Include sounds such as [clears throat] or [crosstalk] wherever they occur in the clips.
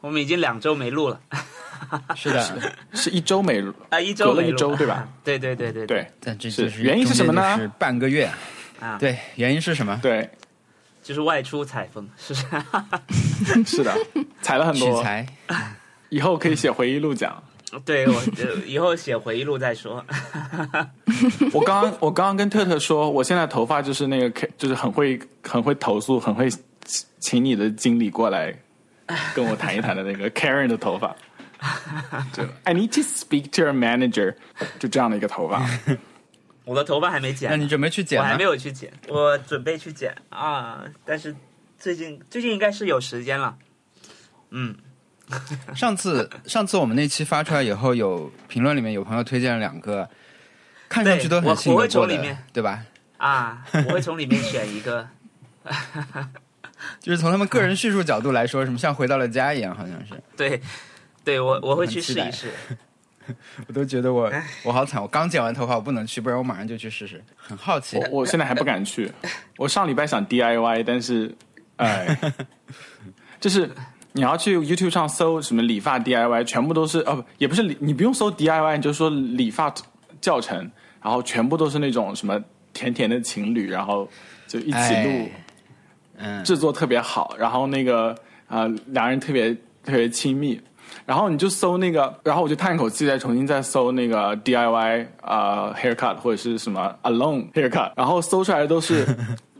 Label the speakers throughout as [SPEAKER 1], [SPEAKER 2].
[SPEAKER 1] 我们已经两周没录了，
[SPEAKER 2] 是的，
[SPEAKER 3] [laughs] 是一周没录，
[SPEAKER 1] 啊，一周
[SPEAKER 3] 隔了
[SPEAKER 1] 没
[SPEAKER 3] 一
[SPEAKER 1] 录
[SPEAKER 3] 周对吧？
[SPEAKER 1] [laughs] 对对对对对
[SPEAKER 3] 对
[SPEAKER 2] 但这
[SPEAKER 3] 是
[SPEAKER 2] 就是
[SPEAKER 3] 原因是什么呢
[SPEAKER 2] 中间就是半个月。
[SPEAKER 1] 啊，
[SPEAKER 2] 对，原因是什么？
[SPEAKER 3] 对，
[SPEAKER 1] 就是外出采风，是不是？ [laughs]
[SPEAKER 3] 是的，踩了很
[SPEAKER 2] 取
[SPEAKER 3] 多，
[SPEAKER 2] 材
[SPEAKER 3] 以后可以写回忆录讲。
[SPEAKER 1] 对我呃以后写回忆录再说。 [laughs]
[SPEAKER 3] 我刚刚我刚刚跟特特说，我现在头发就是那个 K，就是很会很会投诉，很会请请你的经理过来跟我谈一谈的那个 Karen 的头发，就 I need to speak to your manager，就这样的一个头发。
[SPEAKER 1] 我的头发还没剪
[SPEAKER 2] 那
[SPEAKER 1] 呢，
[SPEAKER 2] 你准备去剪
[SPEAKER 1] 我还
[SPEAKER 2] 吗
[SPEAKER 1] 没？有去剪，我准备去剪啊，但是最近最近应该是有时间了。嗯，
[SPEAKER 2] 上次上次我们那期发出来以后，有评论里面有朋友推荐了两个，看上去都
[SPEAKER 1] 对我
[SPEAKER 2] 很信
[SPEAKER 1] 我
[SPEAKER 2] 得
[SPEAKER 1] 会从
[SPEAKER 2] 过
[SPEAKER 1] 里面
[SPEAKER 2] 的，对吧？
[SPEAKER 1] 啊，我会从里面选一个。
[SPEAKER 2] 就是从他们个人叙述角度来说，什么像回到了家一样，好像是。
[SPEAKER 1] 对，对我我会去
[SPEAKER 2] 很期
[SPEAKER 1] 试
[SPEAKER 2] 待
[SPEAKER 1] 一试。
[SPEAKER 2] 我都觉得我
[SPEAKER 1] 哎
[SPEAKER 2] 我好惨，我刚剪完头发，我不能去，不然我马上就去试试。很好奇，
[SPEAKER 3] 我我现在还不敢去，我上礼拜想 DIY，但是，哎，就是你要去 YouTube 上搜什么理发 DIY，全部都是哦，不也不是理，你不用搜 DIY，你就说理发教程，然后全部都是那种什么甜甜的情侣，然后就一起录，
[SPEAKER 2] 哎嗯，
[SPEAKER 3] 制作特别好，然后那个呃两人特别特别亲密，然后你就搜那个，然后我就叹一口气，再重新再搜那个 DIY 啊、呃 haircut 或者是什么 alone haircut，然后搜出来的都是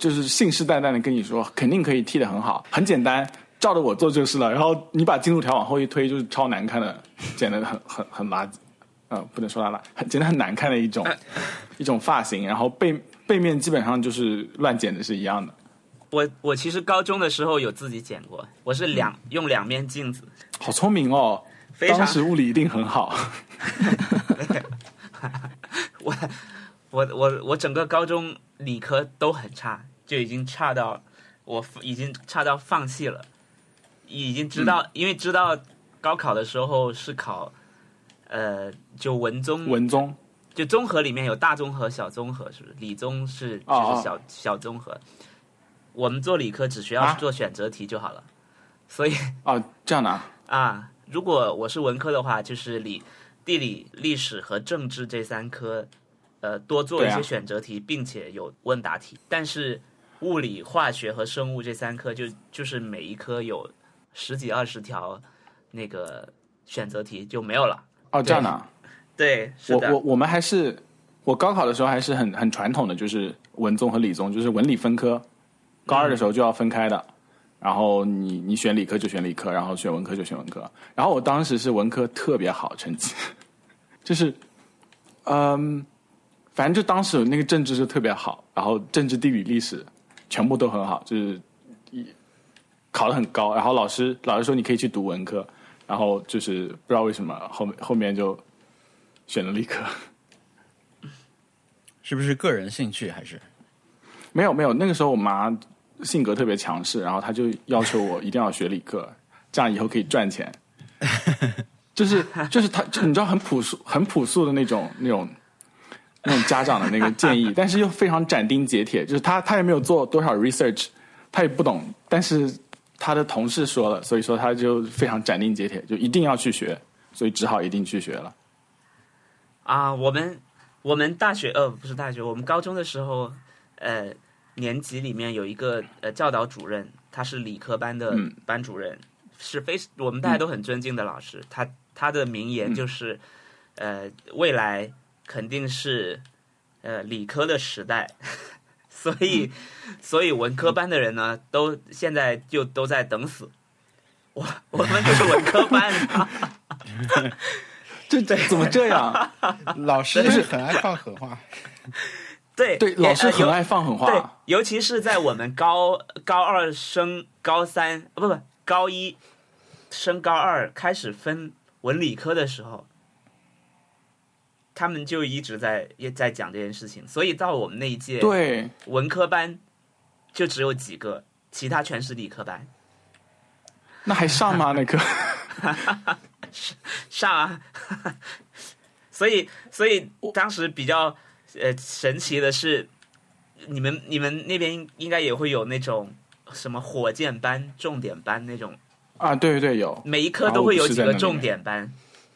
[SPEAKER 3] 就是信誓旦旦的跟你说肯定可以剃得很好，很简单，照着我做就是了。然后你把进度条往后一推，就是超难看的，剪得很 [laughs] 很很垃圾。呃，不能说它垃圾，很剪得很难看的一种一种发型，然后背背面基本上就是乱剪的是一样的。
[SPEAKER 1] 我我其实高中的时候有自己剪过，我是两、用两面镜子，
[SPEAKER 3] 好聪明哦！
[SPEAKER 1] 非常
[SPEAKER 3] 当时物理一定很好，
[SPEAKER 1] 我我我我整个高中理科都很差，就已经差到我已经差到放弃了，已经知
[SPEAKER 3] 嗯
[SPEAKER 1] 道，因为知道高考的时候是考，呃，就文综，
[SPEAKER 3] 文综
[SPEAKER 1] 就综合里面有大综合、小综合，是不是？理综是就
[SPEAKER 3] 哦哦
[SPEAKER 1] 是小小综合，我们做理科只需要
[SPEAKER 3] 啊
[SPEAKER 1] 做选择题就好了，所以
[SPEAKER 3] 哦，这样的、啊，
[SPEAKER 1] 啊，如果我是文科的话，就是理、地理、历史和政治这三科，呃，多做一
[SPEAKER 3] 对
[SPEAKER 1] 些
[SPEAKER 3] 啊
[SPEAKER 1] 选择题，并且有问答题。但是物理、化学和生物这三科就就是每一科有十几二十条那个选择题就没有了。
[SPEAKER 3] 哦，这样的、啊。
[SPEAKER 1] 对，是
[SPEAKER 3] 我
[SPEAKER 1] 的，
[SPEAKER 3] 我我们还是我高考的时候还是很很传统的，就是文综和理综，就是文理分科。高二的时候就要分开的，然后你你选理科就选理科，然后选文科就选文科。然后我当时是文科特别好成绩， [laughs] 就是嗯，反正就当时那个政治就特别好，然后政治、地理、历史全部都很好，就是一考得很高。然后老师老师说你可以去读文科，然后就是不知道为什么后面后面就选了理科。
[SPEAKER 2] 是不是个人兴趣还
[SPEAKER 1] [laughs]
[SPEAKER 2] 是？
[SPEAKER 3] 没有没有，那个时候我妈性格特别强势，然后她就要求我一定要学理科，这样以后可以赚钱。 [laughs] 就是就是她，就你知道很朴素 [laughs] 很朴素的那种那种那种家长的那个建议，但是又非常斩钉截铁。就是她她也没有做多少 research，她也不懂，但是她的同事说了，所以说她就非常斩钉截铁，就一定要去学，所以只好一定去学
[SPEAKER 1] [laughs]
[SPEAKER 3] 了。
[SPEAKER 1] 啊，我们我们大学呃不是大学，我们高中的时候，呃，年级里面有一个呃教导主任，他是理科班的
[SPEAKER 3] 嗯
[SPEAKER 1] 班主任，是非我们大家都很尊敬的老师。他他的名
[SPEAKER 3] 嗯
[SPEAKER 1] 言就是，呃，未来肯定是呃理科的时代， [laughs] 所以
[SPEAKER 3] 嗯
[SPEAKER 1] 所以文科班的人呢，都现在就都在等死。我我们就是文科班，啊
[SPEAKER 3] 这这怎么这样？
[SPEAKER 2] 老师就是很爱放狠话，
[SPEAKER 1] 对
[SPEAKER 3] [laughs]
[SPEAKER 1] [laughs]
[SPEAKER 3] 对，老师
[SPEAKER 1] 呃有
[SPEAKER 3] 很爱放狠
[SPEAKER 1] 对
[SPEAKER 3] 话，，
[SPEAKER 1] 尤其是在我们高高二升高三，啊不不，高一升高二开始分文理科的时候，他们就一直在也在讲这件事情，所以到我们那一届，
[SPEAKER 3] 对
[SPEAKER 1] 文科班就只有几个，其他全是理科班。
[SPEAKER 3] 那还上吗？那课？
[SPEAKER 1] 上啊， [laughs] 所以所以当时比较呃神奇的是，你们你们那边应该也会有那种什么火箭班、重点班那种
[SPEAKER 3] 啊，对对对，有，
[SPEAKER 1] 每一科都会有几个重点班，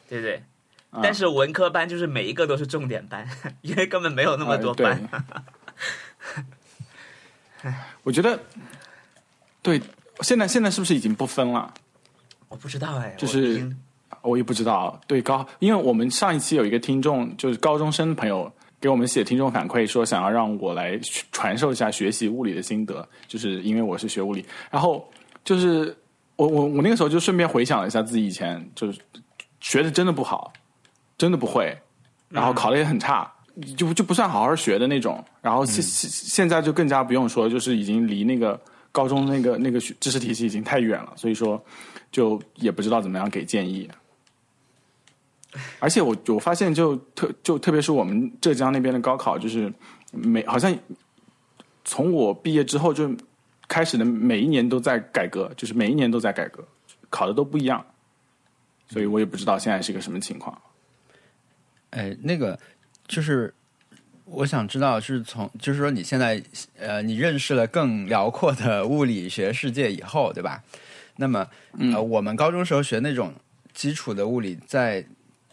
[SPEAKER 1] 对不对？
[SPEAKER 3] 啊
[SPEAKER 1] 但是文科班就是每一个都是重点班， [laughs] 因为根本没有那么多班。
[SPEAKER 3] [laughs] 啊对哎我觉得，对，现在现在是不是已经不分了？
[SPEAKER 1] 我不知道哎，
[SPEAKER 3] 就
[SPEAKER 1] 我
[SPEAKER 3] 是
[SPEAKER 1] 已经
[SPEAKER 3] 我也不知道。对高，因为我们上一期有一个听众，就是高中生朋友给我们写听众反馈，说想要让我来传授一下学习物理的心得，就是因为我是学物理。然后就是我我我那个时候就顺便回想了一下自己以前就是学的真的不好，真的不会，然后考的也很差。就就不算好好学的那种，然后现现现在就更加不用说，就是已经离那个高中那个那个学知识体系已经太远了，所以说就也不知道怎么样给建议。而且我我发现就特就特别是我们浙江那边的高考，就是每好像从我毕业之后就开始的每一年都在改革，就是每一年都在改革，考的都不一样，所以我也不知道现在是个什么情况。
[SPEAKER 2] 哎，那个就是我想知道，是从就是说你现在呃，你认识了更辽阔的物理学世界以后，对吧？那么呃，我们高中时候学那种基础的物理，在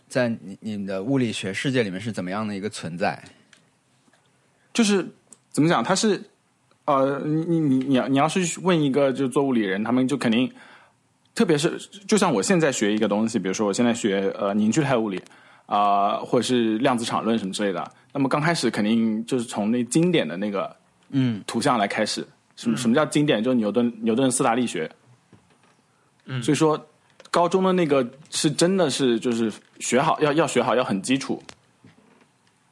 [SPEAKER 2] 在你你的物理学世界里面是怎么样的一个存在？
[SPEAKER 3] 就是怎么讲，他是呃，你你你你要你要是问一个就做物理人，他们就肯定，特别是就像我现在学一个东西，比如说我现在学呃凝聚态物理啊、或者是量子场论什么之类的，那么刚开始肯定就是从那经典的那个
[SPEAKER 2] 嗯
[SPEAKER 3] 图像来开始。什么什么叫经典？就是牛顿牛顿四大力学。嗯，所以说高中的那个是真的是就是学好要要学好要很基础，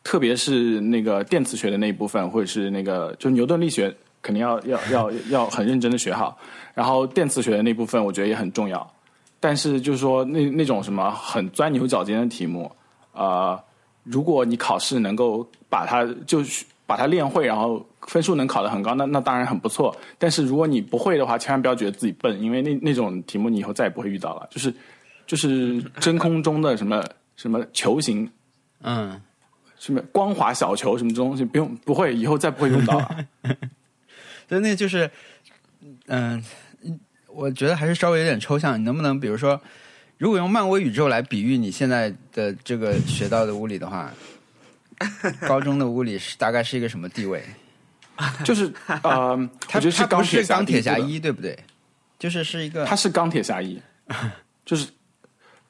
[SPEAKER 3] 特别是那个电磁学的那一部分，或者是那个就是牛顿力学，肯定要要要要很认真的学好。然后电磁学的那部分，我觉得也很重要。但是就是说那那种什么很钻牛角尖的题目，呃，如果你考试能够把它就是把它练会，然后分数能考得很高，那那当然很不错。但是如果你不会的话，千万不要觉得自己笨，因为那那种题目你以后再也不会遇到了。就是就是真空中的什么什么球形
[SPEAKER 2] 嗯，
[SPEAKER 3] 什么光滑小球什么东西，不用不会，以后再不会用
[SPEAKER 2] [laughs]
[SPEAKER 3] 到了。
[SPEAKER 2] 所以那就是嗯、我觉得还是稍微有点抽象。你能不能比如说，如果用漫威宇宙来比喻你现在的这个学到的物理的话，高中的物理是大概是一个什么地位？
[SPEAKER 3] 就是呃，
[SPEAKER 2] 他
[SPEAKER 3] 我觉得
[SPEAKER 2] 他
[SPEAKER 3] 钢
[SPEAKER 2] 不
[SPEAKER 3] 铁
[SPEAKER 2] 是钢铁
[SPEAKER 3] 侠
[SPEAKER 2] 侠
[SPEAKER 3] 第一部
[SPEAKER 2] 一，对不对？就是是一个
[SPEAKER 3] 的，他是钢铁
[SPEAKER 2] [laughs]
[SPEAKER 3] 侠一，就是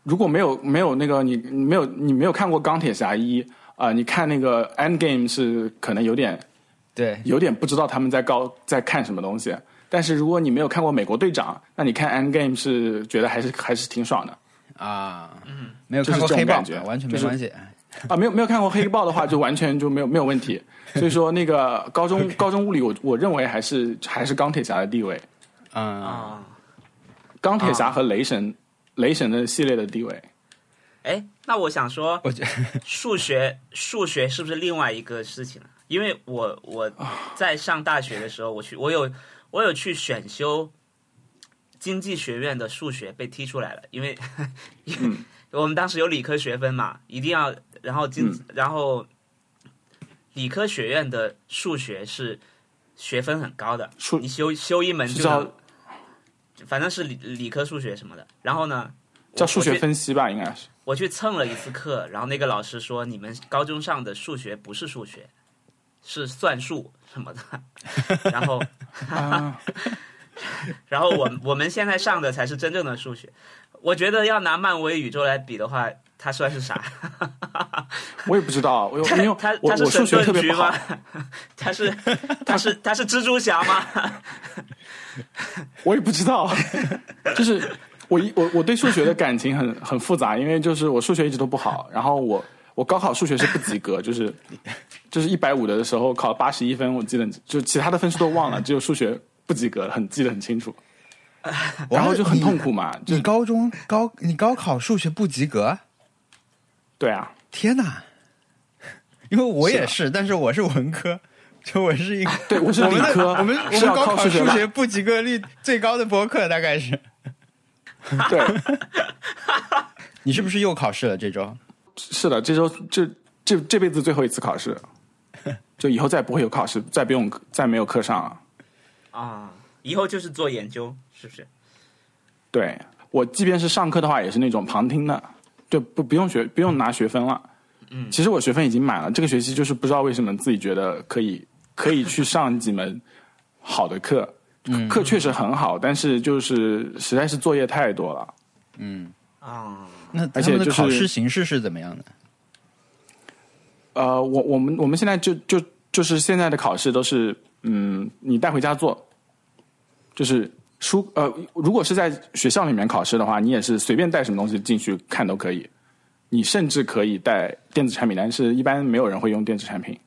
[SPEAKER 3] 如果没有没有那个你你没有你没有看过钢铁侠一啊、呃你看那个 End Game 是可能有点
[SPEAKER 2] 对
[SPEAKER 3] 有点不知道他们在高在看什么东西。但是如果你没有看过美国队长，那你看 End Game 是觉得还是还是挺爽的。
[SPEAKER 2] 啊，嗯，没有
[SPEAKER 3] 就是
[SPEAKER 2] 看过
[SPEAKER 3] 这种
[SPEAKER 2] 黑豹
[SPEAKER 3] 感觉，
[SPEAKER 2] 完全没
[SPEAKER 3] 就是
[SPEAKER 2] 关系。
[SPEAKER 3] [laughs] 啊，没有没有看过《黑豹》的话，就完全就没有没有问题。所以说，那个
[SPEAKER 1] [laughs]
[SPEAKER 3] 高中高中物理我，我认为还是还是钢铁侠的地位，
[SPEAKER 2] 嗯，
[SPEAKER 1] 啊，
[SPEAKER 3] 钢铁侠和雷神、雷神的系列的地位。
[SPEAKER 1] 哎，那我想说，
[SPEAKER 2] 我觉得
[SPEAKER 1] 数学数学是不是另外一个事情啊？因为我我在上大学的时候，我去我有我有去选修经济学院的数学被踢出来了，因
[SPEAKER 3] [laughs]
[SPEAKER 1] 为因为
[SPEAKER 3] 嗯
[SPEAKER 1] 我们当时有理科学分嘛，一定要然后经、
[SPEAKER 3] 嗯
[SPEAKER 1] 然后理科学院的数学是学分很高的，
[SPEAKER 3] 数
[SPEAKER 1] 你修修一门
[SPEAKER 3] 是
[SPEAKER 1] 就
[SPEAKER 3] 叫
[SPEAKER 1] 能反正是理理科数学什么的，然后呢
[SPEAKER 3] 叫
[SPEAKER 1] 我
[SPEAKER 3] 数
[SPEAKER 1] 我
[SPEAKER 3] 学
[SPEAKER 1] 去
[SPEAKER 3] 分析吧，应该是。
[SPEAKER 1] 我去蹭了一次课，然后那个老师说你们高中上的数学不是数学，是算术什
[SPEAKER 3] [laughs]
[SPEAKER 1] 么的。然后，
[SPEAKER 3] 啊
[SPEAKER 1] [laughs] 然后我我们现在上的才是真正的数学。我觉得要拿漫威宇宙来比的话，它算是
[SPEAKER 3] [laughs]
[SPEAKER 1] 啥？
[SPEAKER 3] 我也不知道，啊我因为
[SPEAKER 1] 它
[SPEAKER 3] 我
[SPEAKER 1] 它是
[SPEAKER 3] 我数
[SPEAKER 1] 神
[SPEAKER 3] 学特
[SPEAKER 1] 盾
[SPEAKER 3] 别
[SPEAKER 1] 局
[SPEAKER 3] 不好
[SPEAKER 1] 吗，？ [laughs] 它是它是它是蜘蛛侠吗？ [laughs]
[SPEAKER 3] 我也不知道，就是我一我我对数学的感情很很复杂，因为就是我数学一直都不好，然后我我高考数学是不及格，就是就是一百五的时候考八十一分，我记得就其他的分数都忘了，只有数学不及格，很记得很清楚，然后就很痛苦嘛，
[SPEAKER 2] 你。
[SPEAKER 3] 就
[SPEAKER 2] 你高中高你高考数学不及格，
[SPEAKER 3] 对啊，
[SPEAKER 2] 天哪！ [laughs] 因为我也
[SPEAKER 3] 是啊
[SPEAKER 2] 是，但是我是文科，就我是一个
[SPEAKER 3] 对我是
[SPEAKER 2] 我
[SPEAKER 3] 理
[SPEAKER 2] 们的
[SPEAKER 3] 科，
[SPEAKER 2] 我们我们
[SPEAKER 3] 是要
[SPEAKER 2] 高
[SPEAKER 3] 靠
[SPEAKER 2] 考
[SPEAKER 3] 数学
[SPEAKER 2] 数
[SPEAKER 3] 吧
[SPEAKER 2] 学不及格率最高的博客大概是。
[SPEAKER 3] 对，
[SPEAKER 2] 你是不是又考试了这周？
[SPEAKER 3] 是的，这周这这这辈子最后一次
[SPEAKER 2] [laughs]
[SPEAKER 3] 考试，就以后再也不会有考试，再不用再没有课上了。
[SPEAKER 1] 啊，以后就是做研究，是不是？
[SPEAKER 3] 对我，即便是上课的话，也是那种旁听的，就不不用学，不用拿学分了。嗯，其实我学分已经满了，这个学期就是不知道为什么自己觉得可以可以去上几门好的课，课确实很好，但是就是实在是作业太多了。
[SPEAKER 1] 啊，
[SPEAKER 2] 那
[SPEAKER 3] 而
[SPEAKER 2] 他
[SPEAKER 3] 且
[SPEAKER 2] 们
[SPEAKER 3] 就
[SPEAKER 2] 的
[SPEAKER 3] 是
[SPEAKER 2] 考试形式是怎么样的？
[SPEAKER 3] 呃，我我们我们现在就就就是现在的考试都是，嗯，你带回家做，就是书呃，如果是在学校里面考试的话，你也是随便带什么东西进去看都可以，你甚至可以带电子产品，但是一般没有人会用电子产品，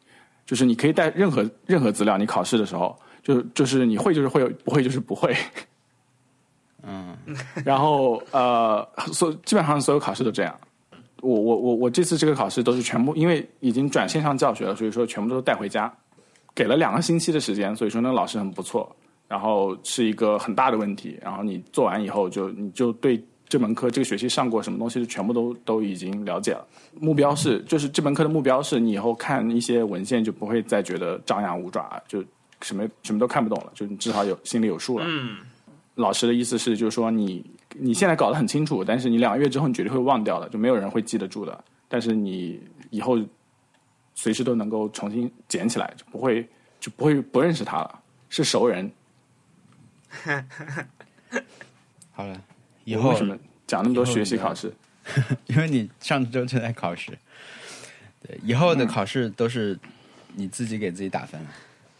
[SPEAKER 3] 就是你可以带任何任何资料，你考试的时候就就是你会就是会，不会就是不会。嗯， [laughs] 然后呃，所基本上所有考试都这样。我我我我这次这个考试都是全部，因为已经转线上教学了，所以说全部都带回家，给了两个星期的时间，所以说那老师很不错，然后是一个很大的问题，然后你做完以后就你就对这门课这个学期上过什么东西就全部都都已经了解了。目标是就是这门课的目标是你以后看一些文献就不会再觉得张牙舞爪，就什么什么都看不懂了，就你至少有心里有数了。
[SPEAKER 1] 嗯，
[SPEAKER 3] 老师的意思是，就是说你你现在搞得很清楚，但是你两个月之后你绝对会忘掉的，就没有人会记得住的。但是你以后随时都能够重新捡起来，就不会就不会不认识他了，是熟人。
[SPEAKER 2] 好了，以
[SPEAKER 3] 我
[SPEAKER 2] 后
[SPEAKER 3] 为什么讲那么多
[SPEAKER 2] 以后
[SPEAKER 3] 学习
[SPEAKER 2] 你要
[SPEAKER 3] 考试？
[SPEAKER 2] 因为你上周就在考试，对，以后的考试都是你自己给自己打分了，啊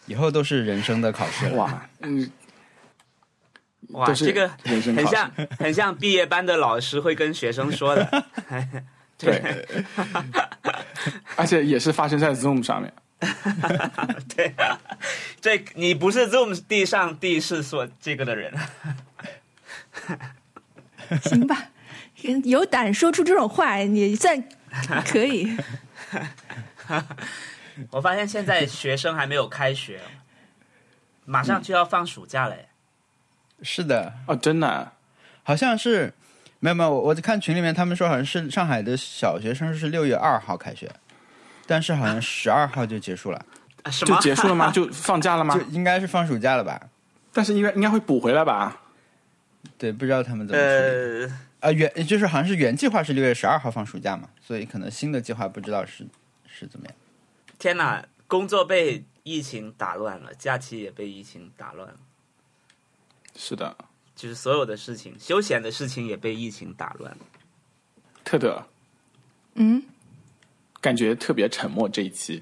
[SPEAKER 2] 以后都是人生的考试了。 [laughs]
[SPEAKER 3] 哇，嗯，
[SPEAKER 1] 哇，
[SPEAKER 3] 都是
[SPEAKER 1] 这个
[SPEAKER 3] 人生
[SPEAKER 1] 很
[SPEAKER 3] 考试
[SPEAKER 1] 像很像毕业班的老师会跟学生说的，
[SPEAKER 3] [laughs]
[SPEAKER 1] [laughs]
[SPEAKER 3] 对，而且也是发生在 Zoom 上面。
[SPEAKER 1] 对啊，这你不是 Zoom 地上地是所这个的人， [laughs]
[SPEAKER 4] [laughs] 行吧，有胆说出这种话，你算可以。
[SPEAKER 1] 我发现现在学生还没有开学，马上就要放暑假了耶。
[SPEAKER 2] 是的，
[SPEAKER 3] 哦，真的，
[SPEAKER 2] 好像是没有没有，我我看群里面他们说好像是上海的小学生是六月二号开学，但是好像十二号就结束了，
[SPEAKER 1] 啊什
[SPEAKER 3] 就
[SPEAKER 1] 么？
[SPEAKER 3] 结束了吗？就放假了吗
[SPEAKER 2] [laughs] 就？应该是放暑假了吧？
[SPEAKER 3] 但是应该应该会补回来吧？
[SPEAKER 2] 对，不知道他们怎么处理。
[SPEAKER 1] [laughs] 呃，
[SPEAKER 2] 啊，原就是好像是原计划是六月十二号放暑假嘛，所以可能新的计划不知道是是怎么样。
[SPEAKER 1] 天哪，工作被疫情打乱了，假期也被疫情打乱了，
[SPEAKER 3] 是的，
[SPEAKER 1] 就是所有的事情，休闲的事情也被疫情打乱了。
[SPEAKER 3] 特特
[SPEAKER 4] 嗯，
[SPEAKER 3] 感觉特别沉默这一期。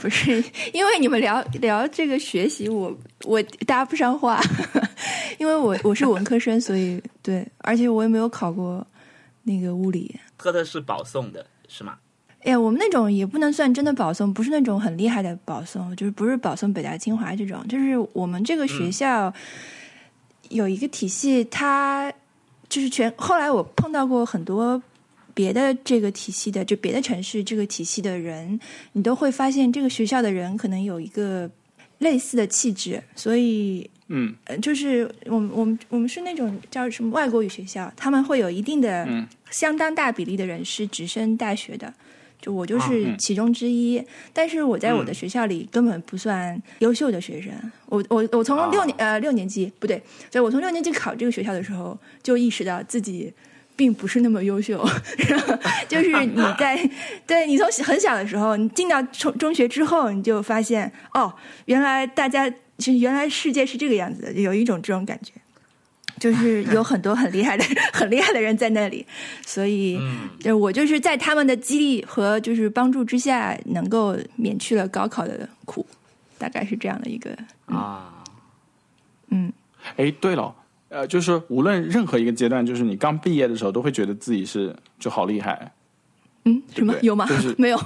[SPEAKER 4] 不是，因为你们聊聊这个学习，我我搭不上话， [laughs] 因为我我是文科生，所以对，而且我也没有考过那个物理。
[SPEAKER 1] 特特是保送的，是吗？
[SPEAKER 4] 哎呀，我们那种也不能算真的保送，不是那种很厉害的保送，就是不是保送北大清华这种，就是我们这个学校有一个体系，它就是全。后来我碰到过很多别的这个体系的，就别的城市这个体系的人，你都会发现这个学校的人可能有一个类似的气质，所以
[SPEAKER 3] 嗯，
[SPEAKER 4] 呃，就是我们我们我们是那种叫什么外国语学校，他们会有一定的、相当大比例的人是直升大学的，就我就是其中之一。但是我在我的学校里根本不算优秀的学生，我我我从六年、呃六年级不对，对我从六年级考这个学校的时候就意识到自己。并不是那么优秀，然后就是你在对你从很小的时候，你进到中中学之后，你就发现哦，原来大家就原来世界是这个样子的，有一种这种感觉，就是有很多很厉害的、很厉害的人 [laughs] 在那里，所以就是我就是在他们的激励和就是帮助之下，能够免去了高考的苦，大概是这样的一个。
[SPEAKER 1] 啊，
[SPEAKER 3] 哎，对了，呃，就是无论任何一个阶段，就是你刚毕业的时候，都会觉得自己是就好厉害，
[SPEAKER 4] 嗯，什么
[SPEAKER 3] 对
[SPEAKER 4] 有吗？
[SPEAKER 3] 就是
[SPEAKER 4] [laughs] 没有。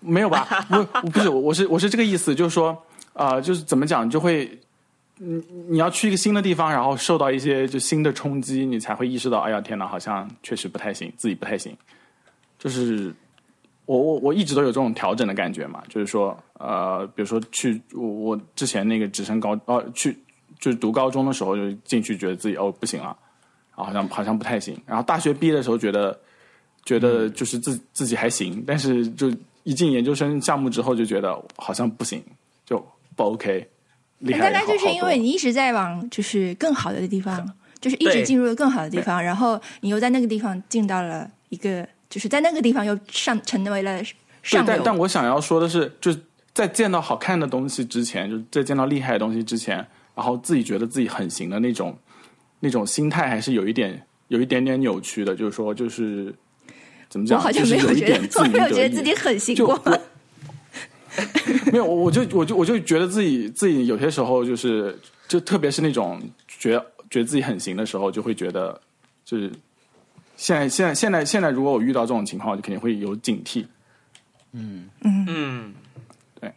[SPEAKER 3] 没有吧？不，我不是，我是我是这个意思，就是说，呃，就是怎么讲，就会，你你要去一个新的地方，然后受到一些就新的冲击，你才会意识到，哎呀，天哪，好像确实不太行，自己不太行。就是我我我一直都有这种调整的感觉嘛，就是说，呃，比如说去我我之前那个直升高哦、去就是读高中的时候就进去觉得自己哦不行了，啊好像好像不太行，然后大学毕业的时候觉得觉得就是自自己还行，但是就一进研究生项目之后就觉得好像不行，就不 OK，厉害
[SPEAKER 4] 大
[SPEAKER 3] 了
[SPEAKER 4] 概就是因
[SPEAKER 3] 好好
[SPEAKER 4] 为
[SPEAKER 3] 多嗯
[SPEAKER 4] 你一直在往就是更好的地方就是一直
[SPEAKER 1] 对
[SPEAKER 4] 进入了更好的地方，然后你又在那个地方进到了一个，就是在那个地方又上成为了
[SPEAKER 3] 对
[SPEAKER 4] 上，
[SPEAKER 3] 但
[SPEAKER 4] 流。
[SPEAKER 3] 但我想要说的是，就是在见到好看的东西之前，就是在见到厉害的东西之前，然后自己觉得自己很行的那种那种心态，还是有一点有一点点扭曲的。就是说，就是怎么
[SPEAKER 4] 我
[SPEAKER 3] 讲，
[SPEAKER 4] 好
[SPEAKER 3] 就
[SPEAKER 4] 像没
[SPEAKER 3] 是有一
[SPEAKER 4] 觉得
[SPEAKER 3] 点，自
[SPEAKER 4] 我
[SPEAKER 3] 娱
[SPEAKER 4] 没有
[SPEAKER 3] 得
[SPEAKER 4] 觉得
[SPEAKER 3] 意
[SPEAKER 4] 自己很行
[SPEAKER 3] 就
[SPEAKER 4] 过。
[SPEAKER 3] 我没有，我我就我就我就觉得自己自己有些时候就是，就特别是那种觉觉得自己很行的时候，就会觉得就是现在现在现在现在，如果我遇到这种情况，我就肯定会有警惕。
[SPEAKER 1] 嗯，
[SPEAKER 3] 对，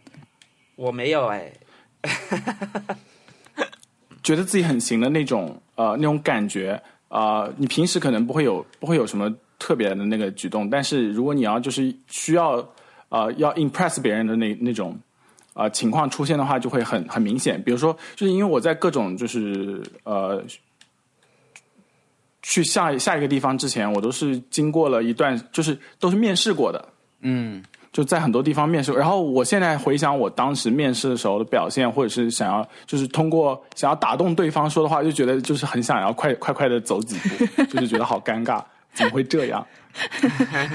[SPEAKER 1] 我没有哎，
[SPEAKER 3] 觉得自己很行的那种呃那种感觉啊、呃你平时可能不会有不会有什么特别的那个举动，但是如果你要就是需要呃要 impress 别人的那那种呃情况出现的话，就会很很明显。比如说，就是因为我在各种就是呃去下一下一个地方之前，我都是经过了一段，就是都是面试过的，
[SPEAKER 2] 嗯
[SPEAKER 3] 就在很多地方面试。然后我现在回想我当时面试的时候的表现，或者是想要就是通过想要打动对方说的话，就觉得就是很想要快快快的走几步， [laughs] 就是觉得好尴尬，怎么会这样？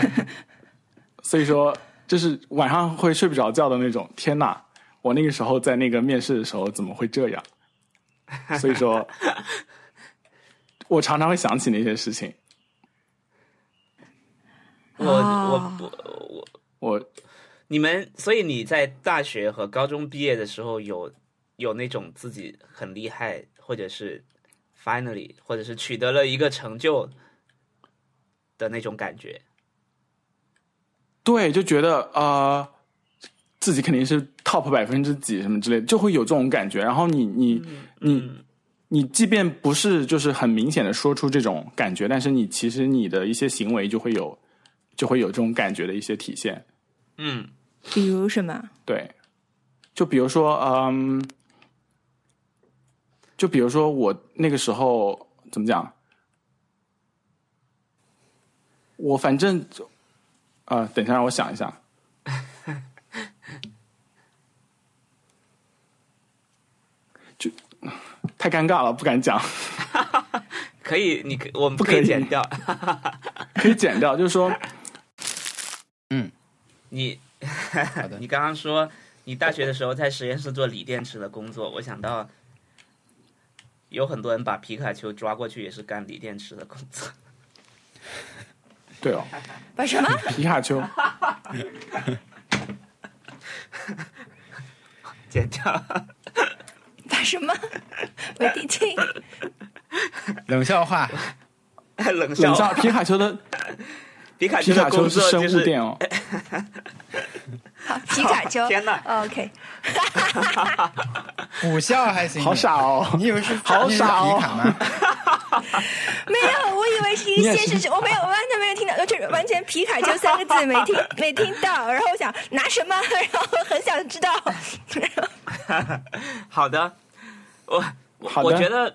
[SPEAKER 3] [laughs] 所以说，就是晚上会睡不着觉的那种。天哪，我那个时候在那个面试的时候怎么会这样？所以说， [laughs] 我常常会想起那些事情。
[SPEAKER 1] 我
[SPEAKER 4] 哦
[SPEAKER 1] 我我我
[SPEAKER 3] 我
[SPEAKER 1] 你们，所以你在大学和高中毕业的时候有，有那种自己很厉害，或者是 finally，或者是取得了一个成就的那种感觉。
[SPEAKER 3] 对，就觉得呃，自己肯定是 top 百分之几什么之类的，就会有这种感觉。然后你你你
[SPEAKER 1] 嗯
[SPEAKER 3] 你，即便不是就是很明显的说出这种感觉，但是你其实你的一些行为就会有就会有这种感觉的一些体现。
[SPEAKER 1] 嗯
[SPEAKER 4] [laughs] 比如什么？
[SPEAKER 3] 对，就比如说，嗯，就比如说我那个时候怎么讲，我反正就啊、等一下，让我想一下。 [laughs] 就太尴尬了，不敢讲，
[SPEAKER 1] 可以，你可我们
[SPEAKER 3] 不
[SPEAKER 1] 可
[SPEAKER 3] 可
[SPEAKER 1] 以
[SPEAKER 3] 以
[SPEAKER 1] 剪
[SPEAKER 3] [laughs]
[SPEAKER 1] 掉。
[SPEAKER 3] 可以剪掉。就是说，
[SPEAKER 2] 嗯，
[SPEAKER 1] 你
[SPEAKER 2] 好
[SPEAKER 1] [laughs]
[SPEAKER 2] 的
[SPEAKER 1] 你刚刚说你大学的时候在实验室做锂电池的工作，我想到有很多人把皮卡丘抓过去也是干锂电池的工作。
[SPEAKER 3] 对哦，
[SPEAKER 4] 把什么？
[SPEAKER 3] 皮卡丘，
[SPEAKER 1] 剪掉，
[SPEAKER 4] 把什么？ [laughs] 没听清。
[SPEAKER 2] 冷笑话，
[SPEAKER 1] [laughs] 冷笑哦
[SPEAKER 3] 冷
[SPEAKER 1] 话
[SPEAKER 3] 笑，皮卡丘的
[SPEAKER 1] 皮卡丘
[SPEAKER 3] 皮
[SPEAKER 1] 的
[SPEAKER 3] 卡丘
[SPEAKER 1] 工
[SPEAKER 3] 是
[SPEAKER 1] 作
[SPEAKER 3] 生
[SPEAKER 1] 就
[SPEAKER 3] 物
[SPEAKER 1] 是
[SPEAKER 3] 电哦，
[SPEAKER 4] 好，皮卡丘。
[SPEAKER 1] 天哪
[SPEAKER 4] OK，
[SPEAKER 2] 补笑还行，
[SPEAKER 3] 好傻
[SPEAKER 1] [laughs]
[SPEAKER 3] 哦！
[SPEAKER 2] 你以为是
[SPEAKER 3] 好傻
[SPEAKER 2] 你
[SPEAKER 3] 哦
[SPEAKER 2] 以为是皮卡吗？
[SPEAKER 4] 没有，我以为是一
[SPEAKER 3] 你也
[SPEAKER 4] 些
[SPEAKER 3] 是
[SPEAKER 4] 事情，我没有，我完全没有听到，就是完全皮卡丘三个字没
[SPEAKER 3] [laughs]
[SPEAKER 4] 听没听到，然后我想拿什么，然后很想
[SPEAKER 3] [laughs]
[SPEAKER 4] 知道。
[SPEAKER 1] 好的，我我
[SPEAKER 3] 好的
[SPEAKER 1] 我觉得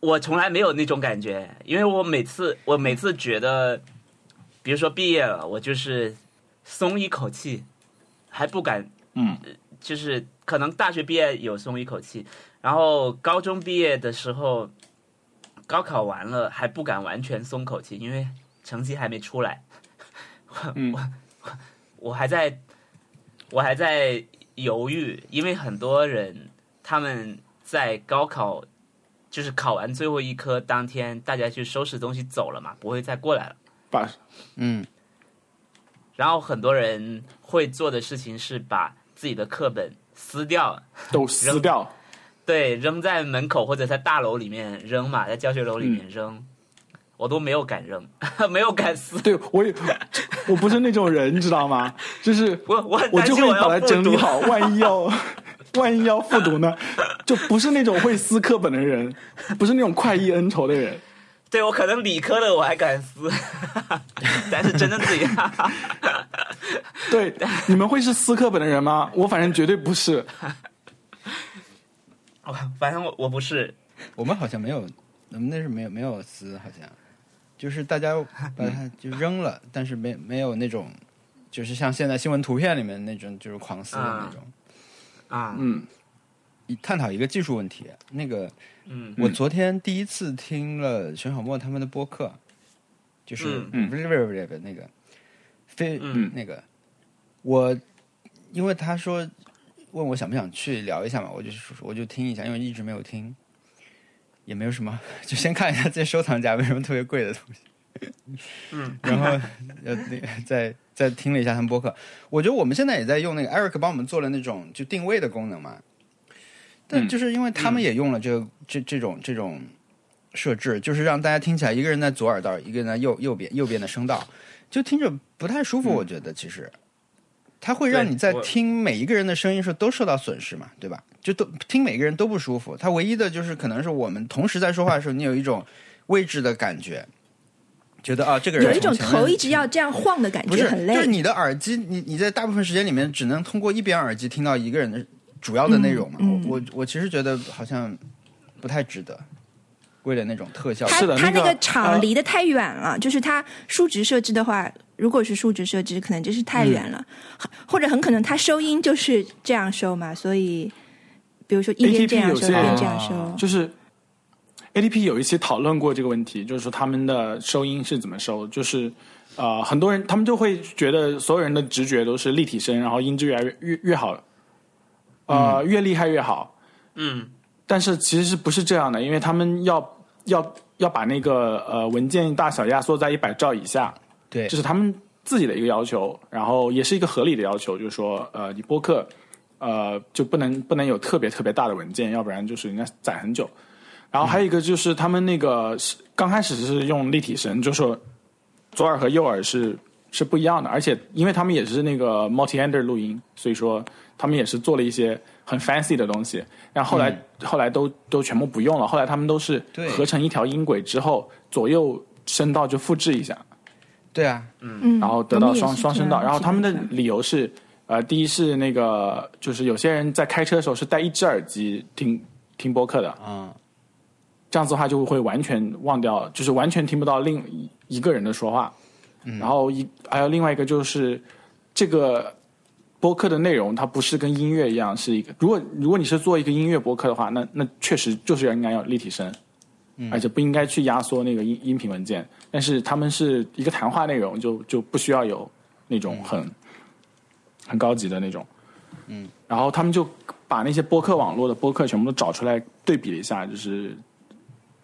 [SPEAKER 1] 我从来没有那种感觉，因为我每次我每次觉得，比如说毕业了，我就是松一口气，还不敢，
[SPEAKER 3] 嗯，
[SPEAKER 1] 就是可能大学毕业有松一口气，然后高中毕业的时候，高考完了还不敢完全松口气，因为成绩还没出来，
[SPEAKER 3] 嗯，
[SPEAKER 1] 我还在，我还在犹豫，因为很多人他们在高考，就是考完最后一科当天，大家去收拾东西走了嘛，不会再过来了。
[SPEAKER 3] 把
[SPEAKER 2] 嗯，
[SPEAKER 1] 然后很多人会做的事情是把自己的课本撕掉，
[SPEAKER 3] 都撕掉。
[SPEAKER 1] 对，扔在门口或者在大楼里面扔嘛，在教学楼里
[SPEAKER 3] 嗯
[SPEAKER 1] 面扔，我都没有敢扔， [laughs] 没有敢撕。
[SPEAKER 3] 对我也，我不是那种人，你知道吗？就是
[SPEAKER 1] 我我很
[SPEAKER 3] 我
[SPEAKER 1] 担
[SPEAKER 3] 就
[SPEAKER 1] 心
[SPEAKER 3] 会
[SPEAKER 1] 我要
[SPEAKER 3] 把它
[SPEAKER 1] 复
[SPEAKER 3] 整理
[SPEAKER 1] 读
[SPEAKER 3] 好，万一要 [laughs] 万一要复读呢，就不是那种会撕课本的人，不是那种快意恩仇的人。
[SPEAKER 1] 对我可能理科的我还敢
[SPEAKER 2] [laughs]
[SPEAKER 1] 撕，但是真正自己。 [laughs]
[SPEAKER 3] 对，你们会是撕课本的人吗？我反正绝对不是。
[SPEAKER 1] 哦，反正我我不是，
[SPEAKER 2] 我们好像没有，我们那是没有没有撕，好像就是大家把
[SPEAKER 3] [laughs]
[SPEAKER 2] 它就扔了，但是没没有那种，
[SPEAKER 3] 啊
[SPEAKER 2] 就是像现在新闻图片里面那种就是狂撕的那种。
[SPEAKER 1] 啊，
[SPEAKER 3] 嗯，
[SPEAKER 2] 探讨一个技术问题。那个，
[SPEAKER 1] 嗯，
[SPEAKER 2] 我昨天第一次听了熊小莫他们的播客，就是
[SPEAKER 3] 嗯
[SPEAKER 2] 不是不是不是不是那个非
[SPEAKER 1] 嗯
[SPEAKER 2] 那个，我因为他说问我想不想去聊一下嘛，我就说我就听一下，因为一直没有听，也没有什么， [laughs] 就先看一下这些收藏夹没什么特别贵的东西。
[SPEAKER 1] 嗯，
[SPEAKER 2] [laughs] 然后呃，那 [laughs] 个再再听了一下他们播客，我觉得我们现在也在用那个 Eric 帮我们做了那种就定位的功能嘛，但
[SPEAKER 3] 嗯
[SPEAKER 2] 就是因为他们也用了这个、这这种这种设置，就是让大家听起来一个人在左耳道，一个人在右右边右边的声道，就听着不太舒服。我觉得其实它会让
[SPEAKER 1] 对
[SPEAKER 2] 你在
[SPEAKER 1] 我
[SPEAKER 2] 听每一个人的声音时候都受到损失嘛，对吧？就都听每个人都不舒服。它唯一的就是可能是我们同时在说话的时候，你有一种位置的感觉，觉得啊这个人
[SPEAKER 4] 有一
[SPEAKER 2] 从
[SPEAKER 4] 种
[SPEAKER 2] 前
[SPEAKER 4] 头
[SPEAKER 2] 面
[SPEAKER 4] 一直要这样晃的感
[SPEAKER 2] 不
[SPEAKER 4] 觉，
[SPEAKER 2] 是
[SPEAKER 4] 很
[SPEAKER 2] 就是
[SPEAKER 4] 累。
[SPEAKER 2] 你的耳机，你你在大部分时间里面只能通过一边耳机听到一个人的主要的内容嘛。
[SPEAKER 4] 嗯嗯
[SPEAKER 2] 我我我其实觉得好像不太值得，为了那种特效。
[SPEAKER 4] 它
[SPEAKER 3] 是的
[SPEAKER 4] 它
[SPEAKER 3] 那
[SPEAKER 4] 那
[SPEAKER 3] 个
[SPEAKER 4] 个
[SPEAKER 3] 呃
[SPEAKER 4] 场离得太远了，就是它数值设置的话，如果是数值设置，可能就是太远了，或者很可能它收音就是这样收嘛，所以比如说一
[SPEAKER 3] ATP
[SPEAKER 4] 边这样收，
[SPEAKER 3] 有
[SPEAKER 4] 一
[SPEAKER 3] 些
[SPEAKER 4] 边这样
[SPEAKER 2] 啊
[SPEAKER 4] 收，
[SPEAKER 3] 就是 ADP 有一期讨论过这个问题，就是说他们的收音是怎么收，就是呃，很多人他们就会觉得所有人的直觉都是立体声，然后音质越来越越越好，呃，越厉害越好。
[SPEAKER 1] 嗯，
[SPEAKER 3] 但是其实是不是这样的？因为他们要要要把那个呃文件大小压缩在一百兆以下，
[SPEAKER 2] 对
[SPEAKER 3] 这，是他们自己的一个要求，然后也是一个合理的要求，就是说，呃，你播客，呃，就不能不能有特别特别大的文件，要不然就是人家攒很久。然后还有一个就是他们那个是刚开始是用立体声，就说左耳和右耳是是不一样的，而且因为他们也是那个 multi-ender 录音，所以说他们也是做了一些很 fancy 的东西。然后后来、后来都都全部不用了，后来他们都是
[SPEAKER 2] 对
[SPEAKER 3] 合成一条音轨之后，左右声道就复制一下。
[SPEAKER 2] 对啊，
[SPEAKER 4] 嗯，
[SPEAKER 3] 然后得
[SPEAKER 4] 我
[SPEAKER 3] 到
[SPEAKER 4] 们也
[SPEAKER 3] 双
[SPEAKER 4] 是
[SPEAKER 3] 双
[SPEAKER 4] 这
[SPEAKER 3] 声道。
[SPEAKER 4] 样
[SPEAKER 3] 然后他们的
[SPEAKER 4] 基本上
[SPEAKER 3] 理由是，呃，第一是那个，就是有些人在开车的时候是戴一只耳机听听播客的，
[SPEAKER 2] 嗯，
[SPEAKER 3] 这样子的话就会完全忘掉，就是完全听不到另一个人的说话。然后一还有另外一个就是这个播客的内容，它不是跟音乐一样是一个。如果如果你是做一个音乐播客的话，那那确实就是要应该要立体声，而且不应该去压缩那个音音频文件。但是他们是一个谈话内容，就就不需要有那种很、很高级的那种。嗯，然后他们就把那些播客网络的播客全部都找出来对比了一下，就是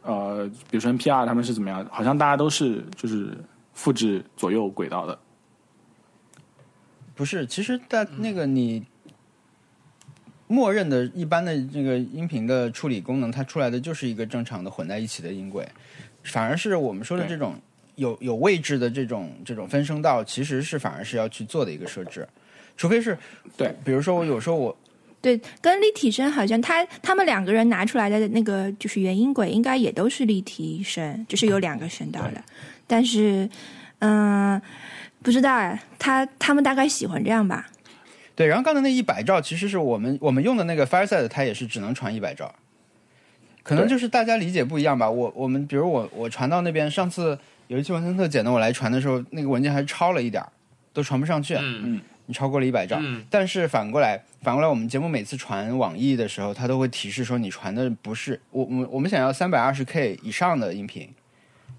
[SPEAKER 3] 呃，比如说 NPR 他们是怎么样，好像大家都是就是复制左右轨道的。
[SPEAKER 2] 不是，其实但那个你默认的一般的这个音频的处理功能，它出来的就是一个正常的混在一起的音轨，反而是我们说的
[SPEAKER 3] 对
[SPEAKER 2] 这种有有位置的这种这种分声道，其实是反而是要去做的一个设置，除非是
[SPEAKER 3] 对，
[SPEAKER 2] 比如说我有时候我
[SPEAKER 4] 对，跟立体声好像他他们两个人拿出来的那个就是原音轨，应该也都是立体声，就是有两个声道的。但是，嗯、不知道哎，他他们大概喜欢这样吧？
[SPEAKER 2] 对，然后刚才那一百兆其实是我们我们用的那个 Fireside，它也是只能传一百兆，可能
[SPEAKER 3] 对
[SPEAKER 2] 就是大家理解不一样吧。我我们比如我我传到那边，上次有一期文森特简的我来传的时候，那个文件还超了一点儿，都传不上去，啊
[SPEAKER 1] 嗯
[SPEAKER 2] 你超过了一百兆。
[SPEAKER 1] 嗯
[SPEAKER 2] 但是反过来，反过来我们节目每次传网易的时候，它都会提示说你传的不是我我们我们想要三百二十 K 以上的音频，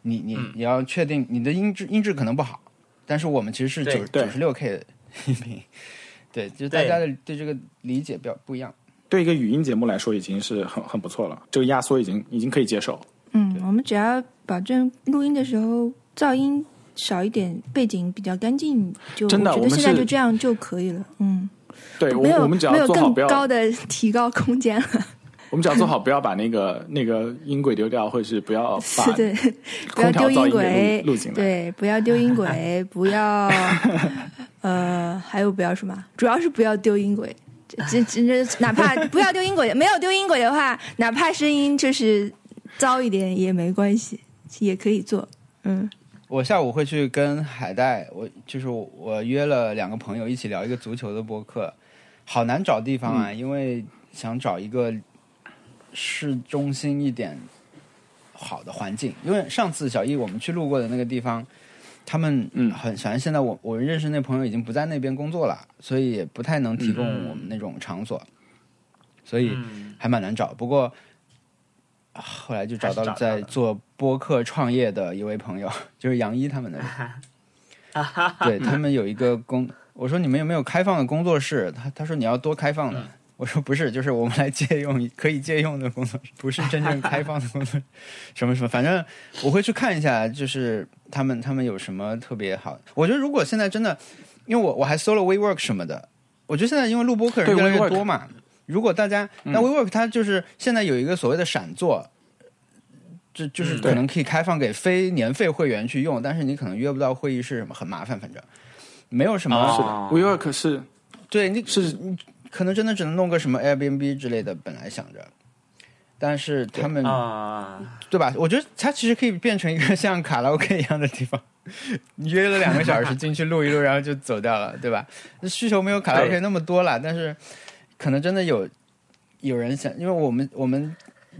[SPEAKER 2] 你你
[SPEAKER 1] 嗯
[SPEAKER 2] 你要确定你的音质音质可能不好，但是我们其实是
[SPEAKER 1] 对
[SPEAKER 2] 九
[SPEAKER 3] 对
[SPEAKER 2] 九十六 K 的音频， [laughs] 对，就大
[SPEAKER 1] 对
[SPEAKER 2] 家的对这个理解比较不一样。
[SPEAKER 3] 对一个语音节目来说已经是很很不错了，这个压缩已经已经可以接受。
[SPEAKER 4] 嗯，我们只要保证录音的时候噪音少一点，背景比较干净，就
[SPEAKER 3] 真的
[SPEAKER 4] 我觉
[SPEAKER 3] 我
[SPEAKER 4] 得
[SPEAKER 3] 们
[SPEAKER 4] 现在
[SPEAKER 3] 是
[SPEAKER 4] 就这样就可以了。嗯，
[SPEAKER 3] 对我
[SPEAKER 4] 没有
[SPEAKER 3] 我们只
[SPEAKER 4] 没
[SPEAKER 3] 要
[SPEAKER 4] 有
[SPEAKER 3] 做好
[SPEAKER 4] 更
[SPEAKER 3] 不要，
[SPEAKER 4] 高的提高空
[SPEAKER 3] [laughs]
[SPEAKER 4] 间了。
[SPEAKER 3] 我们只要做好不要把那个那个音轨丢掉，或者是不要把
[SPEAKER 4] 是 [laughs] 对，不要
[SPEAKER 3] 空调噪
[SPEAKER 4] 丢音
[SPEAKER 3] 音
[SPEAKER 4] 轨
[SPEAKER 3] 给录录进来。
[SPEAKER 4] 对，不要丢音轨，
[SPEAKER 1] [laughs]
[SPEAKER 4] 不要呃，还有不要什么？主要是不要丢音轨。这这这，哪怕
[SPEAKER 1] [laughs]
[SPEAKER 4] 不要丢音轨，没有丢音轨的话，哪怕声音就是糟一点也没关系，也可以做。嗯，
[SPEAKER 2] 我下午会去跟海带，我就是我我约了两个朋友一起聊一个足球的播客，好难找地方
[SPEAKER 1] 嗯
[SPEAKER 2] 啊，因为想找一个市中心一点好的环境，因为上次小易我们去路过的那个地方，他们
[SPEAKER 3] 嗯
[SPEAKER 2] 很反正现在我我认识那朋友已经不在那边工作了，所以也不太能提供
[SPEAKER 1] 嗯
[SPEAKER 2] 我们那种场所。所以
[SPEAKER 1] 嗯
[SPEAKER 2] 还蛮难找。不过啊后来就找到了
[SPEAKER 1] 还是找到了
[SPEAKER 2] 在做播客创业的一位朋友， [laughs] 就是杨一他们的人。对他们有一个工，我说你们有没有开放的工作室？他他说你要多开放的。我说不是，就是我们来借用可以借用的工作室，不是真正开放的工作室，什么什么，反正我会去看一下，就是他们他们有什么特别好。我觉得如果现在真的，因为我我还搜了 WeWork 什么的，我觉得现在因为录播客人
[SPEAKER 3] 对
[SPEAKER 2] 越来
[SPEAKER 3] WeWork
[SPEAKER 2] 越
[SPEAKER 3] 嗯
[SPEAKER 2] 多嘛，如果大家那 WeWork 它就是现在有一个所谓的闪座，这就是
[SPEAKER 1] 嗯
[SPEAKER 2] 可能可以开放给非年费会员去用，但是你可能约不到会议室什么，很麻烦，反正没有什么、
[SPEAKER 1] 哦
[SPEAKER 3] 啊是的，WeWork 是
[SPEAKER 2] 对你
[SPEAKER 3] 是
[SPEAKER 2] 可能真的只能弄个什么 Airbnb 之类的，本来想着，但是他们
[SPEAKER 1] 啊，
[SPEAKER 2] 对吧？我觉得它其实可以变成一个像卡拉 OK 一样的地方， [laughs] 你约了两个小时进去录一录，然后就走掉了，对吧？需求没有卡拉 OK
[SPEAKER 1] 对
[SPEAKER 2] 那么多啦，但是可能真的有有人想，因为我们我们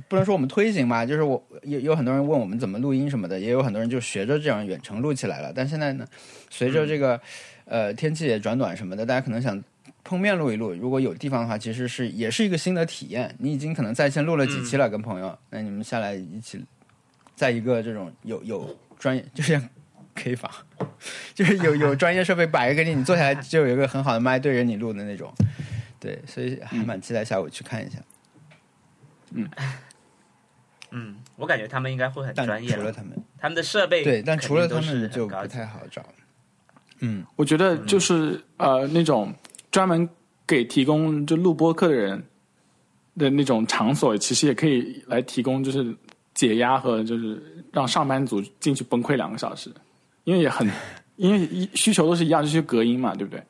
[SPEAKER 2] 不能说我们推行吧，就是我有有很多人问我们怎么录音什么的，也有很多人就学着这样远程录起来了。但现在呢，随着这个、呃天气也转暖什么的，大家可能想。碰面录一录，如果有地方的话，其实是也是一个新的体验。你已经可能在线录了几
[SPEAKER 1] 嗯
[SPEAKER 2] 期了，跟朋友，那你们下来一起在一个这种有有专业， [laughs] 就像 K 房，就是有有专业设备摆一个给你，你坐下来就有一个很好的麦对着你录的那种。对，所以还蛮期待下午去看一下。
[SPEAKER 1] 嗯，我感觉他们应该会很
[SPEAKER 2] 但
[SPEAKER 1] 专业
[SPEAKER 2] 除
[SPEAKER 1] 了
[SPEAKER 2] 了，他们，
[SPEAKER 1] 他们的设备
[SPEAKER 2] 对，但
[SPEAKER 1] 肯
[SPEAKER 2] 除了
[SPEAKER 1] 定
[SPEAKER 2] 他
[SPEAKER 1] 都是
[SPEAKER 2] 们
[SPEAKER 1] 很
[SPEAKER 2] 就
[SPEAKER 1] 高
[SPEAKER 2] 不
[SPEAKER 1] 级
[SPEAKER 2] 太好找。嗯，
[SPEAKER 3] 我觉得就是、呃那种专门给提供就录播客的人的那种场所，其实也可以来提供就是解压和就是让上班族进去崩溃两个小时，因为
[SPEAKER 2] [laughs]
[SPEAKER 3] 也很因为一需求都是一样，就是隔音嘛，对不对？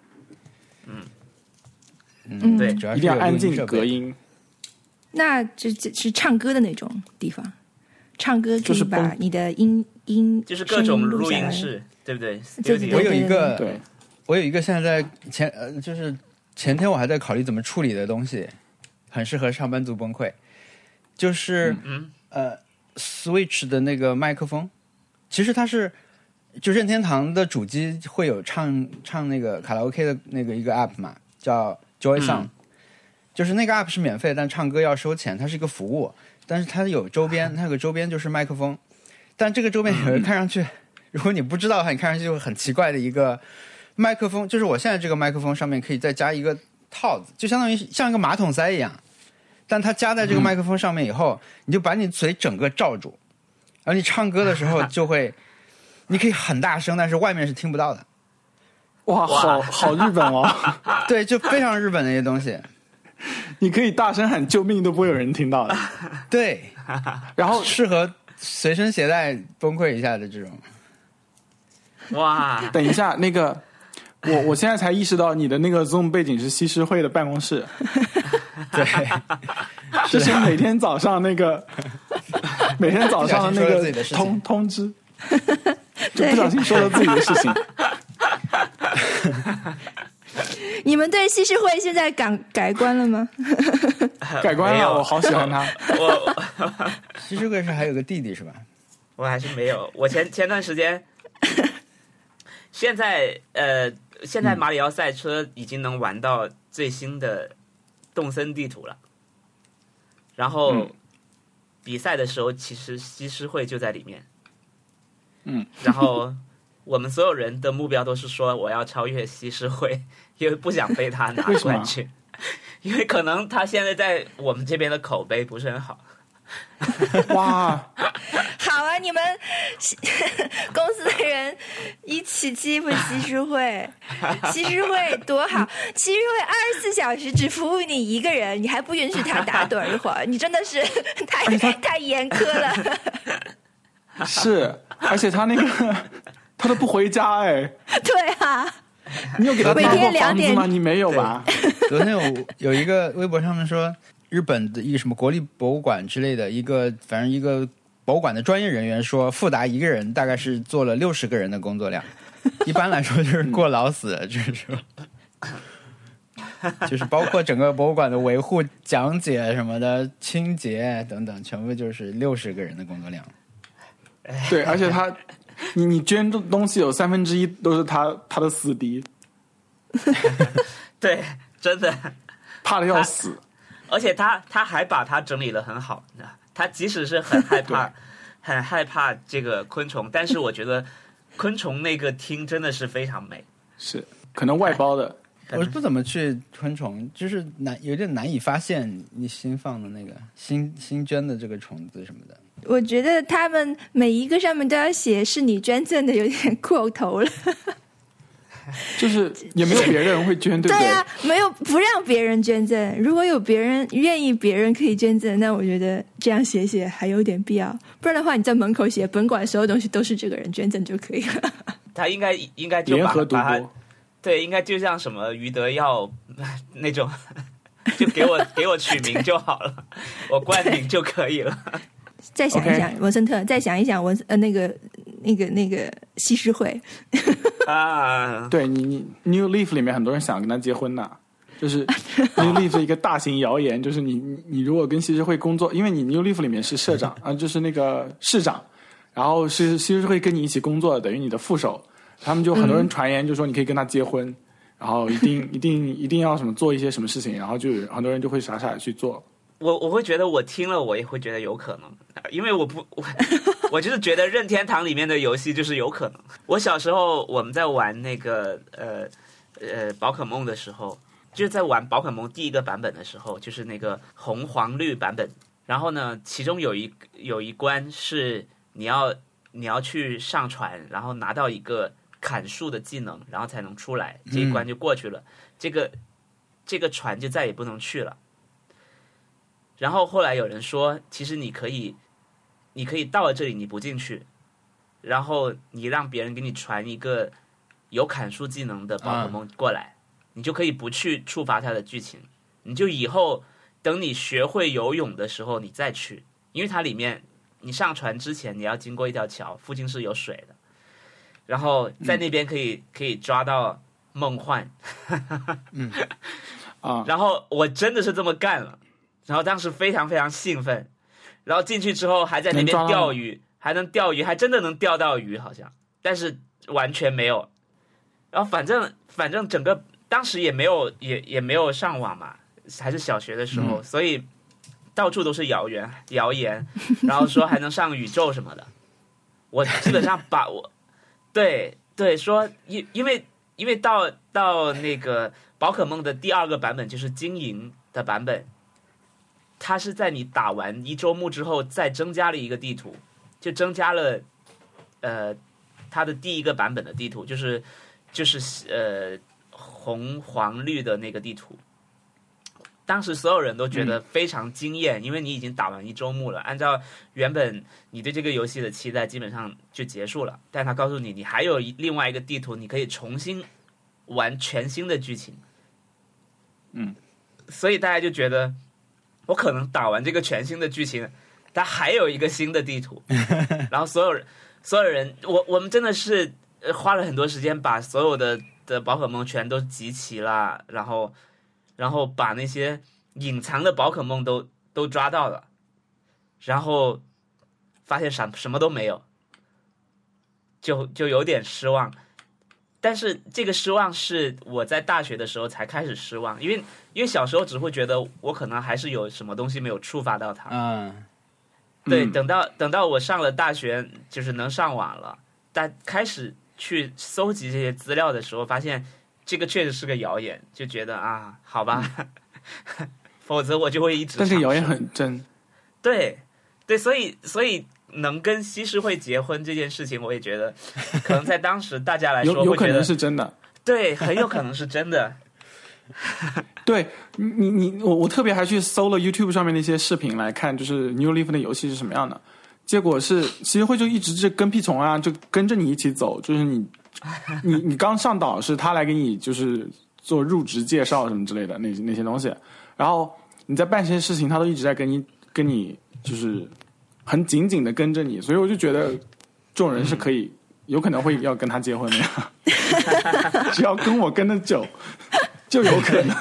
[SPEAKER 4] 嗯，
[SPEAKER 1] 对
[SPEAKER 2] 主要
[SPEAKER 3] 一
[SPEAKER 2] 是
[SPEAKER 3] 定要
[SPEAKER 2] 有
[SPEAKER 3] 安
[SPEAKER 2] 录音
[SPEAKER 3] 静
[SPEAKER 2] 设
[SPEAKER 3] 隔
[SPEAKER 2] 备。
[SPEAKER 3] 音，
[SPEAKER 4] 那这这是唱歌的那种地方，唱歌可
[SPEAKER 3] 就
[SPEAKER 4] 以
[SPEAKER 3] 是
[SPEAKER 4] 把
[SPEAKER 3] 蹦
[SPEAKER 4] 你的音音
[SPEAKER 1] 就是各种
[SPEAKER 4] 声录
[SPEAKER 1] 录
[SPEAKER 4] 下来
[SPEAKER 1] 音。室，对不对
[SPEAKER 4] 对
[SPEAKER 1] ？studio？
[SPEAKER 2] 我
[SPEAKER 4] 对
[SPEAKER 2] 有一个，
[SPEAKER 3] 对，
[SPEAKER 2] 我有一个现在在前呃，就是前天我还在考虑怎么处理的东西，很适合上班族崩溃，就是、
[SPEAKER 1] 嗯
[SPEAKER 2] 呃 Switch 的那个麦克风，其实它是就任天堂的主机会有唱唱那个卡拉 OK 的那个一个 app 嘛，叫 Joy Song，、就是那个 app 是免费，但唱歌要收钱，它是一个服务，但是它有周边，
[SPEAKER 1] [sighs]
[SPEAKER 2] 它有个周边就是麦克风，但这个周边
[SPEAKER 1] [laughs]
[SPEAKER 2] 有人看上去，如果你不知道的话，你看上去就会很奇怪的一个麦克风，就是我现在这个麦克风上面可以再加一个套子，就相当于像一个马桶塞一样，但它加在这个麦克风上面以后，你就把你嘴整个罩住，然后你唱歌的时候就会，你可以很大声，但是外面是听不到的。
[SPEAKER 3] 哇，好好日本哦！
[SPEAKER 2] 对，就非常日本的一些东西。
[SPEAKER 3] 你可以大声喊救命都不会有人听到的。
[SPEAKER 2] 对，
[SPEAKER 3] 然后
[SPEAKER 2] 适合随身携带崩溃一下的这种。
[SPEAKER 1] 哇，
[SPEAKER 3] 等一下，那个我我现在才意识到你的那个 Zoom 背景是西施会的办公室，
[SPEAKER 2] 对， [laughs]
[SPEAKER 3] 这是每天早上那个每天早上那
[SPEAKER 2] 不小心说了自
[SPEAKER 3] 个
[SPEAKER 2] 己的事情
[SPEAKER 3] 通通知，就不小心说了自己的事情。
[SPEAKER 4] 你们对西施会现在改改观了吗？
[SPEAKER 3] [laughs] 改观
[SPEAKER 1] 没有
[SPEAKER 3] 了，我好喜欢他。
[SPEAKER 1] 我
[SPEAKER 2] 其实这个是还有个弟弟是吧？
[SPEAKER 1] 我还是没有，我前前段时
[SPEAKER 4] [laughs]
[SPEAKER 1] 间，现在呃，现
[SPEAKER 2] 嗯
[SPEAKER 1] 在马里奥赛车已经能玩到最新的动森地图了，然后、
[SPEAKER 3] 嗯
[SPEAKER 1] 比赛的时候，其实西施会就在里面，
[SPEAKER 3] 嗯，
[SPEAKER 1] [laughs] 然后我们所有人的目标都是说我要超越西施会，因为不想被他拿
[SPEAKER 3] 为什么
[SPEAKER 1] 冠军， [laughs] 因为可能他现在在我们这边的口碑不是很好。
[SPEAKER 3] 哇，
[SPEAKER 4] 好啊，你们 [laughs] 公司的人一起欺负西施 [laughs] 会，西施会多好！西施会二十四小时只服务你一个人，你还不允许他打盹一会儿，你真的 [laughs] 是太太严苛 [laughs] 了。
[SPEAKER 3] 是，而且他那个他都不回家哎，
[SPEAKER 4] 对啊，
[SPEAKER 3] 你有给他
[SPEAKER 4] 每
[SPEAKER 3] 搭
[SPEAKER 4] 天
[SPEAKER 3] 过
[SPEAKER 4] 两
[SPEAKER 3] 房
[SPEAKER 4] 点
[SPEAKER 3] 子吗？你没有吧？
[SPEAKER 2] 昨天有有一个微博上面说，日本的一个什么国立博物馆之类的一个，反正一个博物馆的专业人员说，富达一个人大概是做了六十个人的工作量，一般来说就是过劳死，就是说。就是包括整个博物馆的维护、讲解什么的、清洁等等，全部就是六十个人的工作量。
[SPEAKER 3] 对，而且他，你你捐的东西有三分之一都是他他的死敌，
[SPEAKER 1] 对，真的，
[SPEAKER 3] 怕的要死。
[SPEAKER 1] 而且他他还把它整理的很好，他即使是很害
[SPEAKER 3] [laughs]
[SPEAKER 1] 怕很害怕这个昆虫，但是我觉得昆虫那个厅真的是非常美。
[SPEAKER 3] 是可能外包的，
[SPEAKER 2] 我不怎么去昆虫，就是难有点难以发现你新放的那个新新捐的这个虫子什么的。
[SPEAKER 4] 我觉得他们每一个上面都要写是你捐赠的，有点过头了。
[SPEAKER 3] 就是也没有别人会捐，对不
[SPEAKER 4] 对
[SPEAKER 3] 对？
[SPEAKER 4] 啊，没有不让别人捐赠。如果有别人愿意，别人可以捐赠，那我觉得这样写写还有点必要。不然的话，你在门口写本馆所有东西都是这个人捐赠就可以了。
[SPEAKER 1] 他应该应该就
[SPEAKER 3] 联
[SPEAKER 1] 把
[SPEAKER 3] 合独
[SPEAKER 1] 把它
[SPEAKER 3] 播，
[SPEAKER 1] 对，应该就像什么余德耀 [laughs] 那种，就给我给我取名就好了，我冠名就可以了。
[SPEAKER 4] 再想一想
[SPEAKER 3] OK
[SPEAKER 4] 文森特，再想一想文呃那个那个那个西施惠，
[SPEAKER 1] 啊，
[SPEAKER 3] [laughs] 对你你 New Leaf 里面很多人想跟他结婚呢，就是 New Leaf 一个大型谣言，就是你你你如果跟西施会工作，因为你 New Leaf 里面是社长啊、就是那个市长，然后是西施会跟你一起工作的，等于你的副手，他们就很多人传言就说你可以跟他结婚，然后一定一定一定要什么做一些什么事情，然后就有很多人就会傻傻的去做。
[SPEAKER 1] 我我会觉得我听了我也会觉得有可能， [laughs] 因为我不我我就是觉得任天堂里面的游戏就是有可能。我小时候我们在玩那个呃呃宝可梦的时候，就是在玩宝可梦第一个版本的时候，就是那个红黄绿版本。然后呢，其中有一有一关是你要你要去上船，然后拿到一个砍树的技能，然后才能出来，这一关就过去了。这个这个船就再也不能去了。然后后来有人说，其实你可以，你可以到了这里你不进去，然后你让别人给你传一个有砍树技能的宝可梦过来，你就可以不去触发它的剧情，你就以后等你学会游泳的时候你再去，因为它里面你上船之前你要经过一条桥，附近是有水的，然后在那边可以、可以抓到梦幻，
[SPEAKER 3] 啊
[SPEAKER 1] 然后我真的是这么干了，然后当时非常非常兴奋，然后进去之后还在那
[SPEAKER 3] 能抓
[SPEAKER 1] 边
[SPEAKER 3] 到
[SPEAKER 1] 钓
[SPEAKER 3] 吗
[SPEAKER 1] 鱼，还能钓鱼，还真的能钓到鱼，好像，但是完全没有。然后反正反正整个当时也没有也也没有上网嘛，还是小学的时候，所以到处都是谣言谣言，然后说还能上宇宙什么的。我基本上把我对对说，因因为因为到到那个宝可梦的第二个版本就是金银的版本，它是在你打完一周目之后再增加了一个地图，就增加了呃它的第一个版本的地图，就是就是呃红黄绿的那个地图。当时所有人都觉得非常惊艳，因为你已经打完一周目了。按照原本你对这个游戏的期待基本上就结束了，但他告诉你，你还有一另外一个地图，你可以重新玩全新的剧情。
[SPEAKER 3] 嗯，
[SPEAKER 1] 所以大家就觉得，我可能打完这个全新的剧情，它还有一个新的地图，然后所有人，所有人，我我们真的是呃花了很多时间把所有的的宝可梦全都集齐了，然后，然后把那些隐藏的宝可梦都都抓到了，然后发现什什么都没有，就就有点失望。但是这个失望是我在大学的时候才开始失望，因为因为小时候只会觉得我可能还是有什么东西没有触发到它，
[SPEAKER 2] 嗯，
[SPEAKER 1] 对，
[SPEAKER 3] 嗯
[SPEAKER 1] 等到等到我上了大学，就是能上网了，但开始去搜集这些资料的时候，发现这个确实是个谣言，就觉得啊，好吧， [laughs] 否则我就会一直。
[SPEAKER 3] 嗯但是谣言很真，
[SPEAKER 1] 对对，所以所以能跟西施会结婚这件事情，我也觉得，可能在当时大家来说
[SPEAKER 3] 有有
[SPEAKER 1] 会
[SPEAKER 3] 可
[SPEAKER 1] 觉
[SPEAKER 3] 能
[SPEAKER 1] 得，
[SPEAKER 3] 是真的。
[SPEAKER 1] 对，很有可能是真的。
[SPEAKER 3] [laughs] 对你，你你我我特别还去搜了 YouTube 上面的一些视频来看，就是 New Leaf 的游戏是什么样的。结果是，其实会就一直是跟屁虫啊，就跟着你一起走。就是你，你你刚上岛是他来给你就是做入职介绍什么之类的那那些东西，然后你在办这些事情，他都一直在跟你跟你就是很紧紧的跟着你，所以我就觉得这种人是可以、 [laughs] 有可能会要跟他结婚的呀， [laughs] 只要跟我跟的久，就有可能。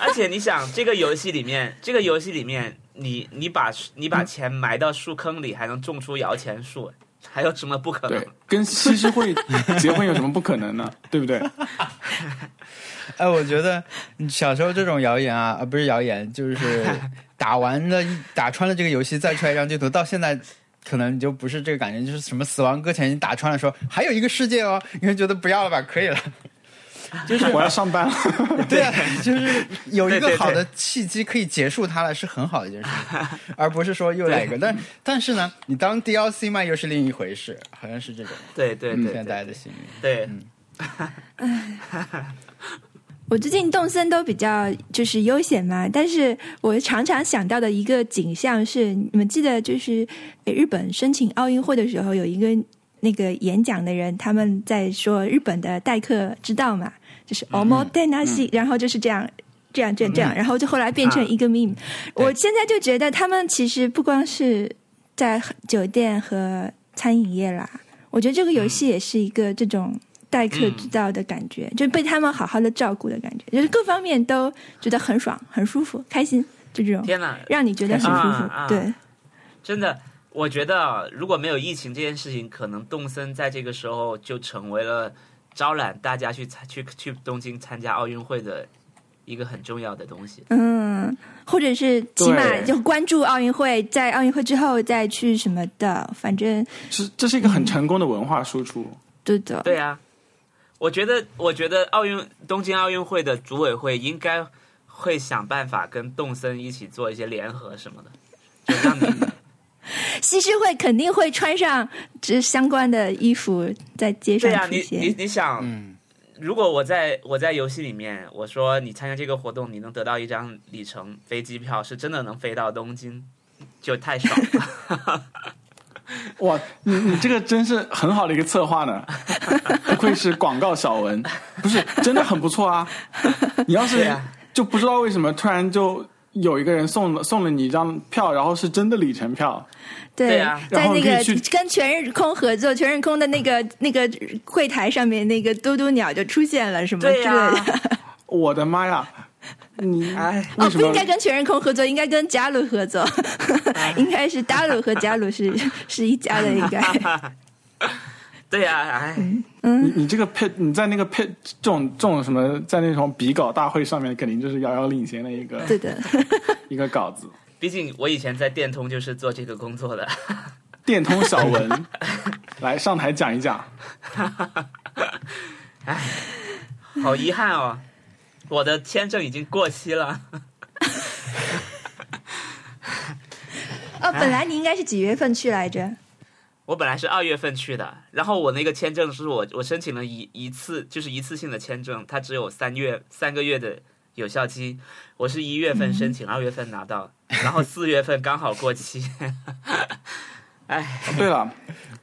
[SPEAKER 1] 而且你想，这个游戏里面， [laughs] 这个游戏里面，你你把你把钱埋到树坑里，还能种出摇钱树，还有什么不可能
[SPEAKER 3] 对？，跟西施会结婚有什么不可能呢？对不对？
[SPEAKER 2] 哎，我觉得小时候这种谣言啊，啊不是谣言，
[SPEAKER 1] [laughs]
[SPEAKER 2] 就是打完了打穿了这个游戏再出来一张地图，到现在可能你就不是这个感觉，就是什么死亡搁浅，你打穿了说还有一个世界哦，你就觉得不要了吧，可以了。
[SPEAKER 3] 就是我要上班了。
[SPEAKER 2] 对啊，就是有一个好的契机可以结束它了，是很好的一件事
[SPEAKER 1] [laughs]
[SPEAKER 2] 情，而不是说又来一个。但但是呢，你当 DLC 卖又是另一回事，好像是这种。
[SPEAKER 1] 对对对，
[SPEAKER 2] 嗯现在大家的心理。
[SPEAKER 1] 对，
[SPEAKER 4] 我最近动森都比较就是悠闲嘛，但是我常常想到的一个景象是，你们记得就是呃日本申请奥运会的时候，有一个那个演讲的人，他们在说日本的待客之道嘛，就是
[SPEAKER 1] 嗯
[SPEAKER 4] o m o t e n a s i 然后就是这样。这样这样这样，然后就后来变成一个 meme。
[SPEAKER 2] 对
[SPEAKER 4] 我现在就觉得他们其实不光是在酒店和餐饮业啦，我觉得这个游戏也是一个这种待客之道的感觉，就被他们好好的照顾的感觉，就是各方面都觉得很爽、很舒服、开心，就这种
[SPEAKER 1] 天哪，
[SPEAKER 4] 让你觉得很舒服。
[SPEAKER 1] 啊啊
[SPEAKER 4] 对，
[SPEAKER 1] 真的，我觉得啊如果没有疫情这件事情，可能动森在这个时候就成为了招揽大家去参去去东京参加奥运会的一个很重要的东西。
[SPEAKER 4] 嗯，或者是起码
[SPEAKER 3] 对
[SPEAKER 4] 就关注奥运会，在奥运会之后再去什么的，反正
[SPEAKER 3] 是，这是一个很成功的文化输出。
[SPEAKER 4] 对的。
[SPEAKER 1] 对啊，我觉得，我觉得奥运东京奥运会的组委会应该会想办法跟动森一起做一些联合什么的，就让你
[SPEAKER 4] 西施会肯定会穿上这相关的衣服在街上
[SPEAKER 1] 对啊，
[SPEAKER 4] 出
[SPEAKER 1] 你你
[SPEAKER 4] 现。
[SPEAKER 1] 你想，
[SPEAKER 2] 嗯
[SPEAKER 1] 如果我在我在游戏里面，我说你参加这个活动，你能得到一张里程飞机票，是真的能飞到东京，就太爽了。
[SPEAKER 3] 哇，你你这个真是很好的一个策划呢，不愧是广告小文，不是真的很不错啊。你要
[SPEAKER 1] [laughs] 对
[SPEAKER 3] 是
[SPEAKER 1] 啊
[SPEAKER 3] 就不知道为什么突然就有一个人送了送了你一张票，然后是真的里程票，
[SPEAKER 4] 对
[SPEAKER 1] 对啊
[SPEAKER 4] 在
[SPEAKER 3] 然后
[SPEAKER 4] 那
[SPEAKER 3] 你可以
[SPEAKER 4] 个
[SPEAKER 3] 去
[SPEAKER 4] 跟全日空合作，全日空的那个那个柜台上面那个嘟嘟鸟就出现了，什么之类
[SPEAKER 1] 对啊
[SPEAKER 4] 的。
[SPEAKER 1] 呀、
[SPEAKER 3] 我的妈呀！你
[SPEAKER 1] 哎，
[SPEAKER 4] 哦，
[SPEAKER 3] 为什
[SPEAKER 4] 不
[SPEAKER 3] 么
[SPEAKER 4] 应该跟全日空合作，应该跟加鲁合作，
[SPEAKER 1] 哎
[SPEAKER 4] [laughs] 应该是达鲁和加鲁是 [laughs] 是一家的，应
[SPEAKER 1] [laughs]
[SPEAKER 4] 该。
[SPEAKER 1] 对呀、哎，
[SPEAKER 4] 嗯
[SPEAKER 3] 你你这个配你在那个配这种这种什么在那种比稿大会上面，肯定就是遥遥领先的一个
[SPEAKER 4] 对的，
[SPEAKER 3] 一个稿子。
[SPEAKER 1] 毕竟我以前在电通就是做这个工作的，
[SPEAKER 3] 电通小文 [laughs] 来上台讲一讲，
[SPEAKER 1] [laughs] 哎好遗憾哦，我的签证已经过期了。
[SPEAKER 4] 哦，
[SPEAKER 1] 哎
[SPEAKER 4] 本来你应该是几月份去来着？
[SPEAKER 1] 我本来是二月份去的，然后我那个签证是我我申请了一一次，就是一次性的签证，它只有三月三个月的有效期。我是一月份申请，二月份拿到，然后四月份刚好过期。
[SPEAKER 3] 对了，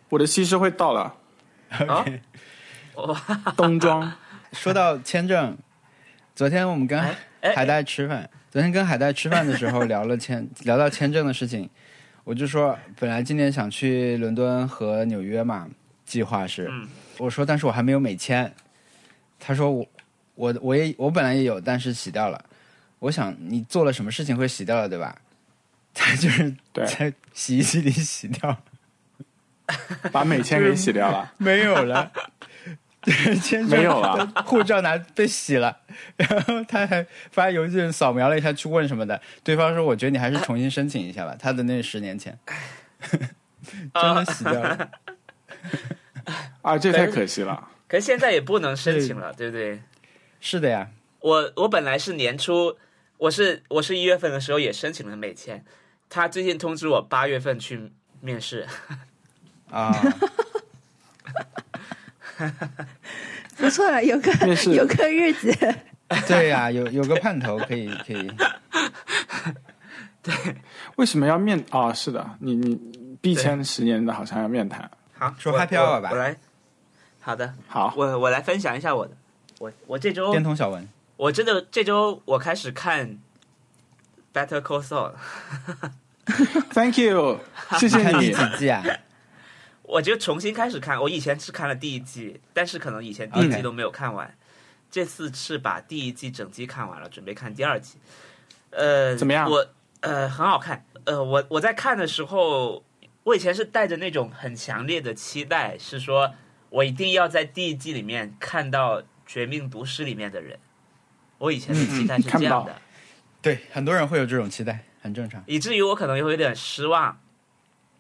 [SPEAKER 3] 我的西施会到了，
[SPEAKER 1] 哦，
[SPEAKER 3] 冬 [laughs] 装。
[SPEAKER 2] 说到签证，昨天我们跟
[SPEAKER 1] 哎哎
[SPEAKER 2] 海带吃饭，昨天跟海带吃饭的时候聊了签， [laughs] 聊到签证的事情，我就说本来今年想去伦敦和纽约嘛，计划是，
[SPEAKER 1] 嗯
[SPEAKER 2] 我说但是我还没有美签，他说我我我也我本来也有，但是洗掉了。我想你做了什么事情会洗掉了，对吧？ [laughs] 他就是
[SPEAKER 3] 对
[SPEAKER 2] 在洗衣机里洗掉了，
[SPEAKER 3] 把美签给洗掉了。
[SPEAKER 2] 没有
[SPEAKER 1] [laughs]
[SPEAKER 2] 了，签证
[SPEAKER 3] 没有
[SPEAKER 1] 啊
[SPEAKER 3] 了，
[SPEAKER 2] 护照拿被洗了， [laughs] 然后他还发邮件扫描了一下去问什么的，对方说我觉得你还是重新申请一下吧，他的那十年前， [laughs] 真的洗掉
[SPEAKER 1] 哦 [laughs]
[SPEAKER 2] 了，
[SPEAKER 3] 啊，这太可惜了。
[SPEAKER 1] 可是现在也不能申请了，对不对？
[SPEAKER 2] 是的呀，
[SPEAKER 1] 我我本来是年初，我是我是一月份的时候也申请了美签，他最近通知我八月份去面试，
[SPEAKER 2] 啊，
[SPEAKER 4] 不错了，有个
[SPEAKER 3] 面试
[SPEAKER 4] 有个日子。
[SPEAKER 2] 对呀，有有个盼头可以可以，
[SPEAKER 3] 为什么要面啊、是的，你你必签十年的好像要面谈。
[SPEAKER 1] 好，
[SPEAKER 2] 说
[SPEAKER 1] 我
[SPEAKER 2] happy hour
[SPEAKER 1] 我
[SPEAKER 2] 吧
[SPEAKER 1] 我来，好的，
[SPEAKER 3] 好，
[SPEAKER 1] 我我来分享一下我的，我我这周
[SPEAKER 2] 电通小文，
[SPEAKER 1] 我真的这周我开始看《Better Call Saul》，
[SPEAKER 3] ，Thank you，谢谢
[SPEAKER 2] 看第
[SPEAKER 3] 你
[SPEAKER 2] 几。季啊？
[SPEAKER 1] 我就重新开始看。我以前是看了第一季，但是可能以前第一季
[SPEAKER 2] OK
[SPEAKER 1] 都没有看完这次是把第一季整季看完了，准备看第二季。呃，
[SPEAKER 3] 怎么样
[SPEAKER 1] 我呃很好看。呃，我我在看的时候，我以前是带着那种很强烈的期待，是说我一定要在第一季里面看到绝命毒师》里面的人。我以前的期待是
[SPEAKER 3] 嗯看
[SPEAKER 1] 这
[SPEAKER 3] 不
[SPEAKER 1] 样
[SPEAKER 3] 到
[SPEAKER 1] 的，
[SPEAKER 2] 对，很多人会有这种期待，很正常。
[SPEAKER 1] 以至于我可能会有点失望，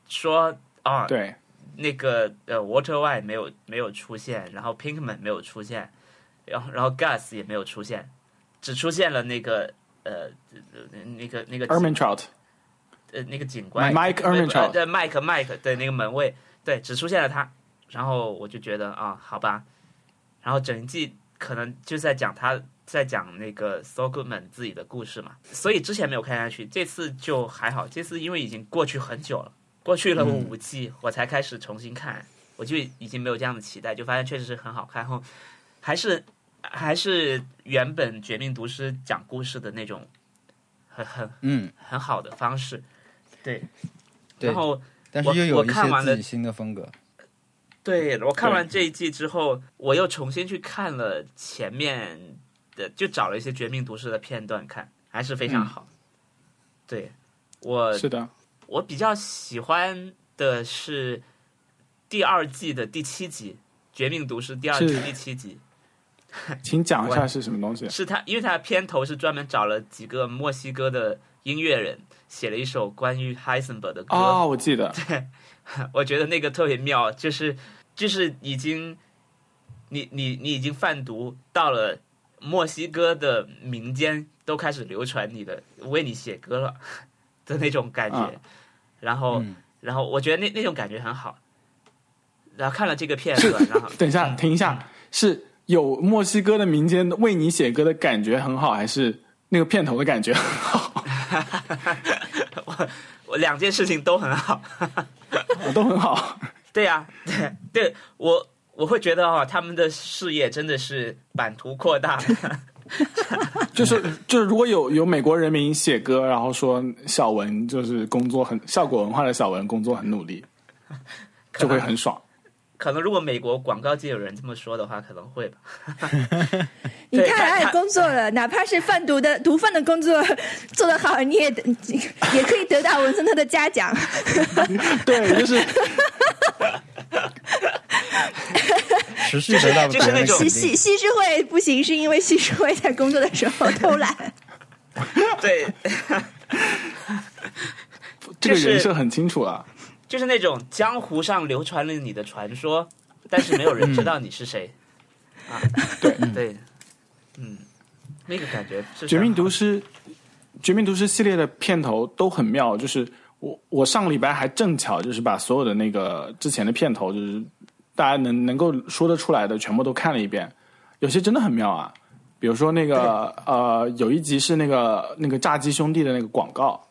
[SPEAKER 1] 说啊，
[SPEAKER 3] 对，
[SPEAKER 1] 那个呃 Water Y 没有没有出现，然后 Pinkman 没有出现，然后然后 Gus 也没有出现，只出现了那个呃呃那个那个
[SPEAKER 3] e r m a n Trout，
[SPEAKER 1] 呃那个警官
[SPEAKER 3] Mike
[SPEAKER 1] 呃
[SPEAKER 3] Ehrmantraut
[SPEAKER 1] 对 Mike Mike 对那个门卫，对只出现了他，然后我就觉得啊好吧，然后整一季可能就在讲他在讲那个 So Goodman 自己的故事嘛，所以之前没有看下去，这次就还好，这次因为已经过去很久了，过去了五季、我才开始重新看，我就已经没有这样的期待，就发现确实是很好看，然后还是还是原本《绝命毒师》讲故事的那种很很
[SPEAKER 2] 嗯，
[SPEAKER 1] 很好的方式。
[SPEAKER 2] 对
[SPEAKER 1] 然。后
[SPEAKER 2] 但是
[SPEAKER 1] 我
[SPEAKER 2] 又有
[SPEAKER 1] 我
[SPEAKER 2] 一些
[SPEAKER 1] 看完
[SPEAKER 2] 自
[SPEAKER 1] 了
[SPEAKER 2] 己新的风格。
[SPEAKER 1] 对我看完这一季之后，我又重新去看了前面的，就找了一些《绝命毒师》的片段看，还是非常好。对我
[SPEAKER 3] 嗯是的，
[SPEAKER 1] 我比较喜欢的是第二季的第七集，《绝命毒师》第二季
[SPEAKER 3] 是
[SPEAKER 1] 第七集
[SPEAKER 3] 请讲一下是什么东西？
[SPEAKER 1] 是他，因为他的片头是专门找了几个墨西哥的音乐人写了一首关于 Heisenberg 的歌。
[SPEAKER 3] 哦，我记得，
[SPEAKER 1] 我觉得那个特别妙，就是就是已经，你你你已经贩毒到了墨西哥的民间都开始流传你的为你写歌了 [laughs] 的那种感觉，
[SPEAKER 3] 啊
[SPEAKER 1] 然后、
[SPEAKER 2] 嗯
[SPEAKER 1] 然后我觉得那那种感觉很好，然后看了这个片段，然后嗯
[SPEAKER 3] 等一下，停一下，是有墨西哥的民间为你写歌的感觉很好，还是那个片头的感觉很好？
[SPEAKER 1] 我两件事情都很好， [laughs]
[SPEAKER 3] 都很好。
[SPEAKER 1] 对呀、对 [laughs] 对，我我会觉得哦，他们的事业真的是版图扩大 [laughs] 了。
[SPEAKER 3] 就是就是，如果有有美国人民写歌，然后说小文就是工作很效果文化的小文工作很努 [laughs] 力，就会很爽。
[SPEAKER 1] 可能如果美国广告界有人这么说的话，可能会吧。
[SPEAKER 4] 你
[SPEAKER 1] 对
[SPEAKER 4] 太
[SPEAKER 1] 他
[SPEAKER 4] 爱
[SPEAKER 1] 他
[SPEAKER 4] 工作了，哪怕是贩毒的毒贩的工作做得好，你也得也可以得到文森特的嘉奖。
[SPEAKER 3] [laughs] 对，就是
[SPEAKER 2] 持续得到别
[SPEAKER 1] 就是
[SPEAKER 2] 人
[SPEAKER 1] 那
[SPEAKER 2] 的
[SPEAKER 1] 种
[SPEAKER 2] 肯
[SPEAKER 4] 西西
[SPEAKER 2] 定。
[SPEAKER 4] 西施惠不行，是因为西施惠在工作的时候偷懒。
[SPEAKER 3] [laughs]
[SPEAKER 1] 对，
[SPEAKER 3] [laughs]
[SPEAKER 1] [laughs]
[SPEAKER 3] 这
[SPEAKER 1] 就
[SPEAKER 3] 个
[SPEAKER 1] 是
[SPEAKER 3] 人设很清楚啊了。
[SPEAKER 1] 就是那种江湖上流传了你的传说，但是没有人知道你是谁。
[SPEAKER 3] 嗯
[SPEAKER 1] 啊，
[SPEAKER 3] 对
[SPEAKER 1] 对，嗯，那个感觉是
[SPEAKER 3] 《绝命毒师》《绝命毒师》系列的片头都很妙，就是我我上个礼拜还正巧就是把所有的那个之前的片头，就是大家能能够说得出来的全部都看了一遍，有些真的很妙啊。比如说那个呃，有一集是那个那个炸鸡兄弟的那个广告，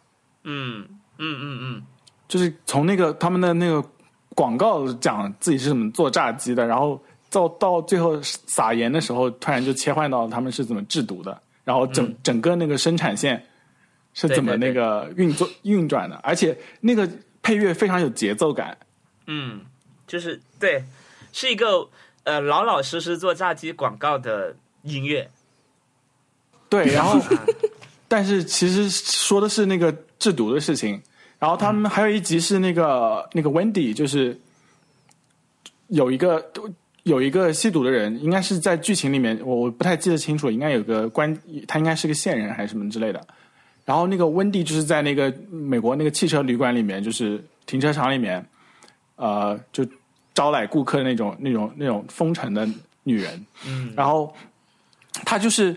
[SPEAKER 1] 嗯嗯嗯嗯，
[SPEAKER 3] 就是从那个他们的那个广告讲自己是怎么做炸鸡的，然后到到最后撒盐的时候，突然就切换到他们是怎么制毒的，然后整、整个那个生产线是怎么
[SPEAKER 1] 嗯对对
[SPEAKER 3] 那
[SPEAKER 1] 对
[SPEAKER 3] 个运作运转的，而且那个配乐非常有节奏感，
[SPEAKER 1] 嗯，就是对，是一个呃老老实实做炸鸡广告的音乐。
[SPEAKER 3] 对，然后
[SPEAKER 1] 啊
[SPEAKER 3] 但是其实说的是那个制毒的事情。然后他们还有一集是那个、那个 Wendy，就是有一个有一个吸毒的人，应该是在剧情里面，我我不太记得清楚，应该有个关，他应该是个线人还是什么之类的。然后那个 Wendy 就是在那个美国那个汽车旅馆里面，就是停车场里面，呃，就招揽顾客的那种那种那种风尘的女人。
[SPEAKER 1] 嗯，
[SPEAKER 3] 然后她就是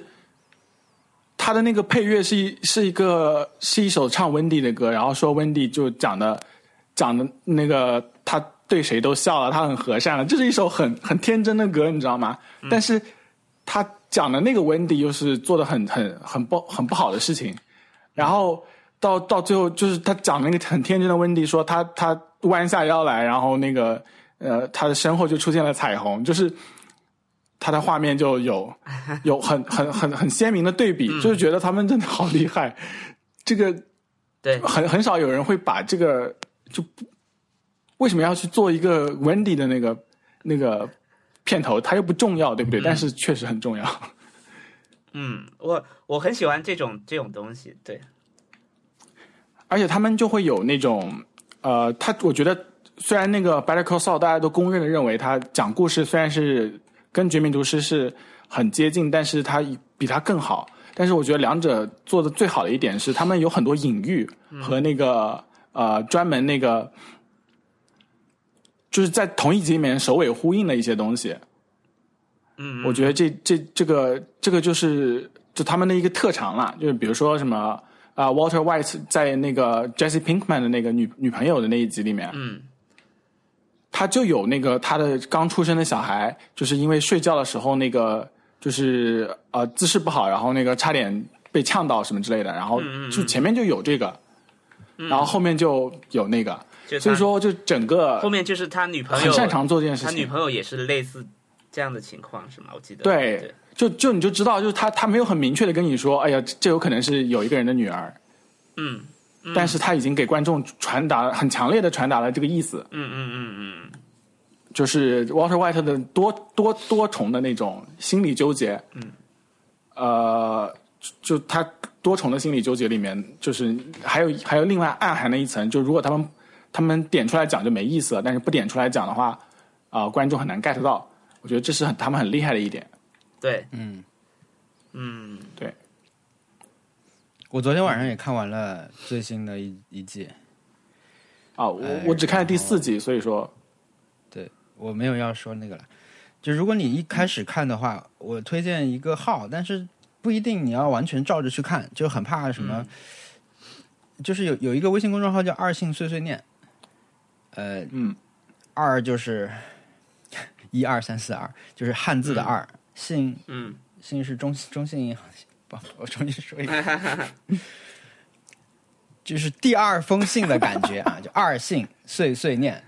[SPEAKER 3] 他的那个配乐是一是一个是一首唱温蒂的歌，然后说温蒂就讲的讲的那个他对谁都笑了，他很和善了，这是一首很很天真的歌，你知道吗？但是他讲的那个温蒂又是做的很很很不很不好的事情，然后到到最后就是他讲那个很天真的温蒂说他他弯下腰来，然后那个呃他的身后就出现了彩虹，就是他的画面就有有很 [laughs] 很很很鲜明的对比，就是觉得他们真的好厉害。这个 [laughs]
[SPEAKER 1] 对，
[SPEAKER 3] 很很少有人会把这个就不为什么要去做一个 Wendy 的那个那个片头，它又不重要，对不对？但是确实很重要。
[SPEAKER 1] 嗯，我我很喜欢这种这种东西。对，
[SPEAKER 3] 而且他们就会有那种，呃，他我觉得虽然那个《Better Call Saul》大家都公认的认为他讲故事虽然是跟《绝命毒师》是很接近，但是它比它更好。但是我觉得两者做的最好的一点是，他们有很多隐喻和那个、呃专门那个，就是在同一集里面首尾呼应的一些东西。
[SPEAKER 1] 嗯，
[SPEAKER 3] 我觉得这这这个这个就是就他们的一个特长啦，就是比如说什么啊、w a l t e r White 在那个 Jesse Pinkman 的那个女女朋友的那一集里面，啊
[SPEAKER 1] 嗯，
[SPEAKER 3] 他就有那个他的刚出生的小孩，就是因为睡觉的时候那个就是呃姿势不好，然后那个差点被呛到什么之类的，然
[SPEAKER 1] 嗯
[SPEAKER 3] 后就前面就有这个，然后后面就有那个，
[SPEAKER 1] 就
[SPEAKER 3] 所
[SPEAKER 1] 嗯
[SPEAKER 3] 以
[SPEAKER 1] 他
[SPEAKER 3] 说就整个
[SPEAKER 1] 后面就是他女朋
[SPEAKER 3] 很
[SPEAKER 1] 友，
[SPEAKER 3] 擅长做这件事
[SPEAKER 1] 他
[SPEAKER 3] 情
[SPEAKER 1] 女。朋友也是类似这样的情况是吗？我记得
[SPEAKER 3] 对
[SPEAKER 1] 对，
[SPEAKER 3] 就就你就知道，就是他他没有很明确的跟你说，哎呀，这这有可能是有一个人的女儿，
[SPEAKER 1] 嗯嗯
[SPEAKER 3] 但是他已经给观众传达很强烈的传达了这个意思，
[SPEAKER 1] 嗯嗯嗯嗯，
[SPEAKER 3] 就是 Walter White 的多多多重的那种心理纠结，嗯，呃，就就他多重的心理纠结里面，就是还有还有另外暗含的一层，就如果他们他们点出来讲就没意思了，但是不点出来讲的话，啊、观众很难 get 到，我觉得这是很他们很厉害的一点，
[SPEAKER 1] 对，
[SPEAKER 2] 嗯，
[SPEAKER 1] 嗯，
[SPEAKER 2] 我昨天晚上也看完了最新的一一季，
[SPEAKER 3] 啊，我
[SPEAKER 2] 哎
[SPEAKER 3] 我只看了第
[SPEAKER 2] 然后
[SPEAKER 3] 四集，所以说。
[SPEAKER 2] 我没有要说那个了。就如果你一开始看的话，我推荐一个号，但是不一定你要完全照着去看，就很怕什么。就是有有一个微信公众号叫“二性碎碎念”，呃，
[SPEAKER 3] 嗯，
[SPEAKER 2] 二就是 [laughs] 一二三四二，就是汉字的
[SPEAKER 1] 嗯
[SPEAKER 2] 二，性
[SPEAKER 1] 嗯
[SPEAKER 2] 信是中中信银行，不，我重新说一遍，就是第二封信的感觉啊，就二信碎碎念，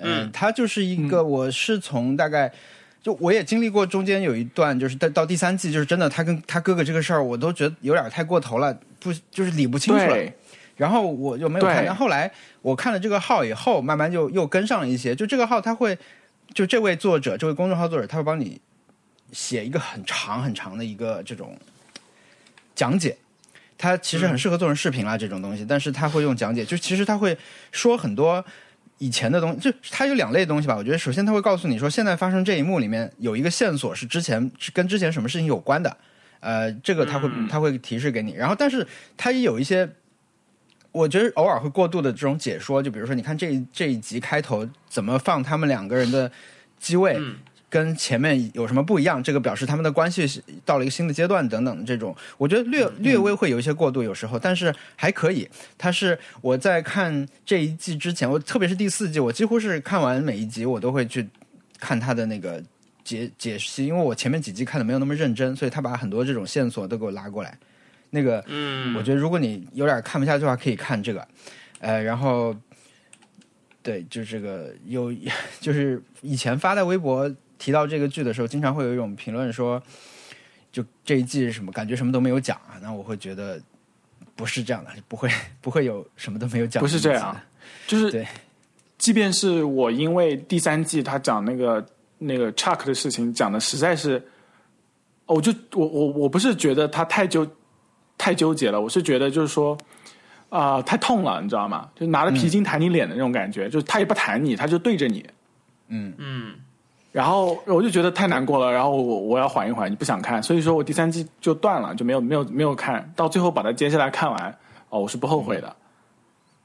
[SPEAKER 2] 嗯，它就是一个，我是从大概。就我也经历过中间有一段，就是到到第三季，就是真的他跟他哥哥这个事儿，我都觉得有点太过头了，不就是理不清楚了。
[SPEAKER 3] 对，
[SPEAKER 2] 然后我就没有看。
[SPEAKER 3] 对
[SPEAKER 2] 但后来我看了这个号以后，慢慢就又跟上了一些。就这个号，他会就这位作者，这位公众号作者，他会帮你写一个很长很长的一个这种讲解。他其实很适合做成视频啦、这种东西，但是他会用讲解，就其实他会说很多以前的东西，就它有两类东西吧。我觉得首先他会告诉你说，现在发生这一幕里面有一个线索是之前是跟之前什么事情有关的，呃，这个他会他会提示给你。然后，但是他也有一些，我觉得偶尔会过度的这种解说，就比如说你看这一这一集开头怎么放他们两个人的机位。
[SPEAKER 1] 嗯
[SPEAKER 2] 跟前面有什么不一样？这个表示他们的关系是到了一个新的阶段等等这种，我觉得略略微会有一些过度，有时候，但是还可以。它是我在看这一季之前，我特别是第四季，我几乎是看完每一集，我都会去看它的那个解解析，因为我前面几季看的没有那么认真，所以他把很多这种线索都给我拉过来。那个，
[SPEAKER 1] 嗯，
[SPEAKER 2] 我觉得如果你有点看不下去的话，可以看这个。呃，然后，对，就这个有， [laughs] 就是以前发在微博提到这个剧的时候，经常会有一种评论说，就这一季什么感觉什么都没有讲啊，那我会觉得不是这样的，不会不会有什么都没有讲
[SPEAKER 3] 不
[SPEAKER 2] 的意思
[SPEAKER 3] 是
[SPEAKER 2] 的，
[SPEAKER 3] 这样，就是
[SPEAKER 2] 对，
[SPEAKER 3] 即便是我因为第三季他讲那个那个 Chuck 的事情讲的实在是，哦我就我我我不是觉得他太纠太纠结了，我是觉得就是说啊、太痛了，你知道吗？就拿着皮筋弹你脸的那种感觉，就是他也不弹你，他就对着你，
[SPEAKER 2] 嗯，
[SPEAKER 1] 嗯
[SPEAKER 3] 然后我就觉得太难过了，然后我我要缓一缓，你不想看，所以说我第三季就断了，就没有没有没有看到最后把它接下来看完，哦，我是不后悔的。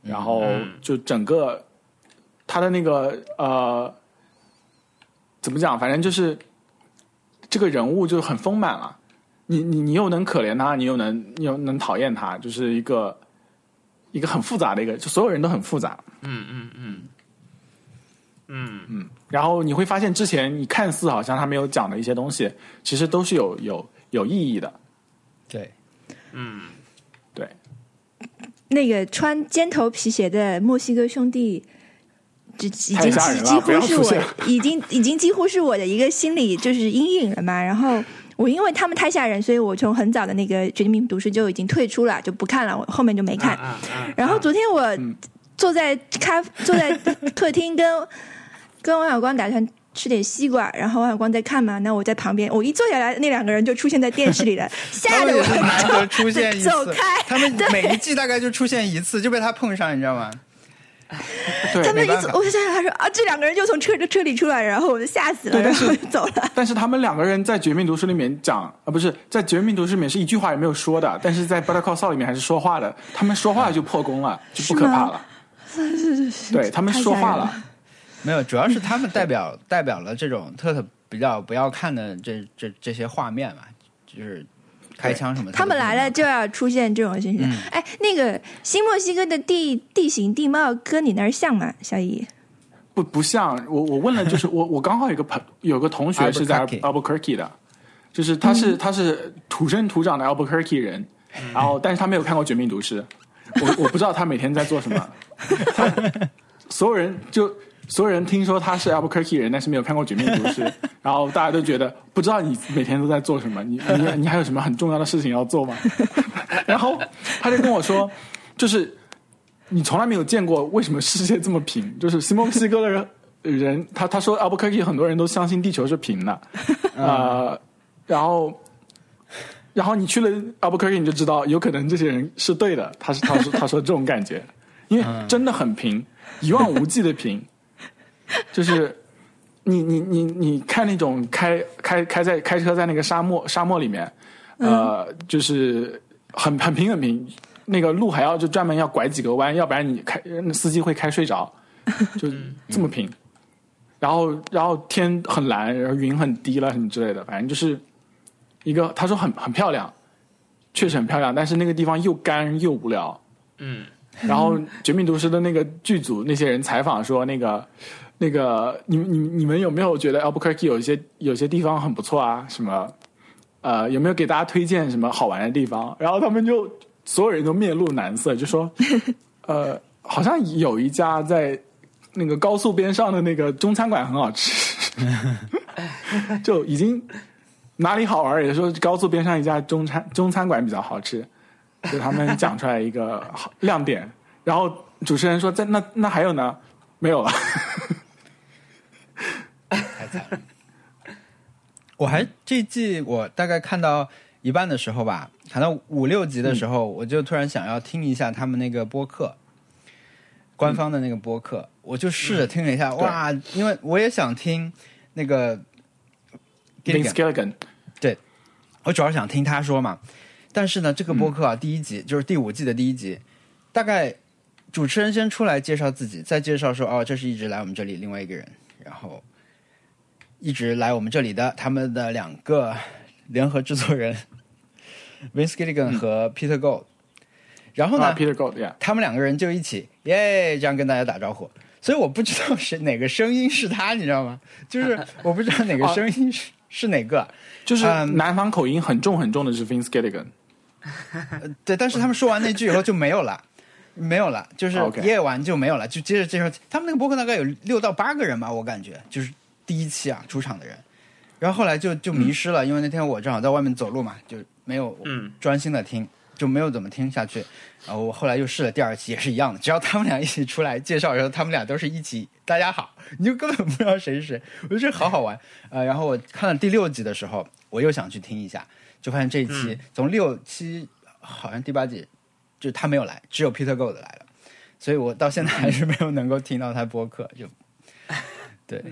[SPEAKER 1] 嗯
[SPEAKER 3] 然后就整个他的那个呃，怎么讲，反正就是这个人物就很丰满了，你你你又能可怜他，你又能你又能讨厌他，就是一个一个很复杂的一个，就所有人都很复杂，
[SPEAKER 1] 嗯嗯嗯嗯
[SPEAKER 3] 然后你会发现，之前你看似好像他没有讲的一些东西，其实都是有有有意义的。
[SPEAKER 2] 对，
[SPEAKER 1] 嗯，
[SPEAKER 3] 对，
[SPEAKER 4] 那个穿尖头皮鞋的墨西哥兄弟，这已经
[SPEAKER 3] 太吓
[SPEAKER 4] 几
[SPEAKER 3] 人了
[SPEAKER 4] 几
[SPEAKER 3] 不要
[SPEAKER 4] 乎是
[SPEAKER 3] 出现
[SPEAKER 4] 我
[SPEAKER 3] [laughs]
[SPEAKER 4] 已经已经几乎是我的一个心理就是阴影了嘛。然后我因为他们太吓人，所以我从很早的那个《绝命毒师》就已经退出了，就不看了，我后面就没看。
[SPEAKER 1] 啊啊
[SPEAKER 4] 然后
[SPEAKER 1] 啊
[SPEAKER 4] 昨天我坐在 [laughs] 咖、坐在客厅跟跟王小光打算吃点西瓜，然后王小光在看嘛，那我在旁边，我一坐下来，那两个人就出现在电视
[SPEAKER 3] [laughs]
[SPEAKER 4] 里了，吓
[SPEAKER 2] [laughs] 他
[SPEAKER 4] 得
[SPEAKER 2] 们也
[SPEAKER 4] 我
[SPEAKER 2] 是难得出现一次
[SPEAKER 4] [laughs] 走开，
[SPEAKER 2] 他们每一季大概就出现一次，就被他碰上，你知道吗？
[SPEAKER 3] 对
[SPEAKER 4] 他们
[SPEAKER 2] 没
[SPEAKER 4] 一
[SPEAKER 2] 办
[SPEAKER 4] 走，
[SPEAKER 2] 法
[SPEAKER 4] 我就想想，他说啊，这两个人就从车车里出来，然后我就吓死了，
[SPEAKER 3] 对
[SPEAKER 4] 然
[SPEAKER 3] 但是
[SPEAKER 4] 后就走了。
[SPEAKER 3] 但是他们两个人在《绝命毒师》里面讲啊，不是在《绝命毒师》里面是一句话也没有说的，但是在《Better Call Saul》里面还是说话的。他们说话就破功了，就不可怕了。对他们
[SPEAKER 4] 太吓
[SPEAKER 3] 说
[SPEAKER 4] 人
[SPEAKER 3] 话
[SPEAKER 4] 了
[SPEAKER 3] 了，
[SPEAKER 2] 没有，主要是他们代
[SPEAKER 4] [laughs]
[SPEAKER 2] 表代表了这种特特比较不要看的这这这些画面嘛，就是开枪什么的。
[SPEAKER 4] 他们来了就要出现这种形式。哎，那个新墨西哥的地地形地貌跟你那儿像吗，小姨？
[SPEAKER 3] 不不像我，我问了，就是我我刚好有个朋有个同学是在
[SPEAKER 2] Albuquerque
[SPEAKER 3] Albuquerque 的，就是他是、他是土生土长的 Albuquerque 人，然后但是他没有看过《绝命毒师》，我我不知道他每天在做什么，他所有人就。所有人听说他是 Albuquerque 人，但是没有看过《绝命毒师》，然后大家都觉得不知道你每天都在做什么，你你你还有什么很重要的事情要做吗？ [laughs] 然后他就跟我说，就是你从来没有见过为什么世界这么平， [laughs] 就是新墨西哥的人。人他他说 Albuquerque 很多人都相信地球是平的，呃，然后然后你去了 Albuquerque 你就知道，有可能这些人是对的。他是他说他说这种感觉，因为真的很平，一望无际的平，就是你你你你看那种开开开在开车在那个沙漠沙漠里面，呃，就是很很平很平，那个路还要就专门要拐几个弯，要不然你开呃那司机会开睡着，就这么平。然后然后天很蓝，然后云很低了什么之类的，反正就是一个他说很很漂亮，确实很漂亮，但是那个地方又干又无聊。
[SPEAKER 1] 嗯，
[SPEAKER 3] 然后《绝命毒师》的那个剧组那些人采访说，那个那个你们你们你们有没有觉得 Albuquerque 有一些有些地方很不错啊？什么呃有没有给大家推荐什么好玩的地方？然后他们就所有人都面露难色，就说呃好像有一家在那个高速边上的那个中餐馆很好吃， [laughs] 就已经哪里好玩儿也说高速边上一家中餐中餐馆比较好吃，就他们讲出来一个好亮点。然后主持人说：“在那那还有呢？没有了。啊
[SPEAKER 2] 太惨了。我还这季我大概看到一半的时候吧，看到五六集的时候，
[SPEAKER 4] 嗯
[SPEAKER 2] 我就突然想要听一下他们那个播客，官方的那个播客，我就试
[SPEAKER 4] 嗯
[SPEAKER 2] 着听了一下，哇，因为我也想听那个
[SPEAKER 3] Vince Gilligan
[SPEAKER 2] 我主要是想听他说嘛。但是呢，这个播客
[SPEAKER 3] 嗯
[SPEAKER 2] 啊，第一集就是第五季的第一集，大概主持人先出来介绍自己，再介绍说哦，这是一直来我们这里另外一个人，然后一直来我们这里的他们的两个联合制作人 Vince Gilligan 和 Peter Gold。然后呢、
[SPEAKER 3] 嗯啊，Peter Gold yeah。
[SPEAKER 2] 他们两个人就一起耶，这样跟大家打招呼。所以我不知道是哪个声音是他，你知道吗？就是我不知道哪
[SPEAKER 3] 哦
[SPEAKER 2] 个声音是、是哪个。
[SPEAKER 3] 就是
[SPEAKER 2] 嗯
[SPEAKER 3] 南方口音很重很重的是 Vince Gilligan，
[SPEAKER 2] 对，但是他们说完那句以后就没有了，没有了，就是
[SPEAKER 3] OK
[SPEAKER 2] 夜晚就没有了，就接着介绍。他们那个博客大概有六到八个人吧，我感觉就是第一期啊出场的人，然后后来就就迷失了，因为那天我正好在外面走路嘛，就没有
[SPEAKER 1] 嗯
[SPEAKER 2] 专心的听，就没有怎么听下去。然后我后来又试了第二期，也是一样的，只要他们俩一起出来介绍的时候，他们俩都是一起“大家好”，你就根本不知道谁是谁，我觉得这好好玩。呃，然后我看了第六集的时候，我又想去听一下，就发现这一期、从六七好像第八集，就他没有来，只有 Peter Gold 来了，所以我到现在还是没有能够听到他播客，就对，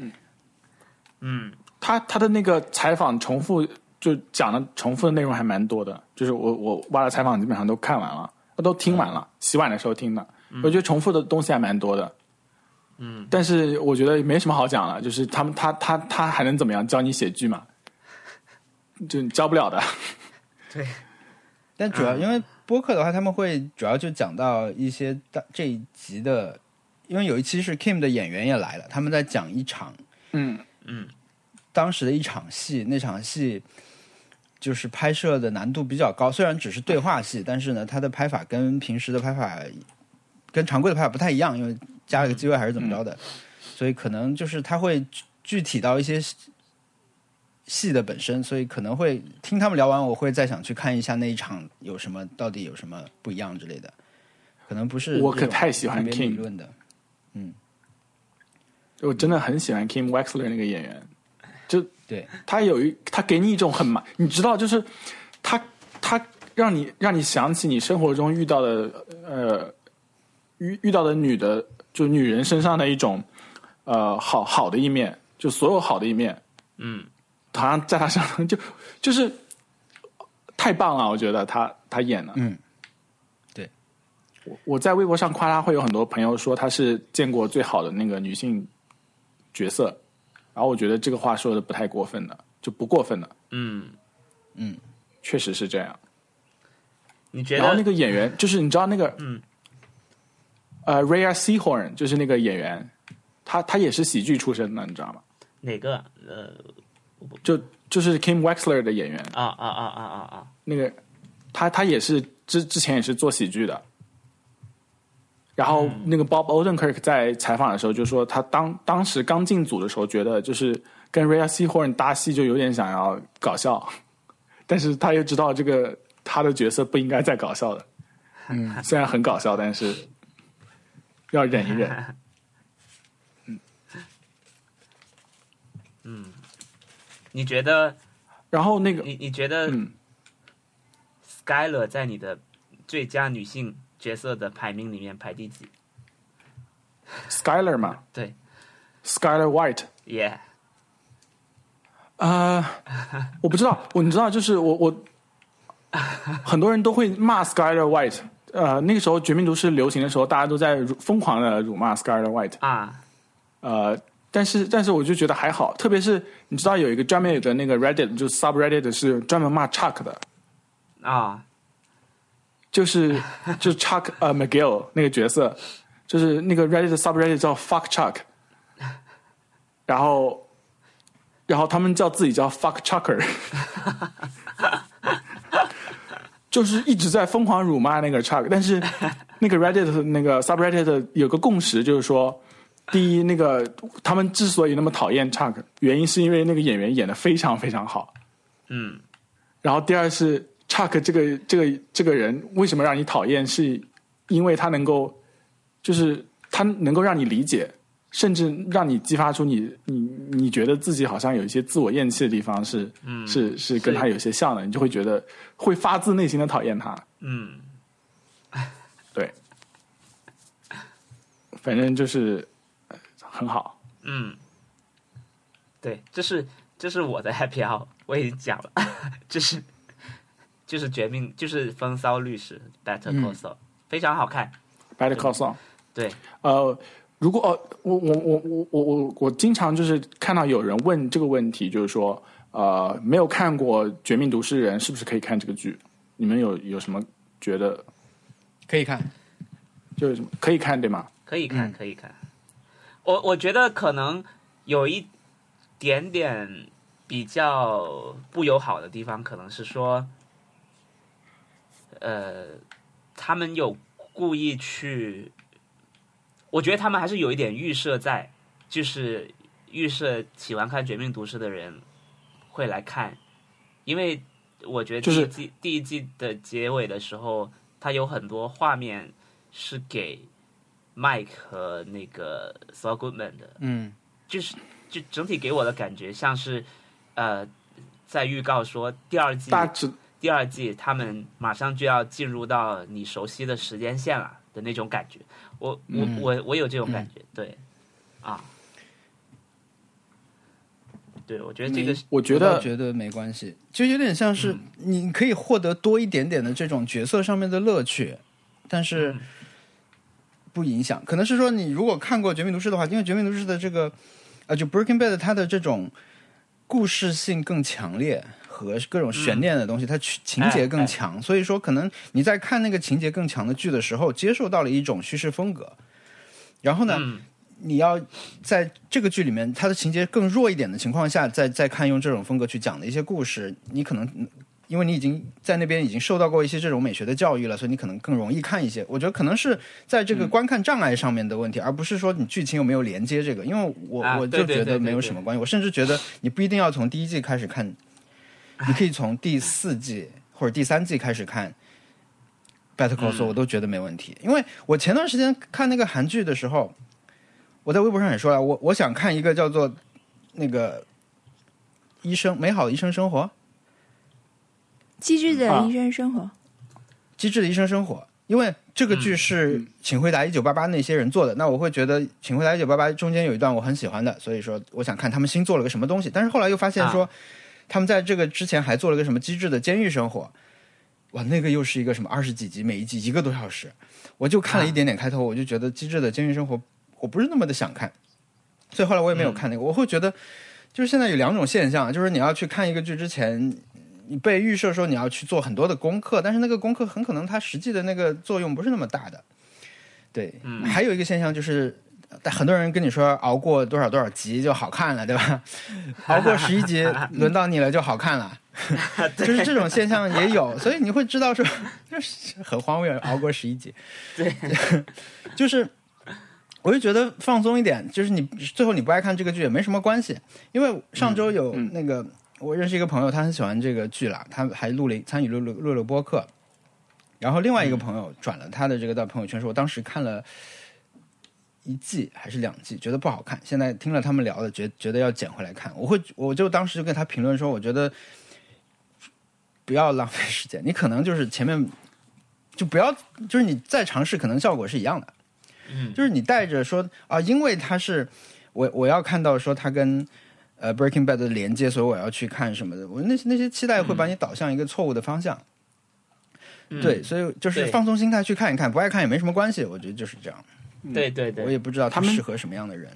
[SPEAKER 1] 嗯，
[SPEAKER 3] 他他的那个采访重复就讲的重复的内容还蛮多的，就是我我挖的采访基本上都看完了，都听完了，洗碗的时候听的，我觉得重复的东西还蛮多的。嗯，但是我觉得也没什么好讲了，就是他们他他他还能怎么样教你写剧嘛？就你教不了的。
[SPEAKER 1] 对，
[SPEAKER 2] 但主要因为播客的话，他们会主要就讲到一些大这一集的，因为有一期是 Kim 的演员也来了，他们在讲一场
[SPEAKER 3] 嗯，
[SPEAKER 2] 当时的一场戏，那场戏就是拍摄的难度比较高，虽然只是对话戏，但是呢，它的拍法跟平时的拍法跟常规的拍法不太一样，因为加了个机位还是怎么着
[SPEAKER 3] 嗯
[SPEAKER 2] 的，所以可能就是它会具具体到一些戏戏的本身，所以可能会听他们聊完，我会再想去看一下那一场有什么，到底有什么不一样之类的，可能不是
[SPEAKER 3] 我可
[SPEAKER 2] 这种
[SPEAKER 3] 太喜欢
[SPEAKER 2] 特别理
[SPEAKER 3] King
[SPEAKER 2] 论的，
[SPEAKER 3] 我真的很喜欢 Kim Wexler 那个演员，就
[SPEAKER 2] 对
[SPEAKER 3] 他有一他给你一种很麻，你知道，就是他他让你让你想起你生活中遇到的呃遇遇到的女的就女人身上的一种呃好好的一面，就所有好的一面，
[SPEAKER 1] 嗯，
[SPEAKER 3] 好像在她身上就就是太棒了，我觉得她她演的，
[SPEAKER 2] 嗯，对，
[SPEAKER 3] 我我在微博上夸她，会有很多朋友说她是见过最好的那个女性角色，然后我觉得这个话说的不太过分的，就不过分的，
[SPEAKER 1] 嗯，
[SPEAKER 3] 确实是这样。
[SPEAKER 1] 你觉
[SPEAKER 3] 然后那
[SPEAKER 1] 得
[SPEAKER 3] 个演员就是你知道那个，
[SPEAKER 1] 嗯，
[SPEAKER 3] 呃，Raya Seahorn 就是那个演员，他他也是喜剧出身的，你知道吗？
[SPEAKER 1] 哪个？呃，
[SPEAKER 3] 就就是 Kim Wexler 的演员，
[SPEAKER 1] 啊啊啊啊啊啊！
[SPEAKER 3] 那个他他也是之之前也是做喜剧的。然后那个 Bob Odenkirk 在采访的时候就说，他当当时刚进组的时候，觉得就是跟 Raya Seahorn 搭戏就有点想要搞笑，但是他又知道这个他的角色不应该再搞笑的，嗯，虽然很搞笑，但是要忍一忍。
[SPEAKER 1] 你觉得
[SPEAKER 3] 然后那个
[SPEAKER 1] 你你觉得
[SPEAKER 3] 嗯
[SPEAKER 1] Skyler 在你的最佳女性角色的排名里面排第几
[SPEAKER 3] Skyler 嘛，
[SPEAKER 1] 对
[SPEAKER 3] ，Skyler White，
[SPEAKER 1] ？Yeah，
[SPEAKER 3] 呃，我不知道，我你知道，就是我我很多人都会骂 Skyler White，呃，那个时候《绝命毒师》流行的时候，大家都在辱疯狂的辱骂 Skyler White，
[SPEAKER 1] 啊，
[SPEAKER 3] 呃，但是但是我就觉得还好，特别是你知道有一个专门有个那个 Reddit，就是 subreddit 是专门骂 Chuck 的，
[SPEAKER 1] 啊，
[SPEAKER 3] 就是就是 Chuck 呃 McGill 那个角色，就是那个 Reddit subreddit 叫 Fuck Chuck，然后然后他们叫自己叫 Fuck Chucker，就是一直在疯狂辱骂那个 Chuck，但是那个 Reddit 的那个 subreddit 有个共识，就是说。第一，那个他们之所以那么讨厌 Chuck，原因是因为那个演员演的非常非常好，
[SPEAKER 1] 嗯
[SPEAKER 3] 然后第二是 Chuck 这个这个这个人为什么让你讨厌，是因为他能够，就是他能够让你理解，甚至让你激发出你你你觉得自己好像有一些自我厌弃的地方是，是是跟他有些像的，你就会觉得会发自内心的讨厌他。
[SPEAKER 1] 嗯，
[SPEAKER 3] 对，反正就是呃很好。
[SPEAKER 1] 嗯，对，这是这是我的 happy hour，我已经讲了， [laughs] 就是就是绝命，就是风骚律师 Better Call Saul，、非
[SPEAKER 3] 嗯
[SPEAKER 1] 常好看。
[SPEAKER 3] Better Call Saul。
[SPEAKER 1] 对，
[SPEAKER 3] 呃，如果哦，我我我我我我我经常就是看到有人问这个问题，就是说，呃，没有看过《绝命毒师》的人是不是可以看这个剧？你们有有什么觉得
[SPEAKER 2] 可以看，
[SPEAKER 3] 就是什么可以看对吗？
[SPEAKER 1] 可以
[SPEAKER 3] 嗯
[SPEAKER 1] 看，可以看。我我觉得可能有一点点比较不友好的地方，可能是说，呃，他们有故意去，我觉得他们还是有一点预设在，就是预设喜欢看《绝命毒师》的人会来看，因为我觉得第
[SPEAKER 3] 就
[SPEAKER 1] 一
[SPEAKER 3] 是
[SPEAKER 1] 季、第一季的结尾的时候，它有很多画面是给 Mike 和那个 Saul Goodman 的，
[SPEAKER 2] 嗯
[SPEAKER 1] 就是就整体给我的感觉像是，呃，在预告说第二季
[SPEAKER 3] 大家知
[SPEAKER 1] 第二季他们马上就要进入到你熟悉的时间线了的那种感觉。我我、
[SPEAKER 3] 嗯
[SPEAKER 1] 我我有这种感觉，对，啊，对，我觉得这个是
[SPEAKER 3] 我觉
[SPEAKER 2] 我
[SPEAKER 3] 得嗯
[SPEAKER 2] 倒觉得没关系，就有点像是你可以获得多一点点的这种角色上面的乐趣，但是
[SPEAKER 3] 嗯
[SPEAKER 1] 嗯
[SPEAKER 2] 不影响。可能是说你如果看过《绝命毒师》的话，因为《绝命毒师》的这个呃，就 Breaking Bad 它的这种故事性更强烈。和各种
[SPEAKER 3] 嗯
[SPEAKER 2] 悬念的东西，它情情节
[SPEAKER 3] 哎
[SPEAKER 2] 更强，所以说可能你在看那个情节更强的剧的时候，接受到了一种叙事风格。然后呢，
[SPEAKER 1] 嗯
[SPEAKER 2] 你要在这个剧里面，它的情节更弱一点的情况下，再再看用这种风格去讲的一些故事，你可能因为你已经在那边已经受到过一些这种美学的教育了，所以你可能更容易看一些。我觉得可能是在这
[SPEAKER 1] 嗯
[SPEAKER 2] 个观看障碍上面的问题，而不是说你剧情有没有连接这个。因为我、
[SPEAKER 1] 啊
[SPEAKER 2] 我
[SPEAKER 1] 对
[SPEAKER 2] 就
[SPEAKER 1] 对
[SPEAKER 2] 觉
[SPEAKER 1] 对
[SPEAKER 2] 得
[SPEAKER 1] 对
[SPEAKER 2] 没有
[SPEAKER 1] 对
[SPEAKER 2] 什么关系，我甚至觉得你不一定要从第一季开始看，你可以从第四季或者第三季开始看。Better Call
[SPEAKER 1] 嗯
[SPEAKER 2] Saul 我都觉得没问题，因为我前段时间看那个韩剧的时候，我在微博上也说了，我我想看一个叫做那个医生美好的医生生活，
[SPEAKER 4] 机智
[SPEAKER 3] 啊
[SPEAKER 4] 啊的医生生活，
[SPEAKER 2] 机智的医生生活，因为这个剧是《请回答一九八八》那些人做的，那我会觉得《请回答一九八八》中间有一段我很喜欢的，所以说我想看他们新做了个什么东西。但是后来又发现说，他们在这个之前还做了个什么机智的监狱生活，哇，那个又是一个什么二十几集，每一集一个多小时，我就看了一点点开头，我就觉得机智的监狱生活我不是那么的想看，所以后来我也没有看那个。我会觉得，就是现在有两种现象，啊就是你要去看一个剧之前，你被预设说你要去做很多的功课，但是那个功课很可能它实际的那个作用不是那么大的。对，还有一个现象就是，但很多人跟你说熬过多少多少集就好看了，对吧？熬过十一集，轮到你了就好看了。就是这种现象也有，所以你会知道说， [laughs] 就是很荒谬，熬过十一集。
[SPEAKER 1] 对，
[SPEAKER 2] [laughs] 就是我就觉得放松一点，就是你最后你不爱看这个剧也没什么关系，因为上周有那个、我认识一个朋友，他很喜欢这个剧啦，他还录了一参与录了录了播客，然后另外一个朋友转了他的这个到朋友圈说，我当时看了。一季还是两季，觉得不好看。现在听了他们聊的，觉觉得要捡回来看。我会，我就当时就跟他评论说，我觉得不要浪费时间。你可能就是前面就不要，就是你再尝试，可能效果是一样的。
[SPEAKER 1] 嗯，
[SPEAKER 2] 就是你带着说啊，因为它是我我要看到说它跟呃 Breaking Bad 的连接，所以我要去看什么的。我那些那些期待会把你导向一个错误的方向。
[SPEAKER 1] 嗯
[SPEAKER 2] 对，所以就是
[SPEAKER 1] 对
[SPEAKER 2] 放松心态去看一看，不爱看也没什么关系。我觉得就是这样。
[SPEAKER 1] 对对对，
[SPEAKER 2] 我也不知道它
[SPEAKER 3] 他们
[SPEAKER 2] 适合什么样的人。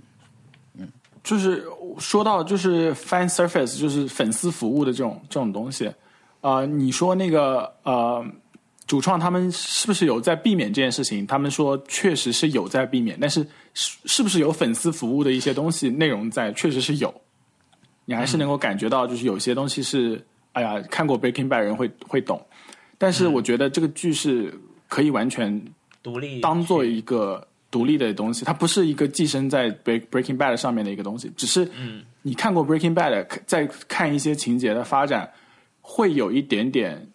[SPEAKER 3] 就是说到就是 fan service，就是粉丝服务的这种这种东西，呃，你说那个呃，主创他们是不是有在避免这件事情？他们说确实是有在避免，但是是是不是有粉丝服务的一些东西内容在？确实是有，你还是能够感觉到，就是有些东西是，哎呀，看过 Breaking Bad 人会会懂，但是我觉得这个剧是可以完全
[SPEAKER 1] 独立
[SPEAKER 3] 当做一个独立的东西，它不是一个寄生在 Break- Breaking Bad 上面的一个东西，只是
[SPEAKER 1] 嗯
[SPEAKER 3] 你看过 Breaking Bad，再看一些情节的发展，会有一点点，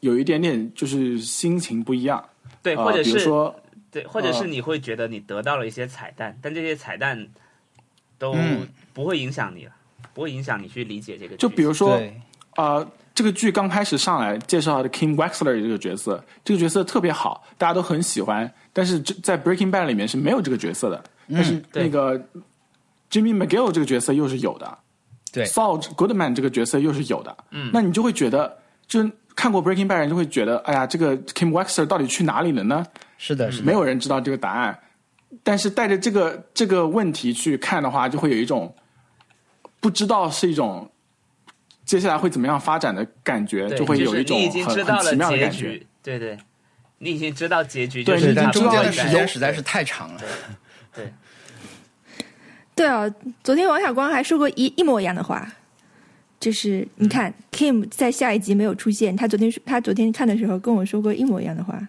[SPEAKER 3] 有一点点就是心情不一样，
[SPEAKER 1] 对，
[SPEAKER 3] 啊
[SPEAKER 1] 或者
[SPEAKER 3] 比如
[SPEAKER 1] 是
[SPEAKER 3] 说
[SPEAKER 1] 对，或者
[SPEAKER 3] 呃
[SPEAKER 1] 是你会觉得你得到了一些彩蛋，但这些彩蛋都
[SPEAKER 2] 嗯
[SPEAKER 1] 不会影响你了，不会影响你去理解这个剧情。
[SPEAKER 3] 就比如说
[SPEAKER 2] 对，
[SPEAKER 3] 呃，这个剧刚开始上来介绍的 Kim Wexler 这个角色，这个角色特别好，大家都很喜欢。但是这在 Breaking Bad 里面是没有这个角色的，但是
[SPEAKER 1] 对
[SPEAKER 3] 那个 Jimmy McGill 这个角色又是有的，
[SPEAKER 2] 对
[SPEAKER 3] ，Saul Goodman 这个角色又是有的。嗯，那你就会觉得，就看过 Breaking Bad 人就会觉得，哎呀，这个 Kim Wexler 到底去哪里了呢？
[SPEAKER 2] 是的，是的，
[SPEAKER 3] 没有人知道这个答案。但是带着这个这个问题去看的话，就会有一种不知道是一种接下来会怎么样发展的感觉，
[SPEAKER 1] 对，
[SPEAKER 3] 就会有一种
[SPEAKER 1] 是你已
[SPEAKER 3] 很
[SPEAKER 1] 经知道
[SPEAKER 3] 很
[SPEAKER 1] 了
[SPEAKER 3] 奇妙的
[SPEAKER 1] 结
[SPEAKER 3] 感觉。
[SPEAKER 1] 局，对对，你已经知道结局，
[SPEAKER 3] 对
[SPEAKER 1] 就是
[SPEAKER 3] 你
[SPEAKER 1] 差
[SPEAKER 2] 但
[SPEAKER 1] 不
[SPEAKER 2] 中
[SPEAKER 1] 多
[SPEAKER 2] 间的
[SPEAKER 1] 应该
[SPEAKER 2] 时间实在是太长了。
[SPEAKER 1] 对，
[SPEAKER 4] 对啊，昨天王小光还说过一一模一样的话，就是你看、Kim 在下一集没有出现，他昨天说他昨天看的时候跟我说过一模一样的话。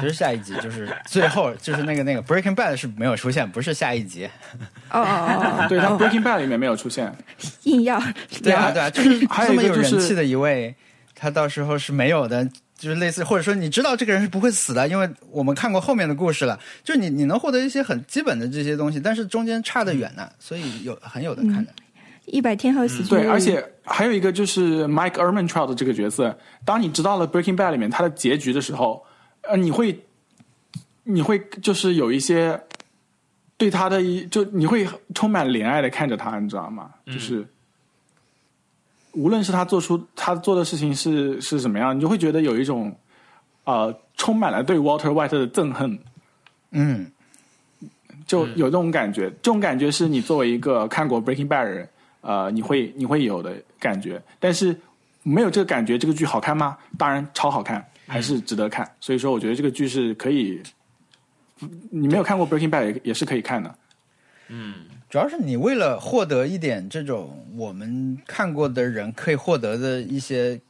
[SPEAKER 2] 其实下一集就是最后，就是那个那个 Breaking Bad 是没有出现，不是下一集。
[SPEAKER 4] 哦哦 [laughs] 哦哦，
[SPEAKER 1] [laughs]
[SPEAKER 3] 对，他 Breaking Bad 里面没有出现，
[SPEAKER 4] 硬要
[SPEAKER 2] 对啊，
[SPEAKER 3] 还
[SPEAKER 2] 对啊，就是
[SPEAKER 3] [clears throat] 还
[SPEAKER 2] 这么
[SPEAKER 3] 有一个
[SPEAKER 2] 有
[SPEAKER 3] 就是
[SPEAKER 2] 人气的一位，他到时候是没有的，就是类似，或者说你知道这个人是不会死的，因为我们看过后面的故事了。就你你能获得一些很基本的这些东西，但是中间差得远呢、所以有很有的看的。
[SPEAKER 4] 一百天后死去的
[SPEAKER 3] 对，
[SPEAKER 4] 日
[SPEAKER 3] 而且还有一个就是 Mike Ehrmantraut 这个角色，当你知道了 Breaking Bad 里面他的结局的时候，呃，你会，你会就是有一些对他的一就你会充满怜爱的看着他，你知道吗？就是、无论是他做出他做的事情是是怎么样，你就会觉得有一种呃充满了对 Walter White 的憎恨。
[SPEAKER 2] 嗯，
[SPEAKER 3] 就有这种感觉。这种感觉是你作为一个看过《Breaking Bad》的人，呃，你会你会有的感觉。但是没有这个感觉，这个剧好看吗？当然超好看，还是值得看。所以说，我觉得这个剧是可以，你没有看过《Breaking Bad》也也是可以看的。
[SPEAKER 2] 主要是你为了获得一点这种我们看过的人可以获得的一些，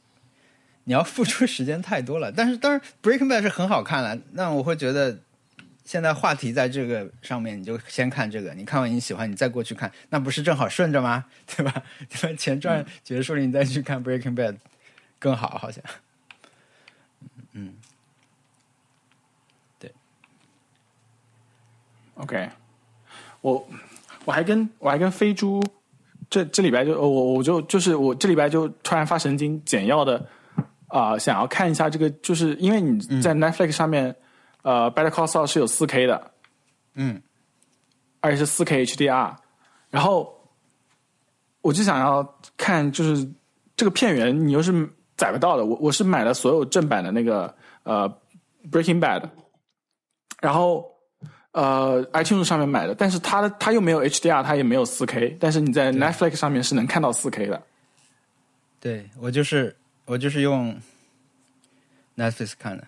[SPEAKER 2] 你要付出时间太多了。但是当然， [laughs] 《Breaking Bad》是很好看了，那我会觉得现在话题在这个上面，你就先看这个，你看完你喜欢，你再过去看，那不是正好顺着吗？对吧？对吧？前传结束了，你再去看《Breaking Bad》更好，好像。嗯，
[SPEAKER 3] OK，我我还跟我还跟飞猪哦这这礼拜就我我就就是我这礼拜就突然发神经，简要的啊，想要看一下这个，就是因为你在 Netflix 上面，呃，Better Call Saul 是有 4K 的，
[SPEAKER 2] 嗯，
[SPEAKER 3] 而且是 4K HDR，然后我就想要看，就是这个片源你又是载不到的，我我是买了所有正版的那个呃 Breaking Bad，然后呃 iTunes 上面买的，但是它的它又没有 HDR，它也没有 4K，但是你在 Netflix 上面是能看到 4K 的，
[SPEAKER 2] 对我就是我就是用 Netflix 看的，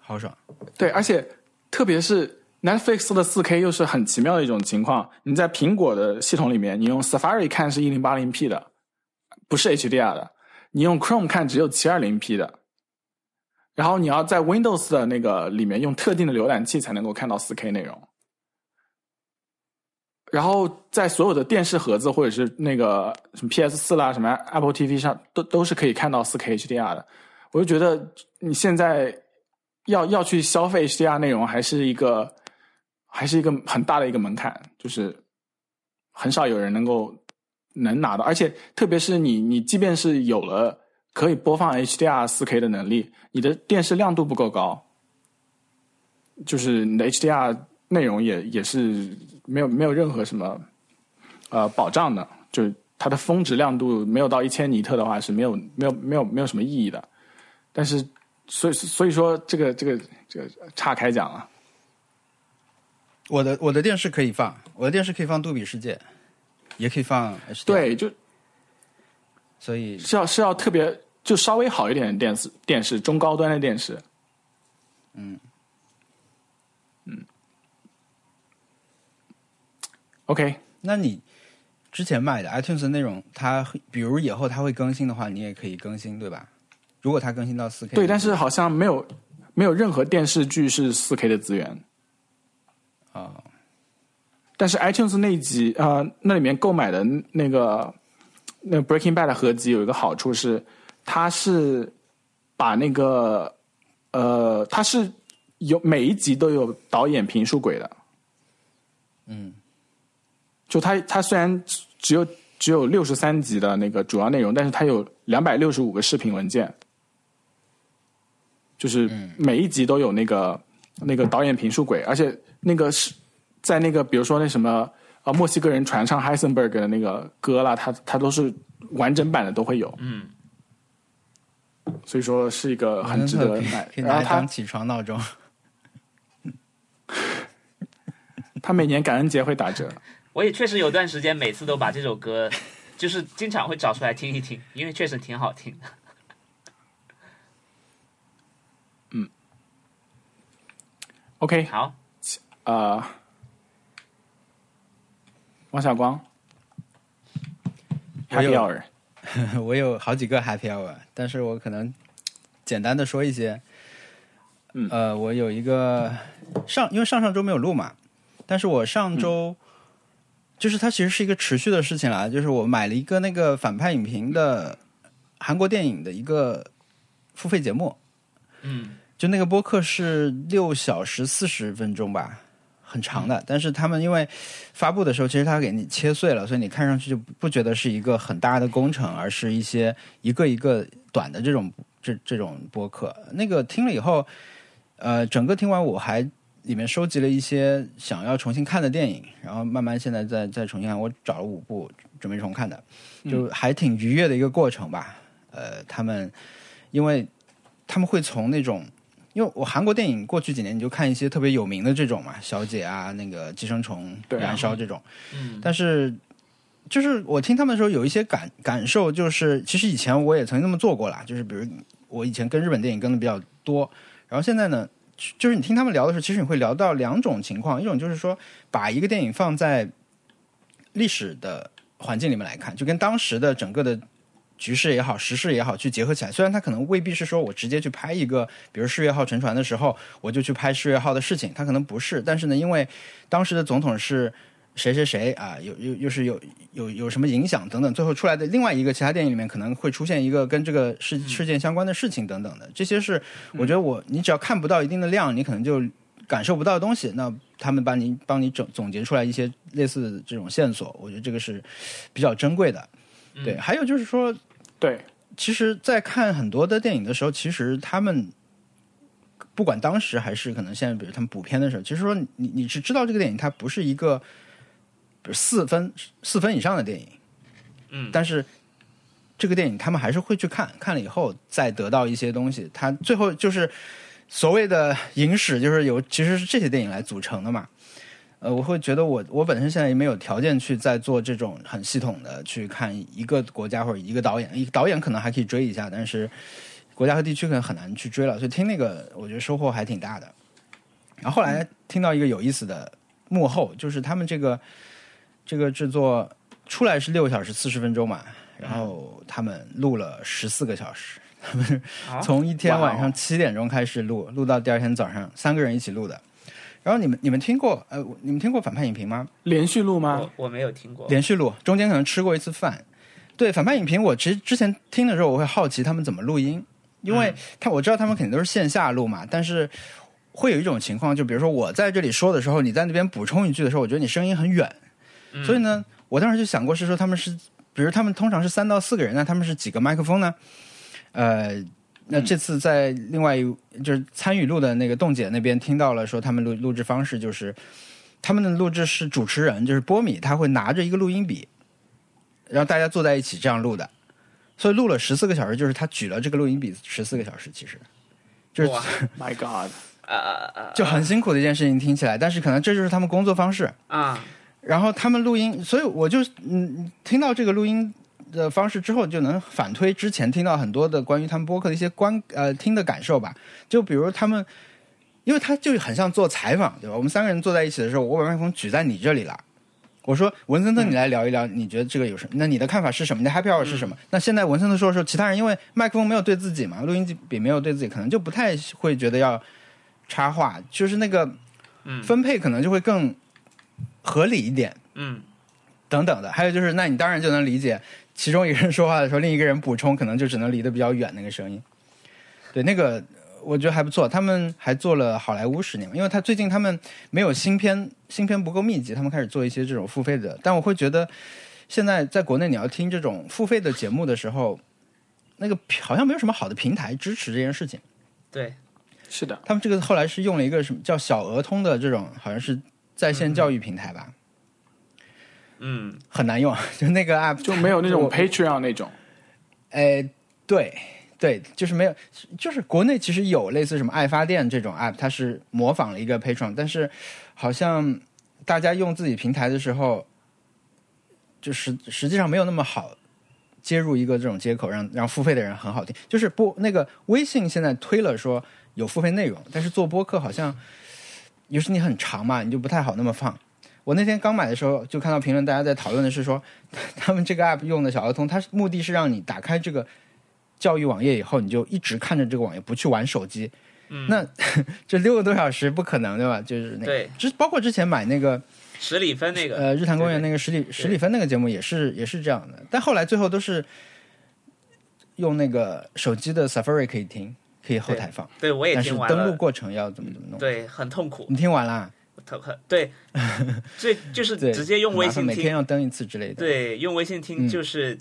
[SPEAKER 2] 好爽。
[SPEAKER 3] 对，而且特别是 Netflix 的 4K 又是很奇妙的一种情况。你在苹果的系统里面，你用 Safari 看是 1080p 的，不是 HDR 的；你用 Chrome 看只有 720p 的。然后你要在 Windows 的那个里面用特定的浏览器才能够看到 4K 内容。然后在所有的电视盒子或者是那个什么 PS 四啦、什么 Apple TV 上，都都是可以看到 4K HDR 的。我就觉得你现在要要去消费 HDR 内容，还是一个还是一个很大的一个门槛，就是很少有人能够能拿到。而且特别是你你即便是有了可以播放 HDR 4K 的能力，你的电视亮度不够高，就是你的 HDR 内容也也是没有没有任何什么呃保障的，就是它的峰值亮度没有到一千尼特的话是没有没有没有没有什么意义的。但是所以所以说这个这个这个岔开讲啊了，
[SPEAKER 2] 我的我的电视可以放，我的电视可以放杜比世界，也可以放 HD，，
[SPEAKER 3] 对，就
[SPEAKER 2] 所以
[SPEAKER 3] 是要是要特别就稍微好一点的电视电视中高端的电视，
[SPEAKER 2] 嗯
[SPEAKER 3] 嗯，OK，
[SPEAKER 2] 那你之前买的 iTunes 的内容，它会比如以后它会更新的话，你也可以更新，对吧？如果它更新到四 K，
[SPEAKER 3] 对，但是好像没有没有任何电视剧是四 K 的资源，
[SPEAKER 2] 哦，
[SPEAKER 3] 但是 iTunes 那一集呃那里面购买的那个那 Breaking Bad 的合集有一个好处是，它是把那个呃它是有每一集都有导演评述轨的，
[SPEAKER 2] 嗯，
[SPEAKER 3] 就它它虽然只有只有六十三集的那个主要内容，但是它有两百六十五个视频文件，就是
[SPEAKER 2] 嗯
[SPEAKER 3] 每一集都有那个那个导演评述轨，而且那个是在那个比如说那什么啊墨西哥人传唱 Heisenberg 的那个歌啦，它它都是完整版的都会有，
[SPEAKER 1] 嗯，
[SPEAKER 3] 所以说是一个很值得买。
[SPEAKER 2] 可以
[SPEAKER 3] 然
[SPEAKER 2] 拿
[SPEAKER 3] 后
[SPEAKER 2] 来
[SPEAKER 3] 它
[SPEAKER 2] 当起床闹钟。
[SPEAKER 3] 它每年感恩节会打折，
[SPEAKER 1] 我也确实有段时间每次都把这首歌，就是经常会找出来听一听，因为确实挺好听的。
[SPEAKER 3] OK
[SPEAKER 1] 好，
[SPEAKER 3] 呃，王小光
[SPEAKER 2] 我有
[SPEAKER 3] ，Happy Hour。
[SPEAKER 2] 我有好几个 happy hour，但是我可能简单的说一些。
[SPEAKER 3] 嗯
[SPEAKER 2] 呃，我有一个上，因为上上周没有录嘛，但是我上周、就是它其实是一个持续的事情啦，就是我买了一个那个反派影评的韩国电影的一个付费节目，
[SPEAKER 1] 嗯
[SPEAKER 2] 就那个播客是六小时四十分钟吧，很长的。但是他们因为发布的时候，其实它给你切碎了，所以你看上去就不不觉得是一个很大的工程，而是一些一个一个短的这种这这种播客。那个听了以后，呃，整个听完我还里面收集了一些想要重新看的电影，然后慢慢现在再再重新看，我找了五部准备重看的，
[SPEAKER 3] 嗯
[SPEAKER 2] 就还挺愉悦的一个过程吧。呃，他们因为他们会从那种。因为我韩国电影过去几年，你就看一些特别有名的这种嘛，小姐啊，那个寄生虫、
[SPEAKER 3] 对啊
[SPEAKER 2] 燃烧这种，
[SPEAKER 1] 嗯
[SPEAKER 2] 但是就是我听他们的时候有一些感感受，就是其实以前我也曾经那么做过啦，就是比如我以前跟日本电影跟的比较多，然后现在呢，就就是你听他们聊的时候，其实你会聊到两种情况，一种就是说把一个电影放在历史的环境里面来看，就跟当时的整个的。局势也好，时事也好，去结合起来。虽然它可能未必是说我直接去拍一个，比如世越号沉船的时候，我就去拍世越号的事情，它可能不是。但是呢，因为当时的总统是谁谁谁啊，有又又是有有有什么影响等等，最后出来的另外一个其他电影里面可能会出现一个跟这个事事件相关的事情等等的，这些是我觉得我你只要看不到一定的量，你可能就感受不到的东西。那他们帮你帮你整总结出来一些类似的这种线索，我觉得这个是比较珍贵的。对，还有就是说，
[SPEAKER 3] 对，
[SPEAKER 2] 其实，在看很多的电影的时候，其实他们不管当时还是可能现在，比如他们补片的时候，其实说你你是知道这个电影它不是一个，比如四分四分以上的电影，
[SPEAKER 1] 嗯，
[SPEAKER 2] 但是这个电影他们还是会去看，看了以后再得到一些东西。它最后就是所谓的影史，就是由其实是这些电影来组成的嘛。呃，我会觉得我我本身现在也没有条件去再做这种很系统的去看一个国家或者一个导演，一个导演可能还可以追一下，但是国家和地区可能很难去追了。所以听那个，我觉得收获还挺大的。然后后来听到一个有意思的幕后，就是他们这个这个制作出来是六小时四十分钟嘛，然
[SPEAKER 3] 嗯
[SPEAKER 2] 后他们录了十四个小时，他们
[SPEAKER 1] 啊
[SPEAKER 2] 从一天晚
[SPEAKER 3] 哇哦
[SPEAKER 2] 上七点钟开始录，录到第二天早上，三个人一起录的。然后你们你们听过呃，你们听过反派影评吗？
[SPEAKER 3] 连续录吗
[SPEAKER 2] 啊哦
[SPEAKER 1] 我？我没有听过，
[SPEAKER 2] 连续录，中间可能吃过一次饭。对反派影评，我其实之前听的时候，我会好奇他们怎么录音，因为他我知道他们肯定都是线下录嘛，但是会有一种情况，就比如说我在这里说的时候，你在那边补充一句的时候，我觉得你声音很远，
[SPEAKER 1] 嗯
[SPEAKER 2] 所以呢，我当时就想过是说他们是，比如他们通常是三到四个人，那他们是几个麦克风呢？呃，那这次在另外一就是参与录的那个冻姐那边听到了，说他们录录制方式就是他们的录制是主持人，就是波米，他会拿着一个录音笔，然后大家坐在一起这样录的，所以录了十四个小时，就是他举了这个录音笔十四个小时，其实就是
[SPEAKER 1] 哇
[SPEAKER 3] My God，
[SPEAKER 1] 啊啊啊啊
[SPEAKER 2] 就很辛苦的一件事情，听起来，但是可能这就是他们工作方式。
[SPEAKER 1] 啊，
[SPEAKER 2] 然后他们录音，所以我就嗯听到这个录音的方式之后，就能反推之前听到很多的关于他们播客的一些观呃听的感受吧。就比如他们，因为他就很像做采访，对吧？我们三个人坐在一起的时候，我把麦克风举在你这里了。我说文森特，你来聊一聊，你觉得这个有什么？那你的看法是什么？你的 happy hour 是什么？那现在文森特说的时候，其他人因为麦克风没有对自己嘛，录音机笔没有对自己，可能就不太会觉得要插话，就是那个
[SPEAKER 1] 嗯
[SPEAKER 2] 分配可能就会更合理一点。
[SPEAKER 1] 嗯
[SPEAKER 2] 等等的。还有就是，那你当然就能理解，其中一个人说话的时候，另一个人补充，可能就只能离得比较远那个声音。对，那个我觉得还不错。他们还做了好莱坞十年嘛，因为他最近他们没有新片，新片不够密集，他们开始做一些这种付费的。但我会觉得，现在在国内你要听这种付费的节目的时候，那个好像没有什么好的平台支持这件事情。
[SPEAKER 1] 对，
[SPEAKER 3] 是的，
[SPEAKER 2] 他们这个后来是用了一个什么叫小鹅通的这种，好像是在线教育平台吧，
[SPEAKER 1] 嗯
[SPEAKER 2] 很难用，就那个 app
[SPEAKER 3] 就没有那种
[SPEAKER 2] 我
[SPEAKER 3] Patreon 那种。
[SPEAKER 2] 哎，对对，就是没有，就是国内其实有类似什么爱发电这种 app，它是模仿了一个 Patreon，但是好像大家用自己平台的时候，就实实际上没有那么好接入一个这种接口，让让付费的人很好听。就是播那个微信现在推了说有付费内容，但是做播客好像，尤其你很长嘛，你就不太好那么放。我那天刚买的时候，就看到评论大家在讨论的是说， [laughs] 他们这个 app 用的小儿童，它是目的是让你打开这个教育网页以后，你就一直看着这个网页，不去玩手机。
[SPEAKER 1] 嗯，
[SPEAKER 2] 那 [laughs] 这六个多小时不可能对吧？就是那个，
[SPEAKER 1] 对
[SPEAKER 2] 之包括之前买那个
[SPEAKER 1] 十里芬那个，
[SPEAKER 2] 呃日坛公园那个十里十里分那个节目也是也是这样的，但后来最后都是用那个手机的 Safari 可以听，可以后台放，
[SPEAKER 1] 对我也
[SPEAKER 2] 但是
[SPEAKER 1] 听完
[SPEAKER 2] 登录
[SPEAKER 1] 了，嗯
[SPEAKER 2] 过程要怎么怎么弄？
[SPEAKER 1] 对，很痛苦，
[SPEAKER 2] 你听完啦？
[SPEAKER 1] 很很
[SPEAKER 2] [laughs]
[SPEAKER 1] 对，这就是
[SPEAKER 2] 对，
[SPEAKER 1] 直接用微
[SPEAKER 2] 麻烦
[SPEAKER 1] 信
[SPEAKER 2] 每天
[SPEAKER 1] 听，
[SPEAKER 2] 要登一次之类的。
[SPEAKER 1] 对，用微信听
[SPEAKER 2] 嗯
[SPEAKER 1] 就是、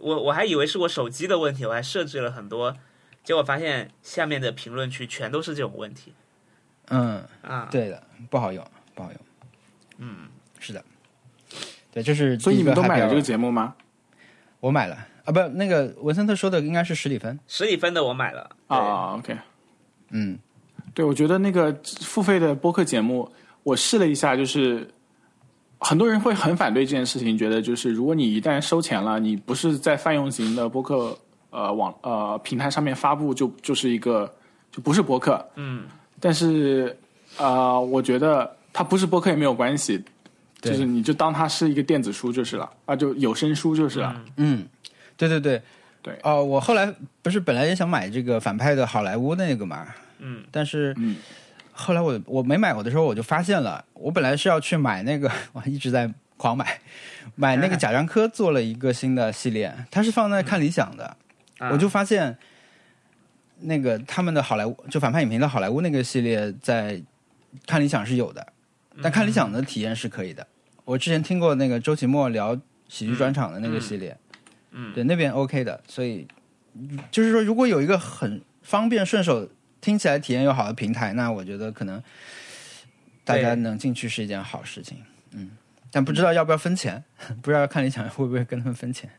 [SPEAKER 1] 我我还以为是我手机的问题，我还设置了很多，结果发现下面的评论区全都是这种问题
[SPEAKER 2] 嗯。
[SPEAKER 1] 啊，
[SPEAKER 2] 对的，不好用，不好用。嗯，是的，对，这是
[SPEAKER 3] 所以
[SPEAKER 2] 第
[SPEAKER 3] 你
[SPEAKER 2] 一
[SPEAKER 3] 们
[SPEAKER 2] 个
[SPEAKER 3] 都
[SPEAKER 2] happy
[SPEAKER 3] 买了
[SPEAKER 2] hour
[SPEAKER 3] 这个节目吗？
[SPEAKER 2] 我买了啊，不，那个文森特说的应该是十里芬。
[SPEAKER 1] 十里芬的我买了，对，
[SPEAKER 3] 啊，OK。
[SPEAKER 2] 嗯，
[SPEAKER 3] 对，我觉得那个付费的播客节目，我试了一下，就是很多人会很反对这件事情，觉得就是如果你一旦收钱了，你不是在泛用型的播客呃网呃平台上面发布就，就是一个就不是播客。
[SPEAKER 1] 嗯，
[SPEAKER 3] 但是呃，我觉得它不是播客也没有关系，
[SPEAKER 2] 对
[SPEAKER 3] 就是你就当它是一个电子书就是了啊，就有声书就是了。
[SPEAKER 2] 嗯，对对对，
[SPEAKER 3] 对
[SPEAKER 2] 哦、我后来不是本来也想买这个反派的好莱坞那个嘛，
[SPEAKER 1] 嗯，
[SPEAKER 2] 但是
[SPEAKER 3] 嗯
[SPEAKER 2] 后来我我没买我的时候，我就发现了，我本来是要去买那个， [laughs] 我一直在狂买，买那个贾樟柯做了一个新的系列，它是放在看理想的，
[SPEAKER 1] 啊
[SPEAKER 2] 我就发现那个他们的好莱坞就反派影评的好莱坞那个系列在看理想是有的，
[SPEAKER 1] 嗯
[SPEAKER 2] 但看理想的体验是可以的。我之前听过那个周奇墨聊喜剧专场的那个系列，
[SPEAKER 1] 嗯嗯
[SPEAKER 2] 对那边 OK 的，所以就是说，如果有一个很方便顺手、听起来体验又好的平台，那我觉得可能大家
[SPEAKER 1] 对
[SPEAKER 2] 能进去是一件好事情。嗯，但不知道要不要分钱， [laughs] 不知道看理想会不会跟他们分钱。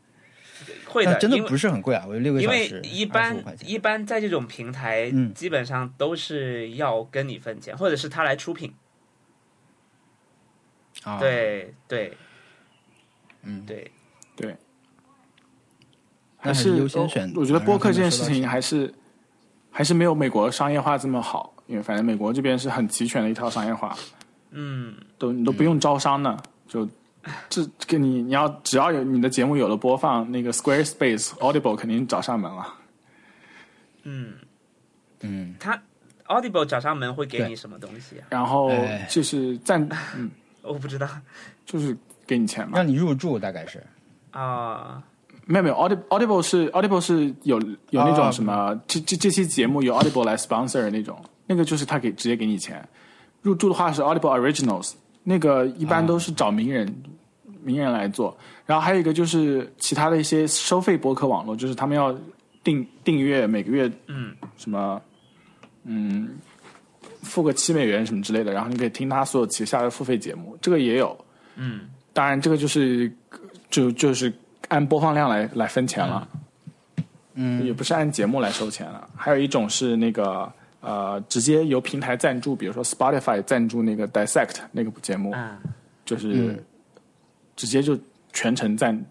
[SPEAKER 1] 会的，
[SPEAKER 2] 但真的
[SPEAKER 1] 因为
[SPEAKER 2] 不是很贵啊，我六个
[SPEAKER 1] 因
[SPEAKER 2] 小
[SPEAKER 1] 为
[SPEAKER 2] 时
[SPEAKER 1] 一
[SPEAKER 2] 25
[SPEAKER 1] 般
[SPEAKER 2] 块钱。
[SPEAKER 1] 一般在这种平台
[SPEAKER 2] 嗯，
[SPEAKER 1] 基本上都是要跟你分钱，或者是他来出品。
[SPEAKER 2] 啊，，
[SPEAKER 1] 对对，
[SPEAKER 2] 嗯
[SPEAKER 1] 对，
[SPEAKER 2] 那还是
[SPEAKER 3] 是
[SPEAKER 2] 优先选
[SPEAKER 3] 我我觉得
[SPEAKER 2] 能让
[SPEAKER 3] 播客
[SPEAKER 2] 他们
[SPEAKER 3] 这件
[SPEAKER 2] 收
[SPEAKER 3] 事
[SPEAKER 2] 到
[SPEAKER 3] 情啊
[SPEAKER 2] 钱
[SPEAKER 3] 还是还是没有美国商业化这么好，因为反正美国这边是很齐全的一套商业化，
[SPEAKER 1] 嗯，
[SPEAKER 3] 都你都不用招商呢，就这给你你要只要有你的节目有了播放，那个 Squarespace、Audible 肯定找上门了。
[SPEAKER 2] 嗯，
[SPEAKER 1] 他 Audible 找上门会给
[SPEAKER 2] 对
[SPEAKER 1] 你什么东西啊？
[SPEAKER 3] 然后
[SPEAKER 2] 哎
[SPEAKER 3] 就是赞，嗯，
[SPEAKER 1] 我不知道
[SPEAKER 3] 就是给你钱嘛。
[SPEAKER 2] 让你入驻大概是
[SPEAKER 1] 啊，
[SPEAKER 3] 没有没有，Audi Audible 是 Audible 是有有那种
[SPEAKER 2] 啊
[SPEAKER 3] 什么，这这这期节目由 Audible 来 sponsor 的那种，那个就是他给直接给你钱。入驻的话是 Audible Originals，那个一般都
[SPEAKER 1] 啊
[SPEAKER 3] 是找名人、名人来做。然后还有一个就是其他的一些收费博客网络，就是他们要订订阅每个月
[SPEAKER 1] 嗯
[SPEAKER 3] 什么嗯付个七美元什么之类的，然后你可以听他所有旗下的付费节目，这个也有。
[SPEAKER 1] 嗯，
[SPEAKER 3] 当然这个就是就就是按播放量来来分钱了，嗯，也不是按节目来收钱了。还有一种是那个呃，直接由平台赞助，比如说 Spotify 赞助那个 Dissect 那个节目，
[SPEAKER 1] 啊，
[SPEAKER 3] 就是直接就全程赞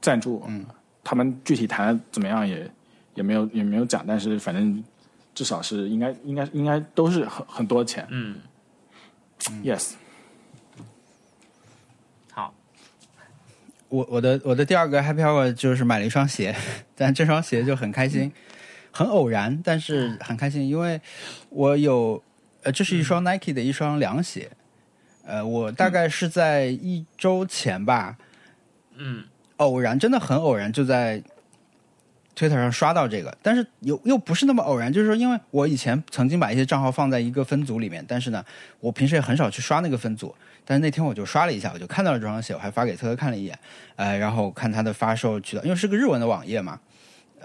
[SPEAKER 3] 赞助。嗯，他们具体谈的怎么样也也没有也没有讲，但是反正至少是应该应该应该都是很很多钱。
[SPEAKER 1] 嗯，
[SPEAKER 3] Yes，
[SPEAKER 1] 好，
[SPEAKER 2] 我我的我的第二个 happy hour 就是买了一双鞋，但这双鞋就很开心，很偶然，但是很开心，因为我有呃，这是一双 Nike 的一双凉鞋，呃，我大概是在一周前吧，
[SPEAKER 1] 嗯
[SPEAKER 2] 偶然，真的很偶然，就在 Twitter 上刷到这个，但是又又不是那么偶然，就是说，因为我以前曾经把一些账号放在一个分组里面，但是呢，我平时也很少去刷那个分组，但是那天我就刷了一下，我就看到了这双鞋，我还发给特特看了一眼，呃，然后看它的发售渠道，因为是个日文的网页嘛。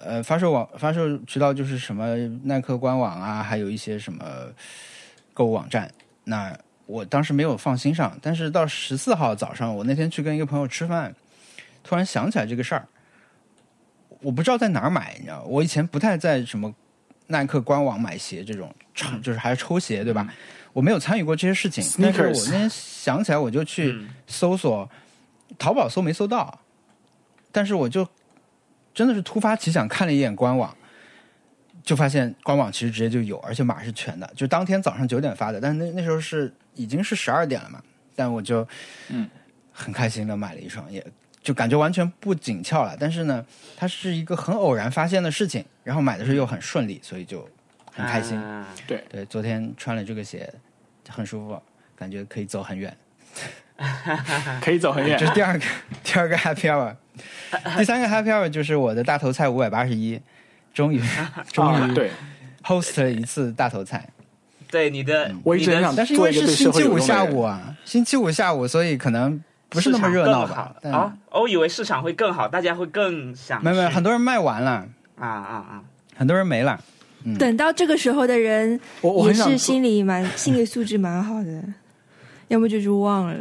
[SPEAKER 2] 呃，发售网发售渠道就是什么耐克官网啊，还有一些什么购物网站。那我当时没有放心上，但是到十四号早上，我那天去跟一个朋友吃饭，突然想起来这个事儿，我不知道在哪儿买，你知道吗，我以前不太在什么耐克官网买鞋这种，唱就是还是抽鞋对吧？我没有参与过这些事情，但是
[SPEAKER 3] Sneakers
[SPEAKER 2] 我那天哎想起来，我就去
[SPEAKER 1] 嗯
[SPEAKER 2] 搜索，淘宝搜没搜到，但是我就真的是突发奇想看了一眼官网，就发现官网其实直接就有，而且码是全的，就当天早上九点发的，但是那那时候是已经是十二点了嘛，但我就
[SPEAKER 3] 嗯
[SPEAKER 2] 很开心的买了一双，也就感觉完全不紧俏了，但是呢，它是一个很偶然发现的事情，然后买的时候又很顺利，所以就很开心。
[SPEAKER 1] 啊
[SPEAKER 2] 对，昨天穿了这个鞋，很舒服，感觉可以走很远。
[SPEAKER 3] [laughs] 可以走很远
[SPEAKER 2] 哎这。是第二个第二个 happy hour，第三个 happy hour 就是我的大头菜五百八十一，终于终
[SPEAKER 3] 啊，
[SPEAKER 2] 于
[SPEAKER 3] 对，
[SPEAKER 2] host 了一次大头菜，
[SPEAKER 1] 对你的，
[SPEAKER 2] 嗯
[SPEAKER 3] 我一
[SPEAKER 1] 你
[SPEAKER 3] 直
[SPEAKER 1] 的
[SPEAKER 3] 很想
[SPEAKER 2] 但是因为
[SPEAKER 3] 做
[SPEAKER 2] 是
[SPEAKER 3] 一个对
[SPEAKER 2] 星
[SPEAKER 3] 社会
[SPEAKER 2] 期
[SPEAKER 3] 有
[SPEAKER 2] 五
[SPEAKER 3] 用的
[SPEAKER 2] 下
[SPEAKER 3] 人
[SPEAKER 2] 午啊，星期五下午，所以可能不是那么热闹
[SPEAKER 1] 市场
[SPEAKER 2] 吧？
[SPEAKER 1] 更
[SPEAKER 2] 但
[SPEAKER 1] 好啊，我以为市场会更好，大家会更想
[SPEAKER 2] 没有没有，
[SPEAKER 1] 去
[SPEAKER 2] 很多人卖完了，
[SPEAKER 1] 啊啊啊，
[SPEAKER 2] 很多人没了。
[SPEAKER 4] 等到这个时候的人
[SPEAKER 3] 我我
[SPEAKER 4] 也
[SPEAKER 3] 很想
[SPEAKER 4] 是
[SPEAKER 3] 做
[SPEAKER 4] 心理蛮 [laughs] 心理素质蛮好的，要么就是忘了，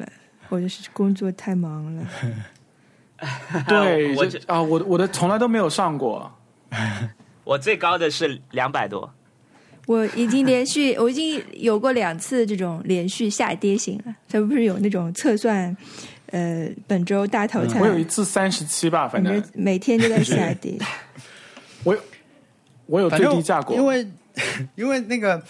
[SPEAKER 4] 或者是工作太忙了。
[SPEAKER 1] [laughs]
[SPEAKER 3] 对，
[SPEAKER 1] 我
[SPEAKER 3] 这
[SPEAKER 1] 这
[SPEAKER 3] 啊，我的我的从来都没有上过。
[SPEAKER 1] 我最高的是两百多，
[SPEAKER 4] 我已经连续， [laughs] 我已经有过两次这种连续下跌型了。它不是有那种测算，呃，本周大头
[SPEAKER 1] 嗯
[SPEAKER 4] 菜，
[SPEAKER 3] 我有一次三十七吧，反
[SPEAKER 4] 反
[SPEAKER 3] 正
[SPEAKER 4] 正每天都在下
[SPEAKER 1] [laughs]
[SPEAKER 4] 跌。
[SPEAKER 3] 我有我有
[SPEAKER 2] 反
[SPEAKER 3] 最
[SPEAKER 2] 正
[SPEAKER 3] 低价过，
[SPEAKER 2] 因为因为那个，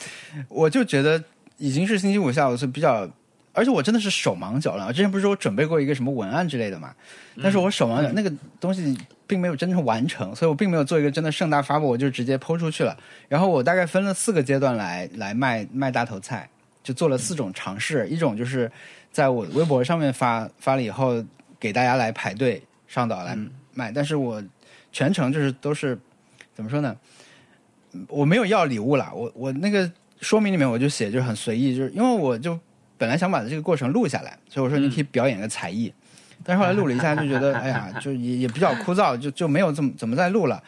[SPEAKER 2] 我就觉得已经是星期五下午是比较，而且我真的是手忙脚乱。之前不是说我准备过一个什么文案之类的嘛，但是我手忙脚、那个东西并没有真正完成，所以我并没有做一个真的盛大发布，我就直接抛出去了。然后我大概分了四个阶段来来卖卖大头菜，就做了四种尝试，一种就是在我微博上面发发了以后，给大家来排队上岛来卖，但是我全程就是都是怎么说呢？嗯我没有要礼物啦，我我那个说明里面我就写就是很随意，就是因为我就本来想把这个过程录下来，所以我说你可以表演个才艺，但是后来录了一下就觉得哎呀，就也也比较枯燥，就就没有怎么怎么再录了。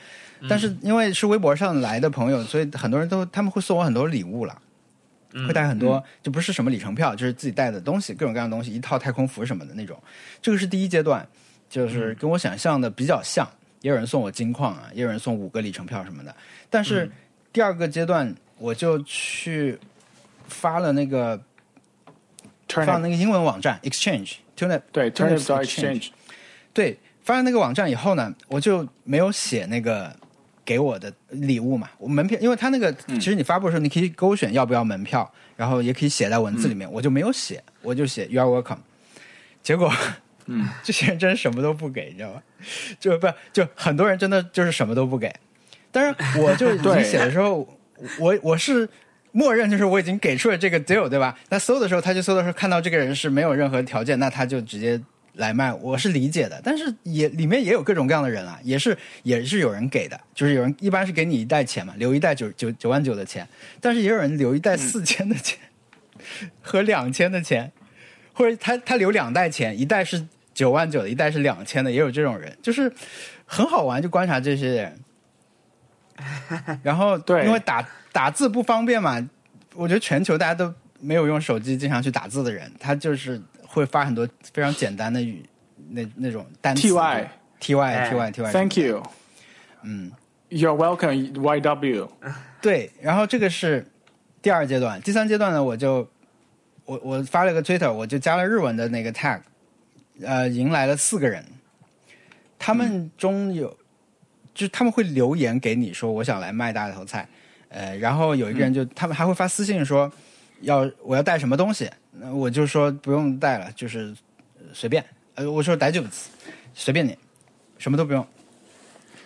[SPEAKER 2] 但是因为是微博上来的朋友，所以很多人都他们会送我很多礼物了，
[SPEAKER 1] 嗯
[SPEAKER 2] 会带很多，就不是什么里程票，就是自己带的东西，各种各样的东西，一套太空服什么的那种。这个是第一阶段，就是跟我想象的比较像，也有人送我金矿啊，也有人送五个里程票什么的。但是第二个阶段，我就去发了那个放
[SPEAKER 3] Turnip
[SPEAKER 2] 那个英文网站 Exchange Turnip
[SPEAKER 3] 对
[SPEAKER 2] Turnip
[SPEAKER 3] Turnip 叫
[SPEAKER 2] Exchange
[SPEAKER 3] Exchange，
[SPEAKER 2] 对，发了那个网站以后呢，我就没有写那个给我的礼物嘛，我门票，因为他那个其实你发布的时候，你可以勾选要不要门票，然后也可以写在文字里面，我就没有写，我就写 You are welcome。结果，嗯， [laughs] 这些人真什么都不给，你知道吗？就不就很多人真的就是什么都不给，但是我就已经
[SPEAKER 3] 对
[SPEAKER 2] 写的时候，我我是默认就是我已经给出了这个 deal，对吧？那搜的时候，他就搜的时候看到这个人是没有任何条件，那他就直接来卖，我是理解的。但是也里面也有各种各样的人啊，也是也是有人给的，就是有人一般是给你一袋钱嘛，留一袋九九九万九的钱，但是也有人留一袋四千的钱、和两千的钱，或者他他留两袋钱，一袋是九万九的，一袋是两千的，也有这种人，就是很好玩，就观察这些人。然后
[SPEAKER 3] 对
[SPEAKER 2] 因为打打字不方便嘛，我觉得全球大家都没有用手机经常去打字的人，他就是会发很多非常简单的语那那种单词
[SPEAKER 3] TY
[SPEAKER 2] T Y T Y T Y
[SPEAKER 3] Thank you，
[SPEAKER 2] 嗯
[SPEAKER 3] ，You're welcome YW，
[SPEAKER 2] 对，然后这个是第二阶段，第三阶段呢，我就我我发了个 Twitter，我就加了日文的那个 tag，呃，迎来了四个人，他们中有、就是他们会留言给你说我想来卖大头菜，呃，然后有一个人就、他们还会发私信说要我要带什么东西，那我就说不用带了，就是呃随便，呃，我说带就随便你，什么都不用。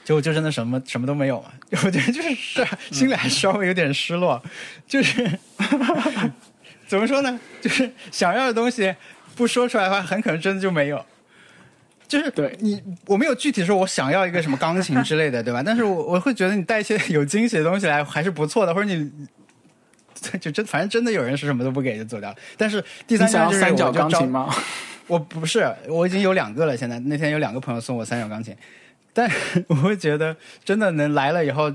[SPEAKER 2] 结果就真的什么什么都没有嘛， [laughs] 我觉得就是是心里还稍微有点失落，就是怎么说呢，就是想要的东西不说出来的话，很可能真的就没有。就是
[SPEAKER 3] 对
[SPEAKER 2] 你，我没有具体说我想要一个什么钢琴之类的，对吧？但是我我会觉得你带一些有惊喜的东西来还是不错的，或者你 [laughs] 就真反正真的有人是什么都不给就走掉了。但是第
[SPEAKER 3] 你
[SPEAKER 2] 三家
[SPEAKER 3] 想要
[SPEAKER 2] 就是
[SPEAKER 3] 三
[SPEAKER 2] 我
[SPEAKER 3] 角
[SPEAKER 2] 就
[SPEAKER 3] 钢
[SPEAKER 2] 招
[SPEAKER 3] 琴吗？
[SPEAKER 2] 我不是，我已经有两个了。现在那天有两个朋友送我三角钢琴，但 [laughs] 我会觉得真的能来了以后，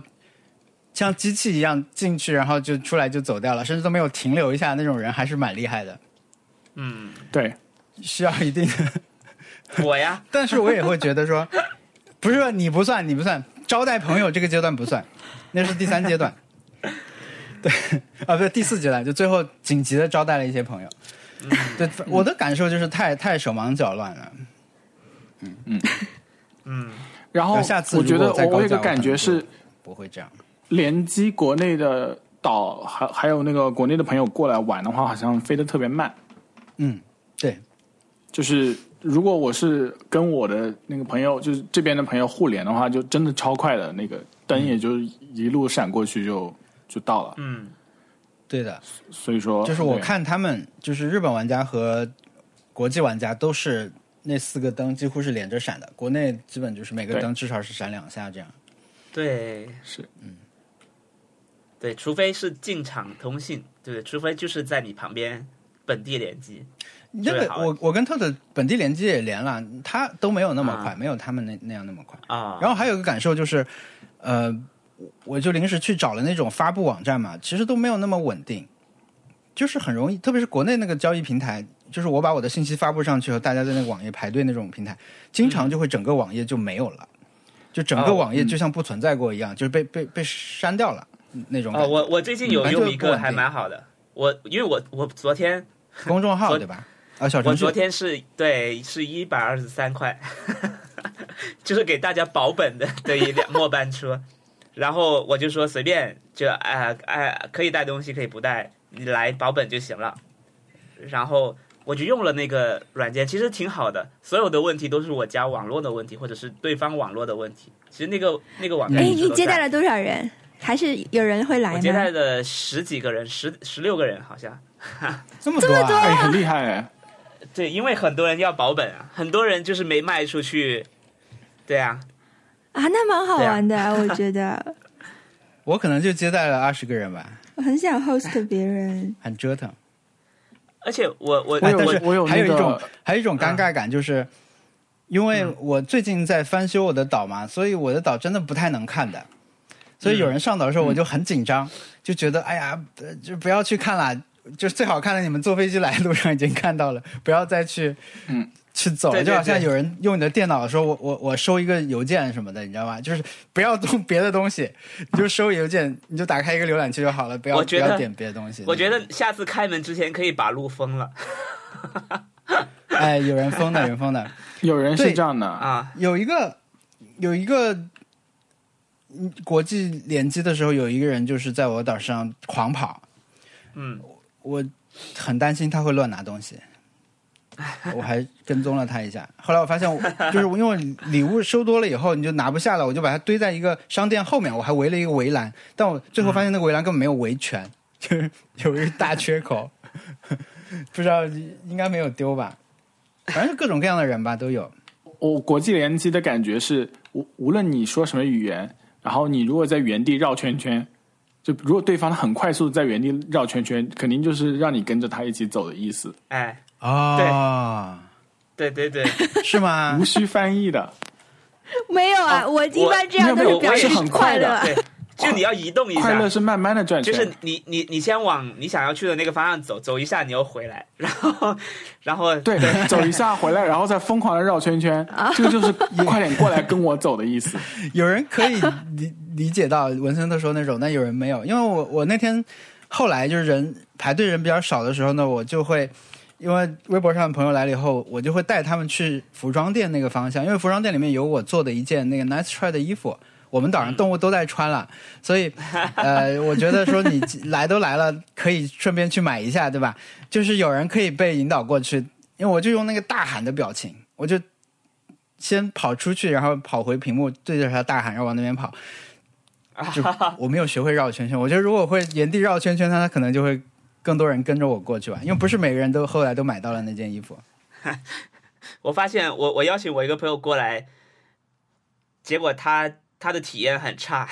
[SPEAKER 2] 像机器一样进去，然后就出来就走掉了，甚至都没有停留一下那种人，还是蛮厉害的，
[SPEAKER 1] 嗯，
[SPEAKER 3] 对，
[SPEAKER 2] 需要一定的。
[SPEAKER 1] 我呀， [laughs]
[SPEAKER 2] 但是我也会觉得说， [laughs] 不是说你不算，你不算，招待朋友这个阶段不算，那是第三阶
[SPEAKER 3] [laughs]
[SPEAKER 2] 段。对，啊，不是第四阶段，就最后紧急的招待了一些朋友。
[SPEAKER 3] 嗯
[SPEAKER 2] 对，我的感受就是太太手忙脚乱了。
[SPEAKER 1] 嗯，
[SPEAKER 3] 然后
[SPEAKER 2] 下次
[SPEAKER 3] 我觉
[SPEAKER 2] 如
[SPEAKER 3] 得
[SPEAKER 2] 果再
[SPEAKER 3] 我我有
[SPEAKER 2] 高价
[SPEAKER 3] 个
[SPEAKER 2] 我
[SPEAKER 3] 感
[SPEAKER 2] 可
[SPEAKER 3] 觉
[SPEAKER 2] 能
[SPEAKER 3] 是
[SPEAKER 2] 就不会这样。
[SPEAKER 3] 联机国内的岛，还还有那个国内的朋友过来玩的话，好像飞得特别慢。
[SPEAKER 2] 嗯，对，
[SPEAKER 3] 就是如果我是跟我的那个朋友，就是这边的朋友互联的话，就真的超快的，那个灯也就一路闪过去就就到了。
[SPEAKER 1] 嗯，
[SPEAKER 2] 对的，
[SPEAKER 3] 所以说，
[SPEAKER 2] 就是我
[SPEAKER 3] 对
[SPEAKER 2] 看他们，就是日本玩家和国际玩家都是那四个灯几乎是连着闪的，国内基本就是每个
[SPEAKER 3] 对
[SPEAKER 2] 灯至少是闪两下这样。
[SPEAKER 1] 对，
[SPEAKER 3] 是
[SPEAKER 2] 啊
[SPEAKER 1] 对，除非是进场通信，对不对？除非就是在你旁边本地联机，
[SPEAKER 2] 那
[SPEAKER 1] 对
[SPEAKER 2] 个
[SPEAKER 1] 好
[SPEAKER 2] 我我跟特特本地联机也连了，他都没有那么快，
[SPEAKER 1] 啊
[SPEAKER 2] 没有他们那那样那么快。
[SPEAKER 1] 啊，
[SPEAKER 2] 然后还有一个感受就是，呃，我我就临时去找了那种发布网站嘛，其实都没有那么稳定，就是很容易，特别是国内那个交易平台，就是我把我的信息发布上去后，大家在那个网页排队那种平台，经常就会整个网页就没有了，就整个
[SPEAKER 1] 嗯哦
[SPEAKER 2] 网页就像不存在过一样，就是被被被删掉了那种感
[SPEAKER 1] 哦，
[SPEAKER 2] 觉。
[SPEAKER 1] 我我最近有
[SPEAKER 2] 嗯
[SPEAKER 1] 用一
[SPEAKER 2] 反正就不稳
[SPEAKER 1] 个
[SPEAKER 2] 定
[SPEAKER 1] 还蛮好的，我因为我我昨天
[SPEAKER 2] 公众号
[SPEAKER 1] 昨
[SPEAKER 2] 对吧？啊，小
[SPEAKER 1] 我
[SPEAKER 2] 程序
[SPEAKER 1] 昨天是对是一百二十三块， [laughs] 就是给大家保本的的一辆末班车，然后我就说随便就哎哎、可以带东西可以不带，你来保本就行了。然后我就用了那个软件，其实挺好的，所有的问题都是我家网络的问题，或者是对方网络的问题。其实那个那个网站
[SPEAKER 4] 哎，
[SPEAKER 1] 一直
[SPEAKER 4] 你
[SPEAKER 1] 都
[SPEAKER 4] 接待
[SPEAKER 1] 在
[SPEAKER 4] 了多少人？还是有人会来
[SPEAKER 1] 我
[SPEAKER 4] 吗？
[SPEAKER 1] 接待了十几个人，十十六个人好像。
[SPEAKER 2] 这么多、啊，
[SPEAKER 3] 哎，很厉害哎，
[SPEAKER 1] 对，因为很多人要保本啊，很多人就是没卖出去。对啊，
[SPEAKER 4] 啊，那蛮好玩的，我觉得。
[SPEAKER 2] 我可能就接待了二十个人吧，
[SPEAKER 4] 我很想 host 别人，
[SPEAKER 2] 很折腾。
[SPEAKER 1] 而且我我
[SPEAKER 3] 我
[SPEAKER 2] 哎
[SPEAKER 3] 有
[SPEAKER 2] 但是
[SPEAKER 3] 我有
[SPEAKER 2] 还有
[SPEAKER 3] 那
[SPEAKER 2] 一种
[SPEAKER 3] 个
[SPEAKER 1] 嗯
[SPEAKER 2] 还有一种尴尬感，就是、因为我最近在翻修我的岛嘛，所以我的岛真的不太能看的，所
[SPEAKER 1] 嗯
[SPEAKER 2] 以有人上岛的时候我就很紧张，就觉得哎呀，呃就不要去看啦，就是最好看的你们坐飞机来路上已经看到了，不要再去
[SPEAKER 3] 嗯
[SPEAKER 2] 去走了，
[SPEAKER 1] 对对
[SPEAKER 2] 就好像
[SPEAKER 1] 对
[SPEAKER 2] 有人用你的电脑的时候，我我我收一个邮件什么的，你知道吗？就是不要动别的东西，你就收邮件，你就打开一个浏览器就好了，不要
[SPEAKER 1] 我
[SPEAKER 2] 不
[SPEAKER 1] 觉得
[SPEAKER 2] 要点别的东西。
[SPEAKER 1] 我觉得下次开门之前可以把路封了
[SPEAKER 2] 哎，有人疯的，有人疯的。
[SPEAKER 3] 有人是
[SPEAKER 2] 对
[SPEAKER 3] 这样的，
[SPEAKER 1] 啊。
[SPEAKER 2] 有一个有一个嗯国际联机的时候，有一个人就是在我岛上狂跑，
[SPEAKER 1] 嗯，
[SPEAKER 2] 我很担心他会乱拿东西，我还跟踪了他一下。后来我发现我，就是因为礼物收多了以后，你就拿不下了，我就把它堆在一个商店后面，我还围了一个围栏，但我最后发现那个围栏根本没有围全，就是有一个大缺口， [laughs] 不知道应该没有丢吧。反正各种各样的人吧都有，
[SPEAKER 3] 我国际联机的感觉是，无无论你说什么语言，然后你如果在原地绕圈圈，就如果对方很快速地在原地绕圈圈，肯定就是让你跟着他一起走的意思，
[SPEAKER 1] 哎，
[SPEAKER 2] 哦，
[SPEAKER 1] 对对
[SPEAKER 3] [laughs]
[SPEAKER 1] 对，
[SPEAKER 2] 是吗
[SPEAKER 3] 无？ [laughs] 需翻
[SPEAKER 2] [laughs]
[SPEAKER 3] 译的。
[SPEAKER 4] 没有啊，
[SPEAKER 1] 哦
[SPEAKER 4] 我一般这样
[SPEAKER 1] 没有
[SPEAKER 4] 都
[SPEAKER 1] 没
[SPEAKER 4] 是
[SPEAKER 1] 有
[SPEAKER 4] 表
[SPEAKER 1] 我也
[SPEAKER 4] 示
[SPEAKER 1] 是很
[SPEAKER 3] 快
[SPEAKER 4] 乐
[SPEAKER 3] 的
[SPEAKER 4] 啊。
[SPEAKER 1] 对，就你要移动一
[SPEAKER 3] 快乐
[SPEAKER 1] 下，
[SPEAKER 3] 是慢慢的转
[SPEAKER 1] 就
[SPEAKER 3] 圈，
[SPEAKER 1] 是你你你先往你想要去的那个方向走，走一下你又回来，然后然后
[SPEAKER 3] 对，走一下回来，然后再疯狂的绕圈
[SPEAKER 4] [laughs]
[SPEAKER 3] 圈，
[SPEAKER 4] 啊
[SPEAKER 3] 这个就是快点过来跟我走的意思。 [laughs]
[SPEAKER 2] 有人可以理理解到文森特说那种，但有人没有，因为我我那天后来就是人排队人比较少的时候呢，我就会。因为微博上的朋友来了以后，我就会带他们去服装店那个方向，因为服装店里面有我做的一件那个 Nice Try 的衣服，我们岛上动物都在穿了，所以呃，我觉得说你来都来了，可以顺便去买一下，对吧？就是有人可以被引导过去，因为我就用那个大喊的表情，我就先跑出去，然后跑回屏幕，对着他大喊，然后往那边
[SPEAKER 4] [laughs]
[SPEAKER 2] 跑。就我没有学会绕圈圈，我觉得如果我会原地绕圈圈，他可能就会更多人跟着我过去吧，因为不是每个人都后来都买到了那件衣服。
[SPEAKER 1] 我发现我我邀请我一个朋友过来，结果他他的体验很差，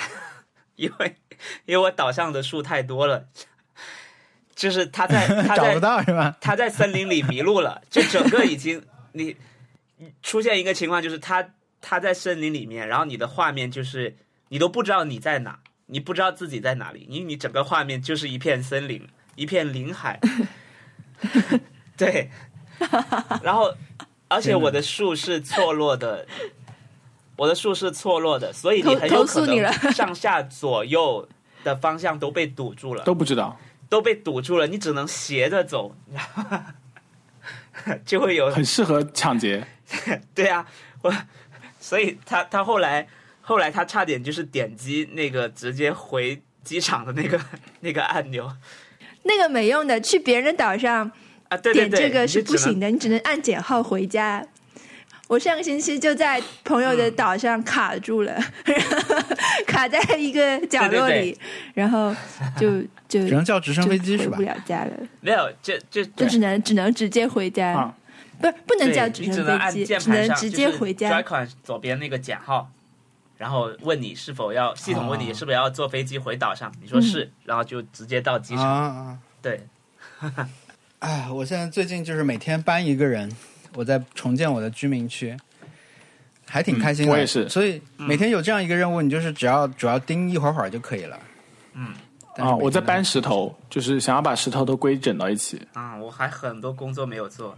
[SPEAKER 1] 因为因为我岛上的树太多了，就是他
[SPEAKER 2] [laughs]
[SPEAKER 1] 在他
[SPEAKER 2] 找
[SPEAKER 1] 在
[SPEAKER 2] 不到是吧？
[SPEAKER 1] 他在森林里迷路
[SPEAKER 4] [laughs]
[SPEAKER 1] 了，就整个已经你你出现一个情况，就是他他在森林里面，然后你的画面就是你都不知道你在哪，你不知道自己在哪里，因为你整个画面就是一片森林，一片林
[SPEAKER 4] [laughs]
[SPEAKER 1] 海。对，然后而且我的树是错落的，我的树是错落的，所以你
[SPEAKER 4] 投
[SPEAKER 1] 很有
[SPEAKER 4] 投诉
[SPEAKER 1] 可
[SPEAKER 4] 你了
[SPEAKER 1] 能上下左右的方向都被堵住了。
[SPEAKER 3] 都不知道，
[SPEAKER 1] 都被堵住了，你只能斜着走，你知道吗？ [laughs] 就会有
[SPEAKER 3] 很适合抢劫。
[SPEAKER 1] 对啊，我所以他他后来后来他差点就是点击那个直接回机场的那个 [laughs] 那个按钮
[SPEAKER 4] 那个没用的，去别人的岛上
[SPEAKER 1] 啊， [laughs] 对对
[SPEAKER 4] 点
[SPEAKER 1] 对，
[SPEAKER 4] 这个是
[SPEAKER 1] 你就
[SPEAKER 4] 不
[SPEAKER 1] 只能
[SPEAKER 4] 行的，你只能按减号回家。我上个星期就在朋友
[SPEAKER 1] 嗯
[SPEAKER 4] 的岛上卡住了， [laughs] 卡在一个角
[SPEAKER 1] 对
[SPEAKER 4] 落
[SPEAKER 1] 对
[SPEAKER 4] 里，然后
[SPEAKER 1] [laughs]
[SPEAKER 4] 就就
[SPEAKER 2] 只能叫直升飞机
[SPEAKER 4] 嗯就是回
[SPEAKER 2] 吧
[SPEAKER 4] 不？了家了，
[SPEAKER 1] 没有，这这
[SPEAKER 4] 就
[SPEAKER 1] 对
[SPEAKER 4] 只能只能直接回家，
[SPEAKER 3] 啊
[SPEAKER 4] 不不能叫直
[SPEAKER 1] 你只
[SPEAKER 4] 升
[SPEAKER 1] 能
[SPEAKER 4] 飞
[SPEAKER 1] 按
[SPEAKER 4] 机，
[SPEAKER 1] 键
[SPEAKER 4] 只
[SPEAKER 1] 盘
[SPEAKER 4] 能
[SPEAKER 1] 上
[SPEAKER 4] 直接回
[SPEAKER 1] 就是
[SPEAKER 4] 家。
[SPEAKER 1] ，Joy-Con 左边那个减号，然后问你是否要系统问你
[SPEAKER 2] 哦
[SPEAKER 1] 是不是要坐飞机回岛上，你说
[SPEAKER 4] 嗯
[SPEAKER 1] 是，然后就直接到机
[SPEAKER 2] 啊
[SPEAKER 1] 场。
[SPEAKER 2] 啊！
[SPEAKER 1] 对，
[SPEAKER 2] 哎，我现在最近就是每天搬一个人，我在重建我的居民区，还挺开心的。
[SPEAKER 3] 嗯我也是
[SPEAKER 2] 所以每天有这样一个任务，你就是只要主要盯一会儿会儿就可以了。
[SPEAKER 1] 嗯
[SPEAKER 2] 但是每天
[SPEAKER 3] 啊！
[SPEAKER 2] 都
[SPEAKER 3] 我在搬石头，就是想要把石头都规整到一起。
[SPEAKER 1] 啊、我还很多工作没有做。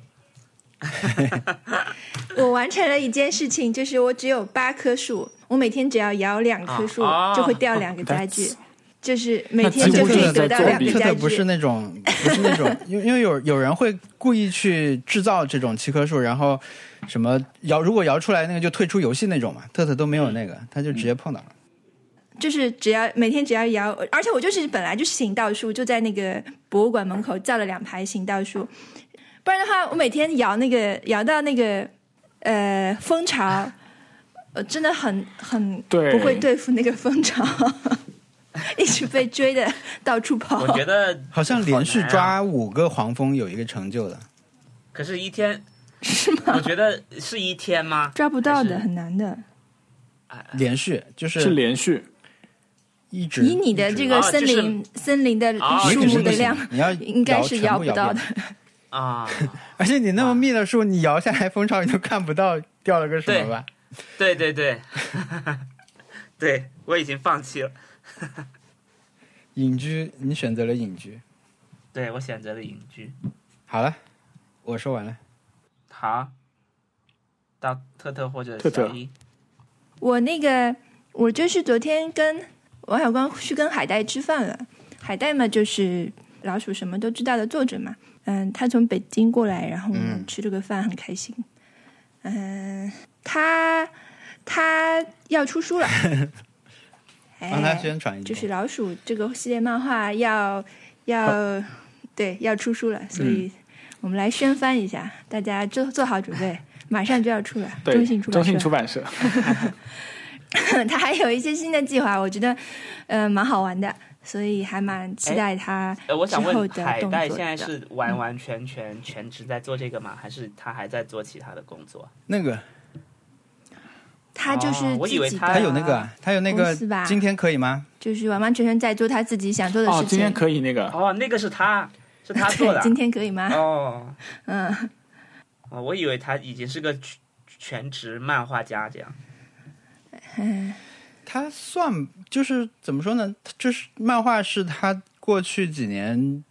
[SPEAKER 4] 我完成了一件事情，就是我只有八棵树，我每天只要摇两棵树，
[SPEAKER 1] 啊啊
[SPEAKER 4] 就会掉两个家具
[SPEAKER 3] 哦 That's-，
[SPEAKER 4] 就是每天
[SPEAKER 3] 那
[SPEAKER 4] 就
[SPEAKER 3] 几乎
[SPEAKER 4] 可
[SPEAKER 3] 是在
[SPEAKER 4] 以得到两
[SPEAKER 3] 作弊
[SPEAKER 4] 个
[SPEAKER 2] 特
[SPEAKER 4] 家
[SPEAKER 2] 特
[SPEAKER 4] 具。
[SPEAKER 2] 不是那种，不是那种， [laughs] 因为因为有有人会故意去制造这种七棵树，然后什么摇，如果摇出来那个就退出游戏那种嘛。特特都没有那个，
[SPEAKER 4] 嗯
[SPEAKER 2] 他就直接碰到了。
[SPEAKER 4] 就是只要每天只要摇，而且我就是本来就是行道树，就在那个博物馆门口造了两排行道树，不然的话，我每天摇那个摇到那个呃蜂巢，呃真的很很
[SPEAKER 3] 对
[SPEAKER 4] 不会对付那个蜂巢，一直被追的到处
[SPEAKER 1] [laughs]
[SPEAKER 4] 跑。
[SPEAKER 1] 我觉得
[SPEAKER 2] 好像连续
[SPEAKER 1] 好难啊
[SPEAKER 2] 抓五个黄蜂有一个成就的，
[SPEAKER 1] 可是，一天是吗？我觉得是一天吗？
[SPEAKER 4] 抓不到
[SPEAKER 1] 还
[SPEAKER 4] 的，
[SPEAKER 1] 是
[SPEAKER 4] 很难的。
[SPEAKER 2] 连续就是
[SPEAKER 3] 是连续，
[SPEAKER 2] 一直
[SPEAKER 4] 以你的
[SPEAKER 2] 一直
[SPEAKER 4] 这
[SPEAKER 1] 啊
[SPEAKER 4] 个
[SPEAKER 1] 就是
[SPEAKER 4] 森林、森林的
[SPEAKER 1] 啊
[SPEAKER 2] 你
[SPEAKER 4] 树
[SPEAKER 2] 只是不
[SPEAKER 4] 木的
[SPEAKER 2] 行
[SPEAKER 4] 量，
[SPEAKER 2] 你要
[SPEAKER 4] 应该是
[SPEAKER 2] 摇
[SPEAKER 4] 不到的。。
[SPEAKER 1] 啊， [laughs]
[SPEAKER 2] 而且你那么密的树，你摇下来蜂巢你都看不到掉了个什么吧？
[SPEAKER 1] 对对对， [laughs] 对我已经放弃了。
[SPEAKER 2] 隐居，你选择了隐居。
[SPEAKER 1] 对我选择了隐居。
[SPEAKER 2] 好了，我说完了。
[SPEAKER 1] 好，到特特或者
[SPEAKER 3] 特特
[SPEAKER 1] 小一。
[SPEAKER 4] 我那个，我就是昨天跟王小光去跟海带吃饭了。海带嘛，就是《老鼠什么都知道》的作者嘛。嗯，他从北京过来，然后我们
[SPEAKER 2] 嗯
[SPEAKER 4] 吃了个饭，很开心。嗯，他他要出书 [laughs] 了，哎
[SPEAKER 2] 帮他宣传一下。
[SPEAKER 4] 就是老鼠这个系列漫画要要对要出书了，所以我们来宣翻一下，大家做做好准备，马上就要出了。
[SPEAKER 3] 对，
[SPEAKER 4] 中信出版社，
[SPEAKER 3] 出
[SPEAKER 4] [laughs]
[SPEAKER 3] 版社，
[SPEAKER 4] 他还有一些新的计划，我觉得呃蛮好玩的，所以还蛮期待他。
[SPEAKER 1] 呃，我想
[SPEAKER 4] 之后
[SPEAKER 1] 问，
[SPEAKER 4] 的
[SPEAKER 1] 海
[SPEAKER 4] 动
[SPEAKER 1] 带
[SPEAKER 4] 作
[SPEAKER 1] 现在
[SPEAKER 4] 的
[SPEAKER 1] 是完完全全全职在做这个吗？还是他还在做其他的工作？
[SPEAKER 2] 那个，
[SPEAKER 4] 他就是
[SPEAKER 1] 哦我
[SPEAKER 4] 自
[SPEAKER 1] 以为
[SPEAKER 4] 己的，
[SPEAKER 1] 他
[SPEAKER 2] 他有那个啊，他有那个
[SPEAKER 4] 公司吧，
[SPEAKER 2] 今天可以吗？
[SPEAKER 4] 就是完完全全在做他自己想做的
[SPEAKER 3] 哦
[SPEAKER 4] 事，
[SPEAKER 3] 今
[SPEAKER 4] 情。
[SPEAKER 3] 天可以那个，
[SPEAKER 1] 哦，那个是他，是他做的
[SPEAKER 4] 对，
[SPEAKER 1] 啊。
[SPEAKER 4] [laughs] 今天可以吗？
[SPEAKER 1] 哦，
[SPEAKER 4] 嗯，
[SPEAKER 1] 哦，我以为他已经是个全全职漫画家这样。
[SPEAKER 2] 他算就是怎么说呢？就是漫画是他过去几年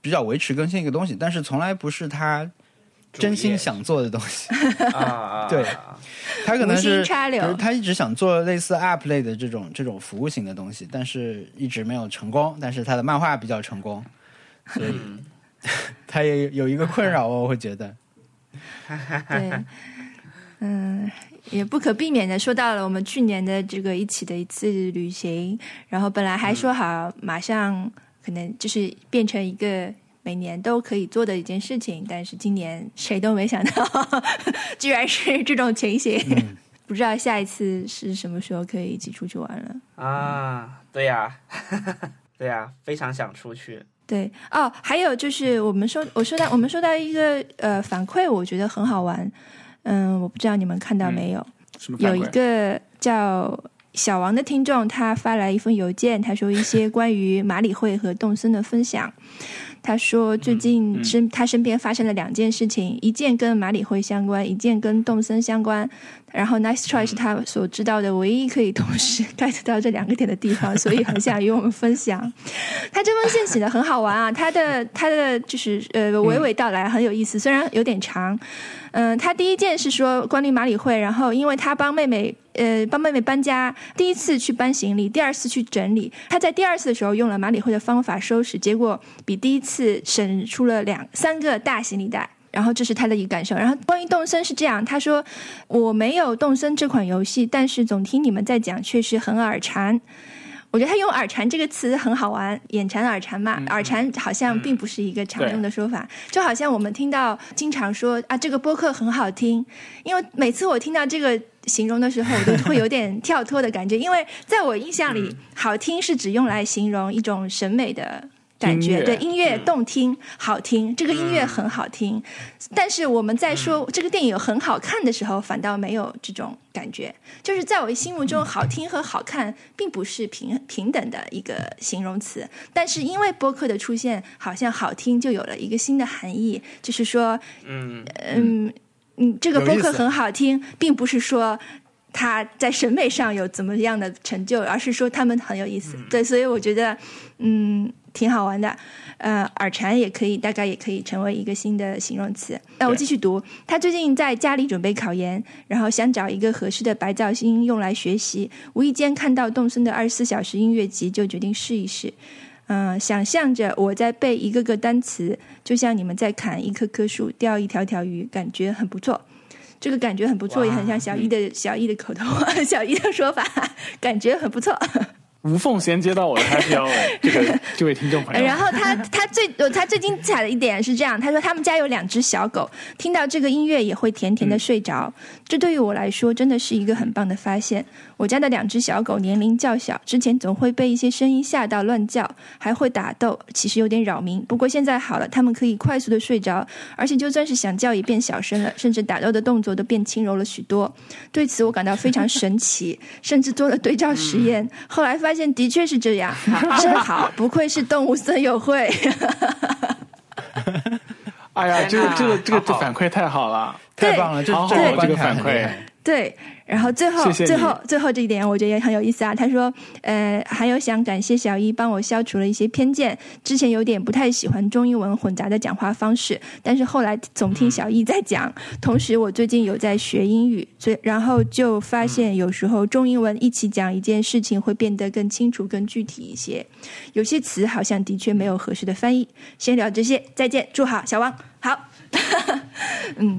[SPEAKER 2] 比较维持更新一个东西，但是从来不是他真心想做的东西。
[SPEAKER 1] 主业啊啊，
[SPEAKER 2] 对
[SPEAKER 1] 啊
[SPEAKER 2] 他可能
[SPEAKER 4] 无
[SPEAKER 2] 是
[SPEAKER 4] 心插柳
[SPEAKER 2] 就是他一直想做类似 App 类的这种这种服务型的东西，但是一直没有成功。但是他的漫画比较成功，所以
[SPEAKER 1] 嗯，
[SPEAKER 2] 他也有一个困扰哦，我会觉得。
[SPEAKER 4] 对，嗯，也不可避免的说到了我们去年的这个一起的一次旅行，然后本来还说好马上可能就是变成一个。每年都可以做的一件事情，但是今年谁都没想到， [laughs] 居然是这种情形。 [laughs] 不知道下一次是什么时候可以一起出去玩了。
[SPEAKER 1] 啊，对呀、 [laughs] 对呀、非常想出去。
[SPEAKER 4] 对哦，还有就是我们收我收到我们收到一个呃反馈，我觉得很好玩。嗯，我不知道你们看到没有，
[SPEAKER 3] 什么反
[SPEAKER 4] 有一
[SPEAKER 3] 馈？
[SPEAKER 4] 个叫小王的听众，他发来一封邮件，他说一些关于马里会和动森的分享。他说最
[SPEAKER 3] 嗯
[SPEAKER 4] 近身、他身边发生了两件事情，一件跟马里会相关，一件跟动森相关。然后 Nice Try
[SPEAKER 3] 嗯
[SPEAKER 4] 是他所知道的唯一可以同时 [laughs] get 到这两个点的地方，所以很想与我们分享。他这封信写的很好玩啊，他的他的就是呃娓娓道来很有意思，虽然有点长。嗯、他第一件是说关于马里会，然后因为他帮妹妹呃帮妹妹搬家，第一次去搬行李，第二次去整理。他在第二次的时候用了马里会的方法收拾，结果比第一次省出了两三个大行李袋。然后这是他的一个感受。然后关于动森是这样，他说我没有动森这款游戏，但是总听你们在讲，确实很耳馋。我觉得他用“耳馋”这个词很好玩，眼馋、耳馋嘛，耳馋好像并不是一个常用的说法，就好像我们听到经常说啊，这个播客很好听，因为每次我听到这个形容的时候，我都会有点跳脱的感觉，因为在我印象
[SPEAKER 3] 嗯
[SPEAKER 4] 里，好听是只用来形容一种审美的感
[SPEAKER 3] 音
[SPEAKER 4] 觉，
[SPEAKER 3] 乐
[SPEAKER 4] 对音乐动听、好听，这个音乐很好
[SPEAKER 3] 嗯
[SPEAKER 4] 听，但是我们在说这个电影很好看的时候，反倒没有这种感觉。就是在我心目
[SPEAKER 3] 嗯
[SPEAKER 4] 中，好听和好看并不是平平等的一个形容词。但是因为播客的出现，好像好听就有了一个新的含义，就是说，
[SPEAKER 1] 嗯，
[SPEAKER 4] 嗯嗯，这个
[SPEAKER 2] 有
[SPEAKER 4] 播
[SPEAKER 2] 意
[SPEAKER 4] 客
[SPEAKER 2] 思
[SPEAKER 4] 很好听，并不是说。他在审美上有怎么样的成就，而是说他们很有意
[SPEAKER 2] 嗯
[SPEAKER 4] 思，对，所以我觉得，嗯，挺好玩的。呃，耳馋也可以，大概也可以成为一个新的形容词。那、我
[SPEAKER 3] 对
[SPEAKER 4] 继续读，他最近在家里准备考研，然后想找一个合适的白噪音用来学习。无意间看到动森的二十四小时音乐集，就决定试一试。嗯、想象着我在背一个个单词，就像你们在砍一棵棵树、钓一条条鱼，感觉很不错。这个感觉很不错，
[SPEAKER 1] 哇
[SPEAKER 4] 也很像小易的小易的口头话， [laughs] 小易的说法，感觉很不错。
[SPEAKER 3] 无缝衔接到我的 Happy
[SPEAKER 4] [laughs]
[SPEAKER 3] Hour，这个这位听众朋友，
[SPEAKER 4] 哎然后他他最呃他最精彩的一点是这样，他说他们家有两只小狗，听到这个音乐也会甜甜的睡着。这对于我来说真的是一个很棒的发现。我家的两只小狗年龄较小，之前总会被一些声音吓到乱叫，还会打斗，其实有点扰民。不过现在好了，它们可以快速的睡着，而且就算是想叫也变小声了，甚至打斗的动作都变轻柔了许多。对此我感到非常神奇，甚至做了对照实验，后来发现的确是这样。真好，不愧是动物森友会。
[SPEAKER 3] 哎呀，这
[SPEAKER 1] 天
[SPEAKER 3] 个
[SPEAKER 1] 哪
[SPEAKER 3] 哎这个这个
[SPEAKER 1] 好好
[SPEAKER 3] 这反馈太好了，
[SPEAKER 2] 太棒了，这
[SPEAKER 3] 好好
[SPEAKER 2] 这
[SPEAKER 4] 对
[SPEAKER 2] 个
[SPEAKER 3] 这
[SPEAKER 2] 观
[SPEAKER 3] 个
[SPEAKER 2] 察
[SPEAKER 3] 反
[SPEAKER 2] 很厉
[SPEAKER 3] 馈
[SPEAKER 2] 害，
[SPEAKER 4] 对，然后最后
[SPEAKER 3] 谢谢你
[SPEAKER 4] 最后最后这一点，我觉得也很有意思啊。他说，呃，还有想感谢小一帮我消除了一些偏见，之前有点不太喜欢中英文混杂的讲话方式，但是后来总
[SPEAKER 3] 嗯
[SPEAKER 4] 听嗯小易在讲，同时我最近有在学英语，所以然后就发现有时候中英文一起讲一件事情会变得更清楚、更具体一些，有些词好像的确没有合适的翻译。先聊这些，再见，祝好，小王，好，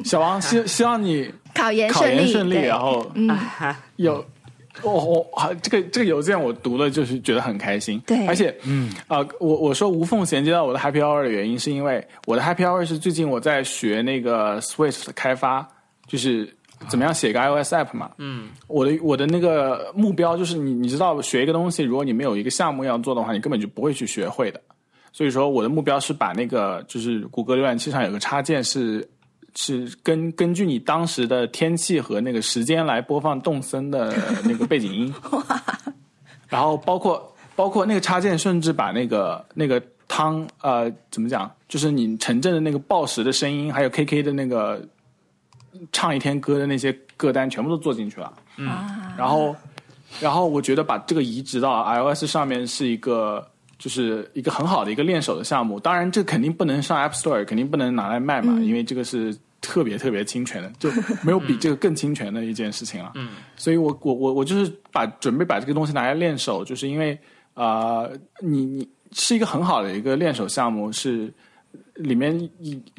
[SPEAKER 3] 小王希希望你
[SPEAKER 4] 考研
[SPEAKER 3] 考
[SPEAKER 4] 顺
[SPEAKER 3] 研
[SPEAKER 4] 利，
[SPEAKER 3] 顺利，啊
[SPEAKER 4] 对嗯
[SPEAKER 3] 然后 [laughs] 有我我啊，这个这个邮件我读了，就是觉得很开心。
[SPEAKER 4] 对
[SPEAKER 3] 而且嗯啊、我我说无缝衔接到我的 Happy Hour 的原因，是因为我的 Happy Hour 是最近我在学那个 Swift 的开发，就是怎么样写一个 iOS app 嘛。嗯，我的我的那个目标就是你你知道学一个东西，如果你没有一个项目要做的话，你根本就不会去学会的。所以说我的目标是把那个就是谷歌浏览器上有个插件是是根根据你当时的天气和那个时间来播放动森的那个背景音，然后包括包括那个插件，甚至把那个那个汤呃怎么讲，就是你城镇的那个报时的声音，还有 KK 的那个唱一天歌的那些歌单，全部都做进去了。
[SPEAKER 4] 啊，
[SPEAKER 3] 然后，然后我觉得把这个移植到 iOS 上面是一个，就是一个很好的一个练手的项目。当然，这肯定不能上 App Store，肯定不能拿来卖嘛，因为这个是特别特别侵权的，就没有比这个更侵权的一件事情了。嗯，所以我我我我就是把准备把这个东西拿来练手，就是因为啊、呃你你是一个很好的一个练手项目是。里面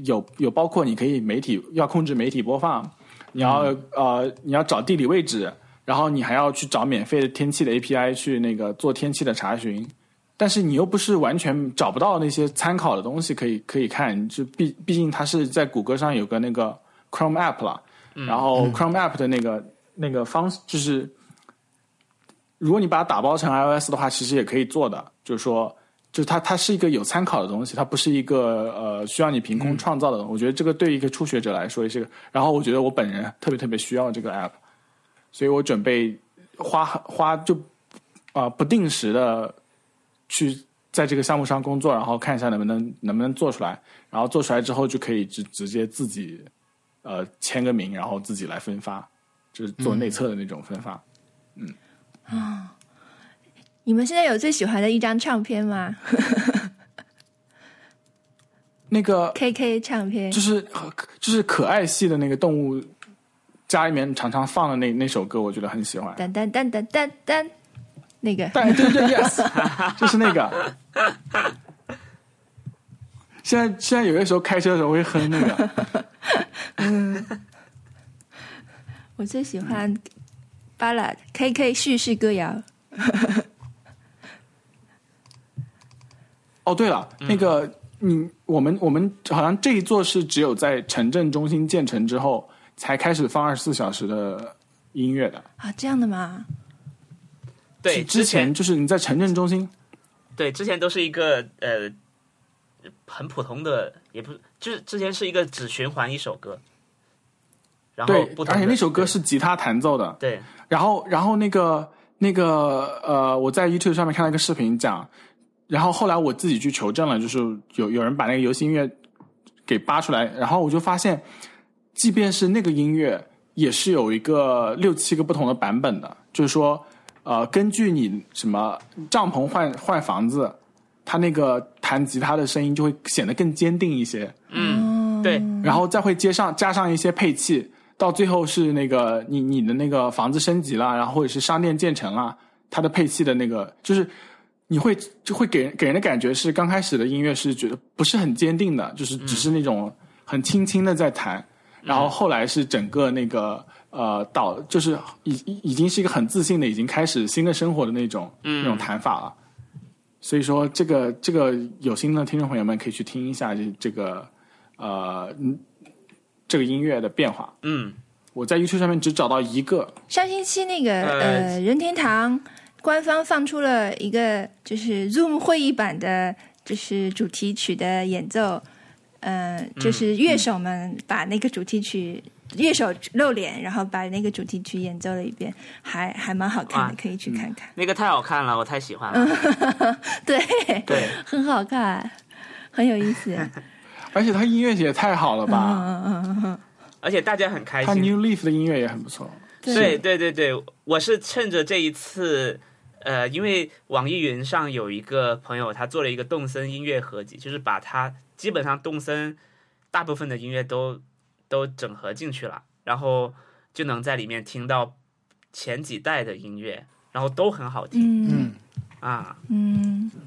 [SPEAKER 3] 有有包括你可以媒体要控制媒体播放，你要、呃你要找地理位置，然后你还要去找免费的天气的 API 去那个做天气的查询，但是你又不是完全找不到那些参考的东西可以可以看，就毕毕竟它是在谷歌上有个那个 Chrome App 了，然后 Chrome App 的那个、那个方就是，如果你把它打包成 iOS 的话，其实也可以做的，就是说。就是它，它是一个有参考的东西，它不是一个呃需要你凭空创造的东西。我觉得这个对一个初学者来说也是个。然后我觉得我本人特别特别需要这个 app，所以我准备花花就啊、呃不定时的去在这个项目上工作，然后看一下能不能能不能做出来，然后做出来之后就可以直直接自己呃签个名，然后自己来分发，就是做内测的那种分发。
[SPEAKER 4] 你们现在有最喜欢的一张唱片吗
[SPEAKER 3] 那个
[SPEAKER 4] ？KK 唱片
[SPEAKER 3] 就是就是可爱系的那个动物家里面常常放的那那首歌，我觉得很喜欢。
[SPEAKER 4] 噔噔噔噔噔噔，那个
[SPEAKER 3] 对对对，yes，就是那个。现在现在有些时候开车的时候会哼那个，
[SPEAKER 4] 我最喜欢 ballad KK 叙事歌谣。
[SPEAKER 3] 哦，对了，那个你我们我们好像这一座是只有在城镇中心建成之后才开始放二十四小时的音乐的。
[SPEAKER 4] 啊，这样的吗？
[SPEAKER 3] 是
[SPEAKER 1] 对，
[SPEAKER 3] 之
[SPEAKER 1] 之前
[SPEAKER 3] 就是你在城镇中心，
[SPEAKER 1] 对之前都是一个呃很普通的，也不就是之前是一个只循环一首歌，然后
[SPEAKER 3] 对
[SPEAKER 1] 不，同
[SPEAKER 3] 而且
[SPEAKER 1] 的
[SPEAKER 3] 那首歌是吉他弹奏的。
[SPEAKER 1] 对
[SPEAKER 3] 然后，然后那个那个呃，我在 YouTube 上面看到一个视频讲，然后后来我自己去求证了，就是有有人把那个游戏音乐给扒出来，然后我就发现，即便是那个音乐，也是有一个六七个不同的版本的，就是说，呃，根据你什么帐篷换换房子，它那个弹吉他的声音就会显得更坚定一些，
[SPEAKER 4] 嗯，
[SPEAKER 1] 对
[SPEAKER 3] 然后再会接上加上一些配器，到最后是那个你你的那个房子升级了，然后或者是商店建成了，它的配器的那个就是你会就会给人给人的感觉是刚开始的音乐是觉得不是很坚定的，就是只是那种很轻轻的在弹，然后后来是整个那个呃导就是已已已经是一个很自信的已经开始新的生活的那种、那种弹法了。所以说，这个这个有心的听众朋友们可以去听一下这这个呃，嗯这个音乐的变化。
[SPEAKER 1] 嗯
[SPEAKER 3] 我在 YouTube 上面只找到一个，
[SPEAKER 4] 上星期那个
[SPEAKER 1] 呃
[SPEAKER 4] 呃，任天堂官方放出了一个就是 Zoom 会议版的，就是主题曲的演奏，呃，就是乐手们把那个主题曲。乐手露脸，然后把那个主题曲演奏了一遍，还还蛮好看
[SPEAKER 1] 哇
[SPEAKER 4] 的，可以去看看。
[SPEAKER 1] 那个太好看了，我太喜欢
[SPEAKER 3] 嗯
[SPEAKER 1] 了，
[SPEAKER 4] 对，
[SPEAKER 1] 对
[SPEAKER 4] 很好看，很有意思。嗯
[SPEAKER 3] 而且它音乐也太好了吧！
[SPEAKER 4] 嗯嗯嗯嗯，
[SPEAKER 1] 而且大家很开
[SPEAKER 3] 他
[SPEAKER 1] 心。
[SPEAKER 3] New Leaf 的音乐也很不错。
[SPEAKER 1] 对对对对，我是趁着这一次，呃，因为网易云上有一个朋友，他做了一个动森音乐合集，就是把他基本上动森大部分的音乐都都整合进去了，然后就能在里面听到前几代的音乐，然后都很好听、
[SPEAKER 4] 嗯
[SPEAKER 1] 啊。
[SPEAKER 4] 嗯 [laughs]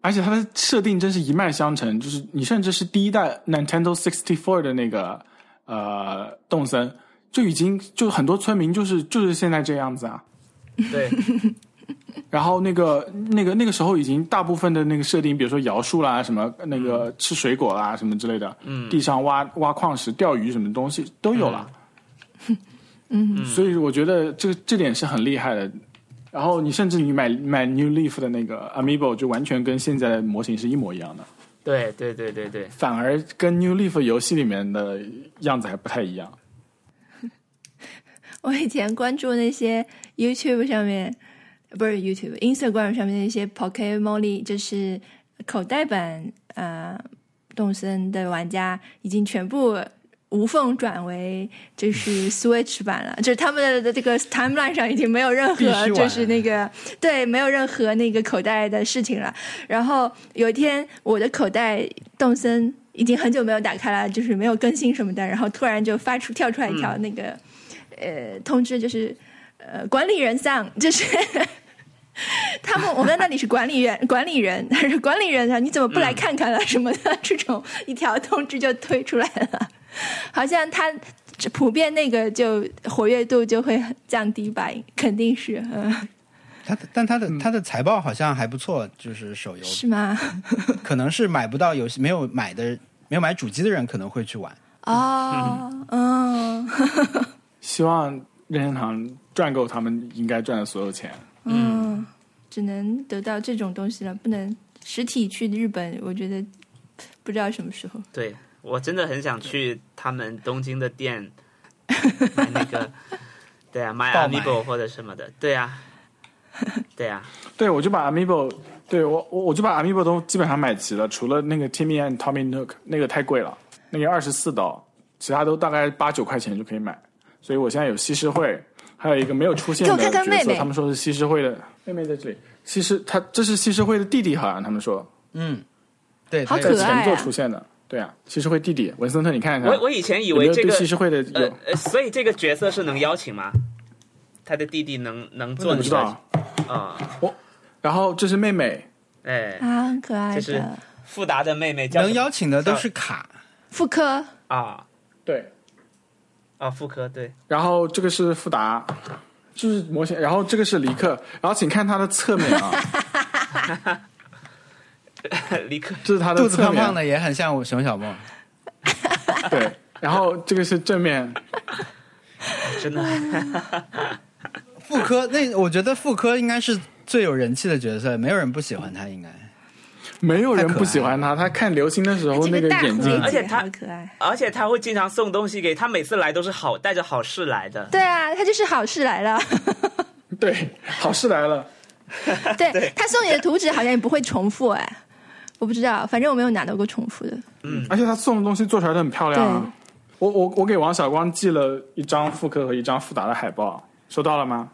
[SPEAKER 3] 而且它的设定真是一脉相承，就是你甚至是第一代 Nintendo 64的那个呃动森，就已经就很多村民就是就是现在这样子啊。
[SPEAKER 1] 对，
[SPEAKER 3] 然后那个那个那个时候已经大部分的那个设定，比如说摇树啦，什么那个吃水果啦，什么之类的，
[SPEAKER 1] 嗯
[SPEAKER 3] 地上挖挖矿石、钓鱼什么东西都有了。
[SPEAKER 4] 嗯
[SPEAKER 3] 所以我觉得这这点是很厉害的。然后你甚至你买买 New Leaf 的那个 Amiibo 就完全跟现在的模型是一模一样的，
[SPEAKER 1] 对对对对对，
[SPEAKER 3] 反而跟 New Leaf 游戏里面的样子还不太一样。
[SPEAKER 4] 我以前关注那些 YouTube 上面，不是 YouTube，Instagram 上面那些 Pocket Molly，就是口袋版呃动森的玩家，已经全部无缝转为就是 Switch 版了，就是他们的这个 timeline 上已经没有任
[SPEAKER 2] 必须
[SPEAKER 4] 何
[SPEAKER 2] 玩
[SPEAKER 4] 就是那个对没有任何那个口袋的事情了。然后有一天我的口袋动森已经很久没有打开了，就是没有更新什么的，然后突然就发出跳出来一
[SPEAKER 2] 嗯
[SPEAKER 4] 条那个。呃通知，就是呃管理人丧，就是他们我们那里是管理员， [laughs] 管理人，他说管理人啊，你怎么不来看看啊、什么的，这种一条通知就推出来了， [laughs] 好像他普遍那个就活跃度就会降低吧，肯定是，嗯，
[SPEAKER 2] 它的但它的它的财报好像还不错，就是手游
[SPEAKER 4] 是吗？
[SPEAKER 2] 可能是买不到游戏，没有买的没有买主机的人可能会去玩。
[SPEAKER 4] [laughs] 哦，嗯，
[SPEAKER 3] 希望任天堂赚够他们应该赚的所有钱。
[SPEAKER 4] 嗯，只能得到这种东西了，不能实体去日本，我觉得不知道什么时候。
[SPEAKER 1] 对我真的很想去他们东京的
[SPEAKER 4] [laughs]
[SPEAKER 1] 店买那个，对啊，买
[SPEAKER 2] 爆买
[SPEAKER 1] Amiibo 或者什么的，对啊，对
[SPEAKER 3] [laughs]
[SPEAKER 1] 啊，
[SPEAKER 3] 对，我就把 Amiibo，对我我我就把 Amiibo 都基本上买齐了，除了那个 Timmy and Tommy Nook 那个太贵了，那个二十四刀，其他都大概八九块钱就可以买。所以我现在有西施惠，还有一个没有出现
[SPEAKER 4] 给
[SPEAKER 3] 的
[SPEAKER 4] 我
[SPEAKER 3] 角色，
[SPEAKER 4] 看看妹妹
[SPEAKER 3] 他们说是西施惠的妹妹在这里。西施，他这是西施惠的弟弟，好像他们说
[SPEAKER 2] 嗯，对，
[SPEAKER 4] 好
[SPEAKER 2] 它
[SPEAKER 3] 在
[SPEAKER 2] 有
[SPEAKER 4] 可爱啊
[SPEAKER 3] 前作出现的。对啊，西施惠弟弟文森特，你看一看，
[SPEAKER 1] 我我以前以
[SPEAKER 3] 有没
[SPEAKER 1] 为
[SPEAKER 3] 有
[SPEAKER 1] 这
[SPEAKER 3] 对
[SPEAKER 1] 个
[SPEAKER 3] 西施惠的有、
[SPEAKER 1] 呃呃，所以这个角色是能邀请吗？他的弟弟能能做
[SPEAKER 3] 我
[SPEAKER 1] 你
[SPEAKER 3] 不知
[SPEAKER 1] 的
[SPEAKER 3] 道。
[SPEAKER 1] 啊、
[SPEAKER 3] 然后这是妹妹，
[SPEAKER 1] 哎，
[SPEAKER 4] 啊，很可爱
[SPEAKER 1] 就是
[SPEAKER 4] 的
[SPEAKER 1] 富达的妹妹叫
[SPEAKER 2] 能
[SPEAKER 1] 什么
[SPEAKER 2] 邀请的都是 [laughs] 卡，
[SPEAKER 4] 妇科，
[SPEAKER 1] 啊
[SPEAKER 3] 对，
[SPEAKER 1] 啊妇科对，
[SPEAKER 3] 然后这个是富达，就是模型，然后这个是离克，然后请看它的侧面
[SPEAKER 2] [laughs]
[SPEAKER 3] 啊，
[SPEAKER 1] 立刻
[SPEAKER 3] 这是它的
[SPEAKER 2] 肚子
[SPEAKER 3] 侧
[SPEAKER 2] 胖
[SPEAKER 3] 面，
[SPEAKER 2] 胖的也很像我熊小梦。
[SPEAKER 3] 对，然后这个是正面，
[SPEAKER 1] 真的 [laughs]
[SPEAKER 2] 妇科那我觉得妇科应该是最有人气的角色，没有人不喜欢他，应该。
[SPEAKER 3] 没有人
[SPEAKER 2] 太可爱
[SPEAKER 3] 不喜欢
[SPEAKER 2] 啊
[SPEAKER 3] 他，他看流星的时候
[SPEAKER 4] 这
[SPEAKER 3] 那
[SPEAKER 4] 大
[SPEAKER 3] 眼
[SPEAKER 4] 蝴
[SPEAKER 3] 睛
[SPEAKER 4] 蝶，
[SPEAKER 1] 而且它
[SPEAKER 4] 好可爱。
[SPEAKER 1] 而且他会经常送东西给他，每次来都是好带着好事来的，
[SPEAKER 4] 对啊，他就是好事来了。
[SPEAKER 3] 对，好事来了，
[SPEAKER 4] [laughs] 对他送你的图纸好像也不会重复哎，我不知道，反正我没有拿到过重复的。
[SPEAKER 2] 嗯
[SPEAKER 3] 而且他送的东西做出来都很漂亮啊，我我我给王小光寄了一张复刻和一张富达的海报，收到了吗？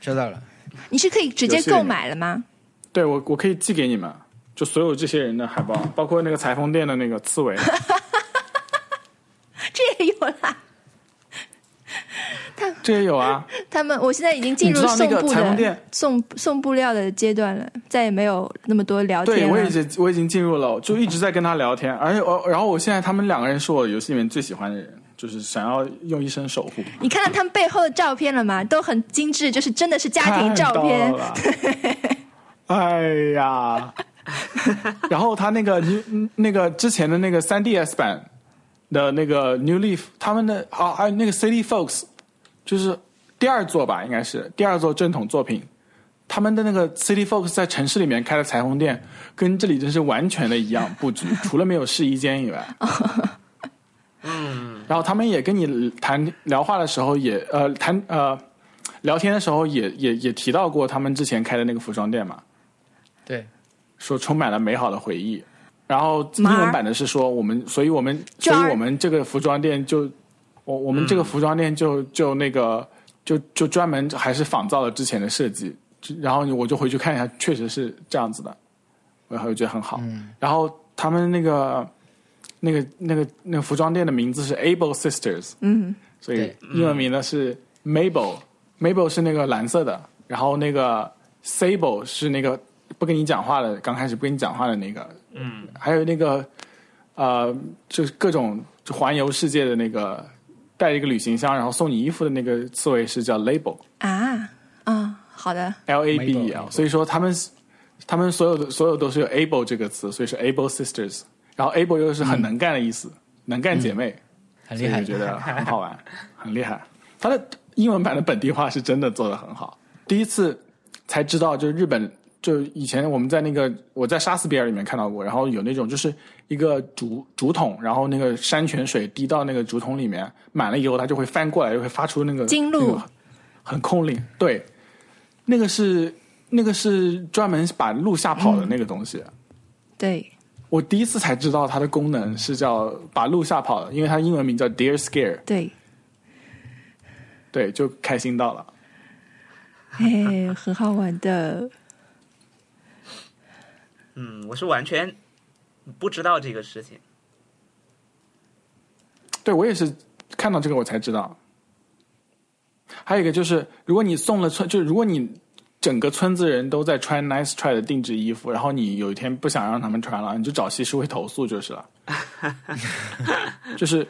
[SPEAKER 2] 知道了，
[SPEAKER 4] 你是可以直接购买了
[SPEAKER 3] 啊
[SPEAKER 4] 吗？
[SPEAKER 3] 对我我可以寄给你们，就所有这些人的海报，包括那个裁缝店的那个刺
[SPEAKER 2] [laughs]
[SPEAKER 3] 猬。
[SPEAKER 4] 这也有啦。
[SPEAKER 3] 这也有啊，
[SPEAKER 4] 他们我现在已经进
[SPEAKER 3] 你
[SPEAKER 4] 入
[SPEAKER 3] 知道那
[SPEAKER 4] 送
[SPEAKER 3] 个
[SPEAKER 4] 布
[SPEAKER 3] 裁缝
[SPEAKER 4] 的
[SPEAKER 3] 店
[SPEAKER 4] 送送布料的阶段了，再也没有那么多聊
[SPEAKER 3] 对，
[SPEAKER 4] 天啊
[SPEAKER 3] 我已
[SPEAKER 4] 了。
[SPEAKER 3] 经我已经进入了，我就一直在跟他聊天，而且我然后我现在他们两个人是我游戏里面最喜欢的人，就是想要用一生守护。
[SPEAKER 4] 你看到他们背后的照片了吗？都很精致，就是真的是家庭照片
[SPEAKER 3] 看到。了， [laughs] 哎
[SPEAKER 4] [laughs]
[SPEAKER 3] 呀，然后他那个 new 那个之前的那个 3DS 版的那个 New Leaf，他们的啊还有那个 City Fox，就是第二座吧，应该是第二座正统作品。他们的那个 City Fox 在城市里面开的裁缝店，跟这里真是完全的一样布
[SPEAKER 4] [laughs]
[SPEAKER 3] 局，除了没有试衣间以外。嗯，然后他们也跟你谈聊话的时候也呃谈呃聊天的时候也也也提到过他们之前开的那个服装店嘛，
[SPEAKER 2] 对，
[SPEAKER 3] 说充满了美好的回忆。然后英文版的是说我们，所以我们，所
[SPEAKER 4] 娟儿
[SPEAKER 3] 以我们这个服装店就我我们这个服装店就就那个就就专门还是仿造了之前的设计，就然后我就回去看一下，确实是这样子的，然后我觉得很好。然后他们那个那个那个那个服装店的名字是 Able Sisters，
[SPEAKER 4] 嗯，
[SPEAKER 3] 所以
[SPEAKER 2] 对
[SPEAKER 3] 英文名呢是 Mabel，Mabel、是那个蓝色的，然后那个 Sable 是那个不跟你讲话的，刚开始不跟你讲话的那个，嗯，还有那个呃，就是各种就环游世界的那个带着一个旅行箱，然后送你衣服的那个刺猬是叫 Label，L
[SPEAKER 4] 啊啊，好的，
[SPEAKER 3] A B E L，
[SPEAKER 2] Mabel，
[SPEAKER 3] 所以说他们他们所有的所有都是有 Able 这个词，所以是 Able Sisters，然后 Able 又是很能干的意思，能干姐妹。
[SPEAKER 2] 很厉害
[SPEAKER 3] 所以就觉得很好玩，很厉害。它的英文版的本地化是真的做的很好。第一次才知道，就是日本，就以前我们在那个我在莎士比亚里面看到过，然后有那种就是一个竹竹筒，然后那个山泉水滴到那个竹筒里面，满了以后它就会翻过来，就会发出那个
[SPEAKER 4] 金鹿
[SPEAKER 3] 那个很空灵。对，那个是那个是专门把鹿吓跑的那个东西。
[SPEAKER 4] 对，
[SPEAKER 3] 我第一次才知道它的功能是叫把鹿吓跑的，因为它英文名叫 Deer Scare。
[SPEAKER 4] 对，
[SPEAKER 3] 对，就开心到了。
[SPEAKER 4] 嘿，很好玩的，
[SPEAKER 1] 嗯，我是完全不知道这个事情。
[SPEAKER 3] 对我也是看到这个我才知道。还有一个就是，如果你送了村，就是如果你整个村子人都在穿 Nice Try 的定制衣服，然后你有一天不想让他们穿了，你就找西施会投诉就是了。 [laughs] 就是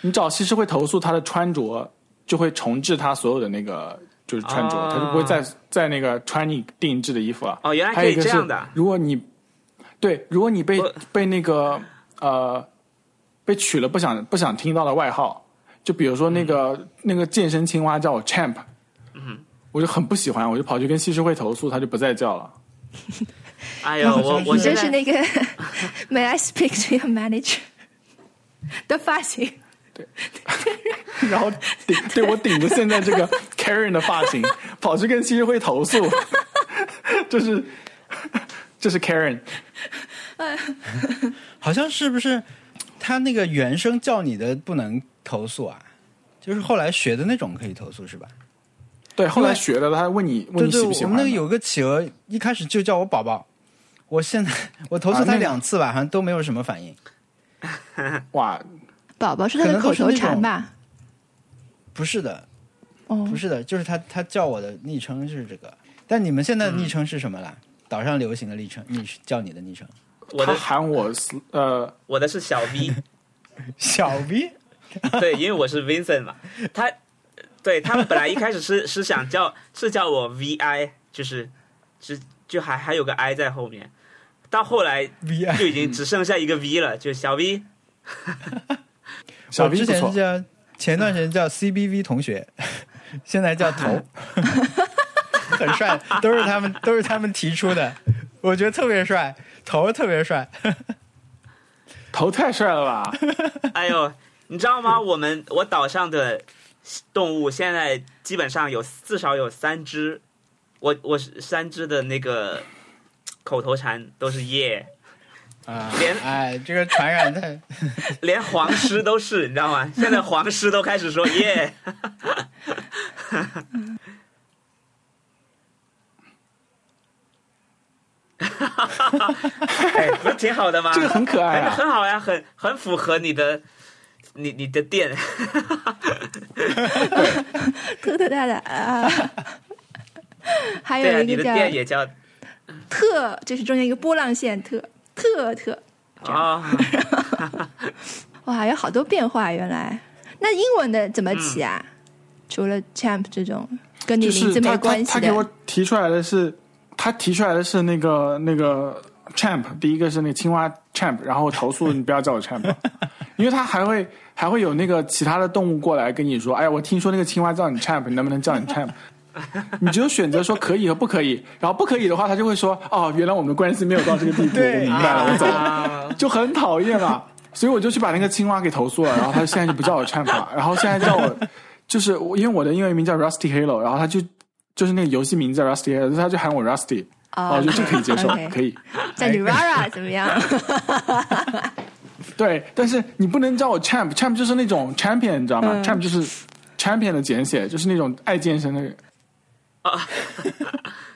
[SPEAKER 3] 你找西施会投诉他的穿着，就会重置他所有的那个就是穿着，
[SPEAKER 1] 啊
[SPEAKER 3] 他就不会再再那个穿你定制的衣服了。
[SPEAKER 1] 哦，原来
[SPEAKER 3] 还
[SPEAKER 1] 可
[SPEAKER 3] 有
[SPEAKER 1] 以
[SPEAKER 3] 一个
[SPEAKER 1] 这
[SPEAKER 3] 是
[SPEAKER 1] 样的，
[SPEAKER 3] 如果你对，如果你被
[SPEAKER 1] 我
[SPEAKER 3] 被那个呃被取了不想不想听到的外号，就比如说那个、那个健身青蛙叫我 Champ，嗯，我就很不喜欢，我就跑去跟西施会投诉，他就不再叫了。
[SPEAKER 1] 哎呦，
[SPEAKER 3] [laughs]
[SPEAKER 1] 我我
[SPEAKER 4] 你
[SPEAKER 1] 现
[SPEAKER 4] 真是
[SPEAKER 1] 在
[SPEAKER 4] 那个 [laughs] May I speak to your manager 的发型，
[SPEAKER 3] 然后顶对我顶着现在这个 Karen 的发型，跑去跟西施会投诉，这是这是 Karen，
[SPEAKER 2] 好像是不是他那个原声叫你的不能投诉啊？就是后来学的那种可以投诉是吧？
[SPEAKER 3] 对，后来
[SPEAKER 2] 因为
[SPEAKER 3] 学的，他问你问
[SPEAKER 2] 对
[SPEAKER 3] 你
[SPEAKER 2] 对，
[SPEAKER 3] 喜
[SPEAKER 2] 我
[SPEAKER 3] 不喜
[SPEAKER 2] 们
[SPEAKER 3] 欢
[SPEAKER 2] 那
[SPEAKER 3] 的，
[SPEAKER 2] 个有个企鹅，一开始就叫我宝宝，我现在 [laughs] 我投诉
[SPEAKER 3] 啊
[SPEAKER 2] 他
[SPEAKER 3] 那个
[SPEAKER 2] 两次吧，好像都没有什么反应。
[SPEAKER 3] 哇，
[SPEAKER 4] 宝宝是他的口头禅吧？
[SPEAKER 2] 不是的，
[SPEAKER 4] 哦
[SPEAKER 2] 不，
[SPEAKER 4] [laughs]
[SPEAKER 2] 是的，就是他他叫我的昵称是这个，但你们现在的昵称是什么啦？岛上流行的昵称，昵叫你的昵称
[SPEAKER 1] 我
[SPEAKER 3] 他
[SPEAKER 1] 的
[SPEAKER 3] 喊我呃
[SPEAKER 1] 我的是小 V， [laughs]
[SPEAKER 2] 小 B，
[SPEAKER 1] 对，因为我是 Vincent 嘛，他对他们本来一开始是 [laughs] 是想叫是叫我 VI，就是只就还还有个 I 在后面，到后来
[SPEAKER 2] V I。
[SPEAKER 1] 就已经只剩下一个 V 了，就小 V
[SPEAKER 3] 小
[SPEAKER 2] 我
[SPEAKER 3] V
[SPEAKER 2] 之
[SPEAKER 3] 不
[SPEAKER 2] 前
[SPEAKER 3] 错嗯
[SPEAKER 2] 是。叫前段时间叫 C B V 同学， [laughs] 现在叫头， [laughs] 很帅，都是他们都是他们提出的，我觉得特别帅，头特别帅，
[SPEAKER 3] 头太帅了
[SPEAKER 4] [laughs]
[SPEAKER 3] 吧！
[SPEAKER 1] 哎呦，你知道吗？我 [laughs] 们我岛上的动物现在基本上有至少有三只，我我是三只的那个口头禅都是耶、
[SPEAKER 2] 啊
[SPEAKER 1] 连
[SPEAKER 2] 哎，这个传染在
[SPEAKER 1] 连黄狮都是，你知道
[SPEAKER 3] [laughs]
[SPEAKER 1] 吗？现在黄狮都开始说耶。
[SPEAKER 3] 嗯
[SPEAKER 1] [laughs] 哎，不是挺好的吗？
[SPEAKER 3] 这个很可爱
[SPEAKER 1] 哎，
[SPEAKER 3] 啊！
[SPEAKER 1] 很好呀，很很符合你的，你你的店。
[SPEAKER 4] 特特大的啊， [laughs]
[SPEAKER 3] 哎
[SPEAKER 4] 还
[SPEAKER 1] 对啊，
[SPEAKER 4] 有
[SPEAKER 1] 你
[SPEAKER 4] 一
[SPEAKER 1] 的
[SPEAKER 4] 个叫
[SPEAKER 1] 店也叫
[SPEAKER 4] 特，就是中间一个波浪线特特特，
[SPEAKER 1] 啊、
[SPEAKER 4] 哇，有好多变化原来。那英文的怎么起啊？除了 champ 这种跟你
[SPEAKER 3] 嗯就
[SPEAKER 4] 名
[SPEAKER 3] 是
[SPEAKER 4] 字没
[SPEAKER 3] 他
[SPEAKER 4] 关
[SPEAKER 3] 他
[SPEAKER 4] 系
[SPEAKER 3] 他给我
[SPEAKER 4] 的，哦
[SPEAKER 3] 提出来的是，他提出来的是那个那个 champ，第一个是那个青蛙 champ，然后投诉你不要叫我
[SPEAKER 4] [laughs]
[SPEAKER 3] champ，因为他还会还会有那个其他的动物过来跟你说，哎，我听说那个青蛙叫你 champ，你能不能叫你
[SPEAKER 4] [laughs]
[SPEAKER 3] champ？你只有选择说可以和不可以，然后不可以的话，他就会说哦，原来我们的关系没有到这个地步，我
[SPEAKER 2] 对
[SPEAKER 3] 明白了，我走了。
[SPEAKER 1] 啊，
[SPEAKER 3] 就很讨厌嘛。所以我就去把那个青蛙给投诉了，然后他现在就不叫我 Champ，了然后现在叫我就是我，因为我的英文名叫 Rusty Halo，然后他就就是那个游戏名字叫 Rusty Halo，他就喊我 Rusty，
[SPEAKER 4] 哦
[SPEAKER 3] 哦，
[SPEAKER 4] [laughs]
[SPEAKER 3] 我觉得这可以接受
[SPEAKER 4] OK，
[SPEAKER 3] 可以。
[SPEAKER 4] 叫你 Rara 怎么样？
[SPEAKER 3] 对，但是你不能叫我 champ，champ champ 就是那种 champion，你知道吗、
[SPEAKER 4] 嗯
[SPEAKER 3] c h a m p 就是 champion 的简写，就是那种爱健身的人。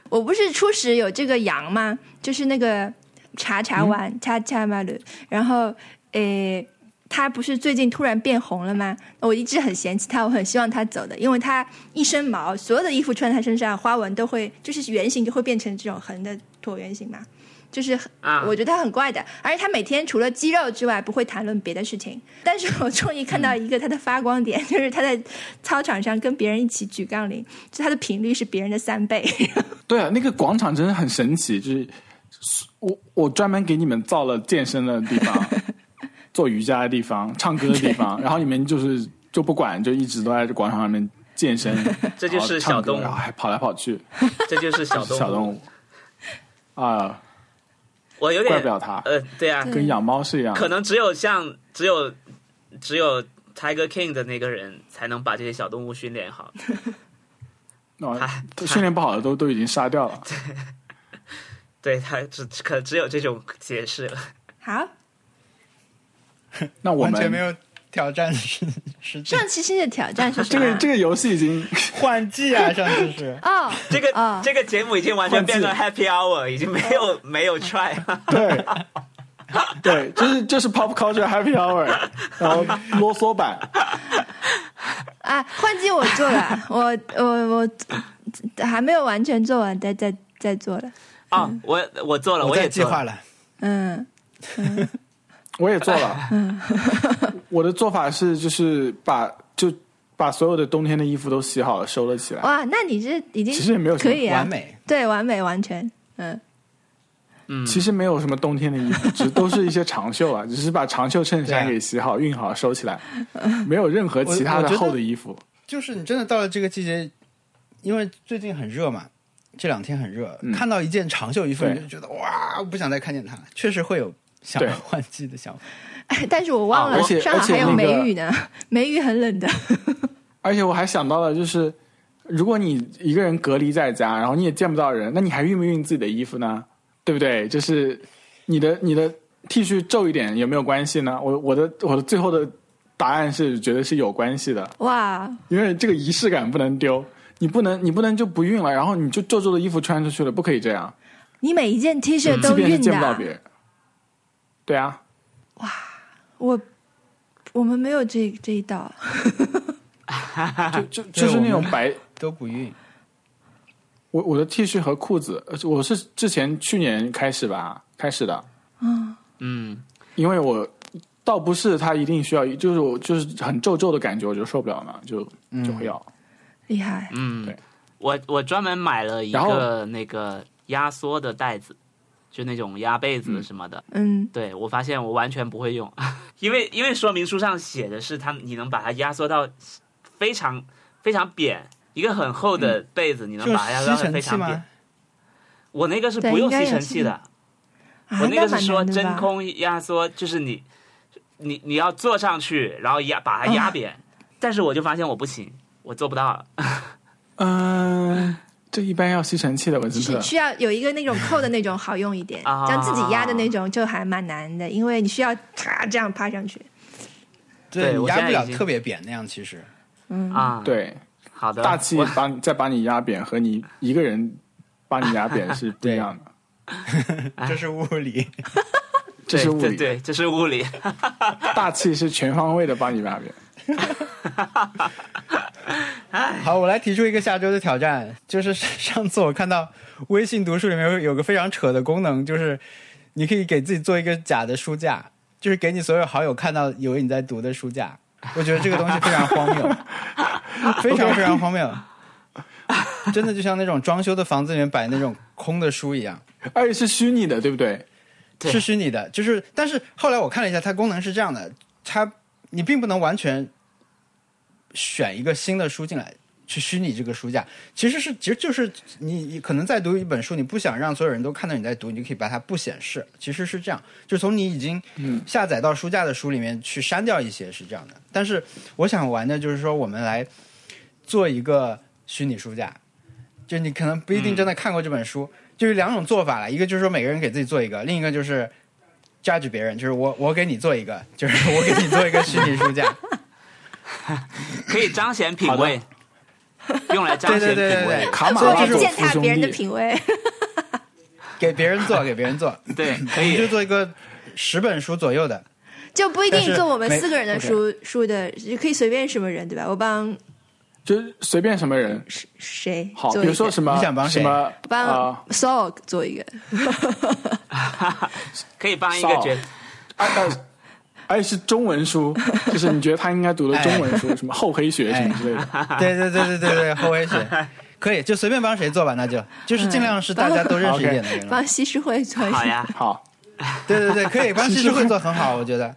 [SPEAKER 4] 我不是初始有这个羊吗？就是那个查查丸查查马鲁，然后诶，他不是最近突然变红了吗？我一直很嫌弃他，我很希望他走的，因为他一身毛，所有的衣服穿在他身上，花纹都会就是圆形就会变成这种横的椭圆形嘛，就是很
[SPEAKER 1] 啊
[SPEAKER 4] 我觉得他很怪的，而且他每天除了肌肉之外不会谈论别的事情。但是我终于看到一个他的发光点， [laughs] 就是他在操场上跟别人一起举杠铃，就他的频率是别人的三倍。
[SPEAKER 3] 对啊，那个广场真的很神奇，就是我我专门给你们造了健身的地
[SPEAKER 1] [laughs]
[SPEAKER 3] 方，做瑜伽的地方，唱歌的地方，然后你们就是就不管，就一直都在这广场上面健身，
[SPEAKER 1] [laughs] 这就是
[SPEAKER 3] 然后唱
[SPEAKER 1] 小
[SPEAKER 3] 歌
[SPEAKER 1] 动
[SPEAKER 3] 然
[SPEAKER 1] 物
[SPEAKER 3] 后，还跑来跑去，
[SPEAKER 1] 这就是小动物。
[SPEAKER 3] 小动物啊、
[SPEAKER 1] 我有
[SPEAKER 3] 怪不
[SPEAKER 1] 点
[SPEAKER 3] 了他，
[SPEAKER 1] 呃，对啊，
[SPEAKER 4] 对
[SPEAKER 3] 跟养猫是一样的。
[SPEAKER 1] 可能只有像只有只有 Tiger King 的那个人才能把这些小动物训练好。
[SPEAKER 3] 哦
[SPEAKER 1] 他
[SPEAKER 3] 都训练不好的都都已经杀掉了。
[SPEAKER 1] 对他只可只有这种解释
[SPEAKER 3] [laughs]
[SPEAKER 1] 了。
[SPEAKER 4] 好，
[SPEAKER 3] 那 [laughs] 我
[SPEAKER 2] 完
[SPEAKER 3] 们
[SPEAKER 2] 全没有挑战
[SPEAKER 3] [laughs]
[SPEAKER 2] 是是
[SPEAKER 4] 上期新的挑战是什
[SPEAKER 3] 这
[SPEAKER 4] 么
[SPEAKER 3] 个
[SPEAKER 4] 啊？
[SPEAKER 3] 这个游戏
[SPEAKER 2] [laughs]
[SPEAKER 3] 已经
[SPEAKER 2] 换季啊，上次是
[SPEAKER 4] 哦，
[SPEAKER 1] 这个、
[SPEAKER 4] 啊
[SPEAKER 1] 这个节目已经完全变成 Happy Hour，已经没有没有
[SPEAKER 3] [laughs]
[SPEAKER 1] try 了。
[SPEAKER 3] 对对，就是就是 pop culture happy hour，然后啰嗦版。
[SPEAKER 4] 啊，换季我做
[SPEAKER 3] [laughs]
[SPEAKER 4] 了，我我我还没有完全做完，再再再做了。
[SPEAKER 1] 啊，我我做 [laughs] 了，我
[SPEAKER 2] 在
[SPEAKER 1] 也
[SPEAKER 2] 计
[SPEAKER 1] 做
[SPEAKER 2] 划
[SPEAKER 1] 了。
[SPEAKER 2] 了。
[SPEAKER 4] 嗯，
[SPEAKER 3] 我也做
[SPEAKER 2] [laughs]
[SPEAKER 3] 了。
[SPEAKER 2] 嗯
[SPEAKER 3] [laughs] 我的做法是，就是把就把所有的冬天的衣服都洗好了，收了起来。
[SPEAKER 4] 哇，那你这已经
[SPEAKER 3] 其实也没有什
[SPEAKER 4] 可
[SPEAKER 3] 么
[SPEAKER 4] 以啊，
[SPEAKER 2] 完美，
[SPEAKER 4] 对，完美完全，嗯， [laughs]
[SPEAKER 1] 嗯，
[SPEAKER 3] 其实没有什么冬天的衣
[SPEAKER 2] [laughs]
[SPEAKER 3] 服，只都是一些长袖啊，只是把长袖衬衫
[SPEAKER 2] 对啊
[SPEAKER 3] 给洗好、熨好、收起来，没有任何其他
[SPEAKER 2] 啊我我
[SPEAKER 3] 的
[SPEAKER 2] 觉得
[SPEAKER 3] 厚的衣服。
[SPEAKER 2] 就是你真的到了这个季节，因为最近很热嘛，这两天很热，
[SPEAKER 1] 嗯
[SPEAKER 2] 看到一件长袖衣服，
[SPEAKER 3] 对
[SPEAKER 2] 你就觉得哇，我不想再看见它了，确实会有想
[SPEAKER 3] 对
[SPEAKER 2] 换季的想法。
[SPEAKER 4] 哎但是我忘了、
[SPEAKER 3] 啊而且
[SPEAKER 4] 上海还有
[SPEAKER 3] 而且那
[SPEAKER 4] 梅
[SPEAKER 3] 个
[SPEAKER 4] 雨呢， [laughs] 梅雨很冷的。
[SPEAKER 3] 而且我还想到了，就是如果你一个人隔离在家，然后你也见不到人，那你还熨不熨自己的衣服呢？对不对？就是你的你的 T 恤皱一点有没有关系呢？我我的我的最后的答案是觉得是有关系的，
[SPEAKER 4] 哇，
[SPEAKER 3] 因为这个仪式感不能丢，你不能你不能就不熨了，然后你就皱皱的衣服穿出去了，不可以这样，
[SPEAKER 4] 你每一件 T 恤
[SPEAKER 3] 嗯即
[SPEAKER 4] 都
[SPEAKER 3] 便是
[SPEAKER 4] 熨
[SPEAKER 3] 见
[SPEAKER 4] 的
[SPEAKER 3] 不到
[SPEAKER 4] 啊、
[SPEAKER 3] 别人。对啊，
[SPEAKER 4] 我我们没有这这一道，
[SPEAKER 3] 就就就是那
[SPEAKER 2] 我
[SPEAKER 3] 种
[SPEAKER 2] 们
[SPEAKER 3] 白
[SPEAKER 2] 都不熨，
[SPEAKER 3] 我我的 T 恤和裤子，呃我是之前去年开始吧开始的，
[SPEAKER 1] 嗯，
[SPEAKER 3] 因为我倒不是它一定需要，就是我就是很皱皱的感觉，我就受不了嘛，就就会要。
[SPEAKER 4] 厉害，
[SPEAKER 1] 嗯
[SPEAKER 3] 对，
[SPEAKER 1] 我我专门买了一
[SPEAKER 3] 然
[SPEAKER 1] 个
[SPEAKER 3] 后
[SPEAKER 1] 那个压缩的袋子，就那种压被子什么的。
[SPEAKER 4] 嗯，
[SPEAKER 1] 对我发现我完全不会用， [laughs] 因为因为说明书上写的是它，你能把它压缩到非常非常扁，一个很厚的被子，你能
[SPEAKER 2] 就
[SPEAKER 1] 把它压
[SPEAKER 2] 吸
[SPEAKER 1] 缩到
[SPEAKER 2] 尘
[SPEAKER 1] 非
[SPEAKER 2] 器
[SPEAKER 1] 常扁
[SPEAKER 2] 吗。？
[SPEAKER 1] 我那个是
[SPEAKER 4] 对
[SPEAKER 1] 不用
[SPEAKER 4] 应该
[SPEAKER 1] 吸
[SPEAKER 4] 有
[SPEAKER 1] 尘
[SPEAKER 4] 吸
[SPEAKER 1] 器
[SPEAKER 4] 尘
[SPEAKER 1] 的，
[SPEAKER 4] 啊，
[SPEAKER 1] 我那
[SPEAKER 4] 那
[SPEAKER 1] 个
[SPEAKER 4] 蛮
[SPEAKER 1] 是说
[SPEAKER 4] 难的
[SPEAKER 1] 真
[SPEAKER 4] 吧？
[SPEAKER 1] 空压缩，就是你你你要坐上去，然后压把
[SPEAKER 4] 哦
[SPEAKER 1] 它压扁。但是我就发现我不行，我做不到。
[SPEAKER 3] 嗯、这一般要吸尘器的文
[SPEAKER 4] 就
[SPEAKER 3] 森
[SPEAKER 4] 是
[SPEAKER 3] 特。
[SPEAKER 4] 需要有一个那种扣的那种好用一点，
[SPEAKER 1] 啊
[SPEAKER 4] 像自己压的那种就还蛮难的，因为你需要咔这样趴上去。
[SPEAKER 1] 对
[SPEAKER 2] 你
[SPEAKER 1] 我
[SPEAKER 2] 压
[SPEAKER 1] 现
[SPEAKER 2] 不
[SPEAKER 1] 在
[SPEAKER 2] 了
[SPEAKER 1] 已经
[SPEAKER 2] 特别扁那样，其实
[SPEAKER 4] 嗯，
[SPEAKER 1] 啊，，
[SPEAKER 3] 对，
[SPEAKER 1] 好的，
[SPEAKER 3] 大气
[SPEAKER 1] 啊我
[SPEAKER 3] 把你再把你压扁和你一个人把你压扁是不一样的，
[SPEAKER 1] 哎
[SPEAKER 2] 这是物理。
[SPEAKER 3] 这是物
[SPEAKER 1] 对
[SPEAKER 3] 理。
[SPEAKER 1] 对对，这是物理。
[SPEAKER 3] 大气是全方位的把你压扁。
[SPEAKER 2] 好，我来提出一个下周的挑战，就是 [laughs] 上上次我看到微信读书里面有有个非常扯的功能，就是你可以给自己做一个假的书架，就是给你所有好友看到有你在读的书架。我觉得这个东西非常荒谬，非常非常荒谬，真的就像那种装修的房子里面摆那种空的书一样。
[SPEAKER 3] 而且是虚拟的，对不对？
[SPEAKER 1] 对
[SPEAKER 2] 是虚拟的，就是但是后来我看了一下，它功能是这样的，它你并不能完全选一个新的书进来去虚拟这个书架，其实是其实就是你你可能在读一本书，你不想让所有人都看到你在读，你就可以把它不显示，其实是这样，就从你已经
[SPEAKER 3] 嗯
[SPEAKER 2] 下载到书架的书里面去删掉一些是这样的。但是我想玩的就是说，我们来做一个虚拟书架，就你可能
[SPEAKER 1] 嗯
[SPEAKER 2] 不一定真的看过这本书，就是两种做法了，一个就是说每个人给自己做一个，另一个就是 judge 别人，就是我我给你做一个，就是我给你做一个虚拟书架，
[SPEAKER 1] 可以彰显品味，用来彰
[SPEAKER 2] 对对
[SPEAKER 1] 显品味。
[SPEAKER 2] 对对对，
[SPEAKER 3] 卡马
[SPEAKER 2] 所以
[SPEAKER 3] 拉
[SPEAKER 2] 这
[SPEAKER 4] 我
[SPEAKER 2] 是我
[SPEAKER 3] 佐
[SPEAKER 4] 们践
[SPEAKER 3] 夫
[SPEAKER 4] 踏
[SPEAKER 3] 兄
[SPEAKER 4] 别人的
[SPEAKER 3] 弟，
[SPEAKER 4] 品味， [laughs]
[SPEAKER 2] 给别人做，给别人做，
[SPEAKER 1] 对，可
[SPEAKER 2] 你就
[SPEAKER 1] 以。
[SPEAKER 2] 做一个十本书左
[SPEAKER 1] [laughs]
[SPEAKER 2] 右的，
[SPEAKER 4] 就不一定
[SPEAKER 2] 但是
[SPEAKER 4] 做我们
[SPEAKER 2] 没
[SPEAKER 4] 四个人的书书的，也可以随便什么人对吧？我帮
[SPEAKER 3] 就是随便什么人，
[SPEAKER 4] 谁谁
[SPEAKER 3] 好，比
[SPEAKER 4] 做一
[SPEAKER 3] 如
[SPEAKER 4] 个，
[SPEAKER 3] 说什么
[SPEAKER 2] 你想帮
[SPEAKER 3] 什
[SPEAKER 2] 谁
[SPEAKER 3] 么
[SPEAKER 4] 我
[SPEAKER 3] 啊嗯
[SPEAKER 4] 帮 Saul 做一个，
[SPEAKER 1] 可以帮一个角，
[SPEAKER 3] 哎哎哎，是中文书，就是你觉得他应该读的中文书，什么厚黑学什么之类的。
[SPEAKER 2] 对对对对对对，后卫学，可以就随便帮谁做吧，那就就是尽量是大家都认识一点的人了，
[SPEAKER 4] 帮西施会做一
[SPEAKER 1] 好
[SPEAKER 4] [laughs] 个。
[SPEAKER 1] 呀，
[SPEAKER 2] [laughs]
[SPEAKER 3] 好，
[SPEAKER 2] 对对对，可以帮西施会做很好，我觉
[SPEAKER 3] [laughs]
[SPEAKER 2] 得。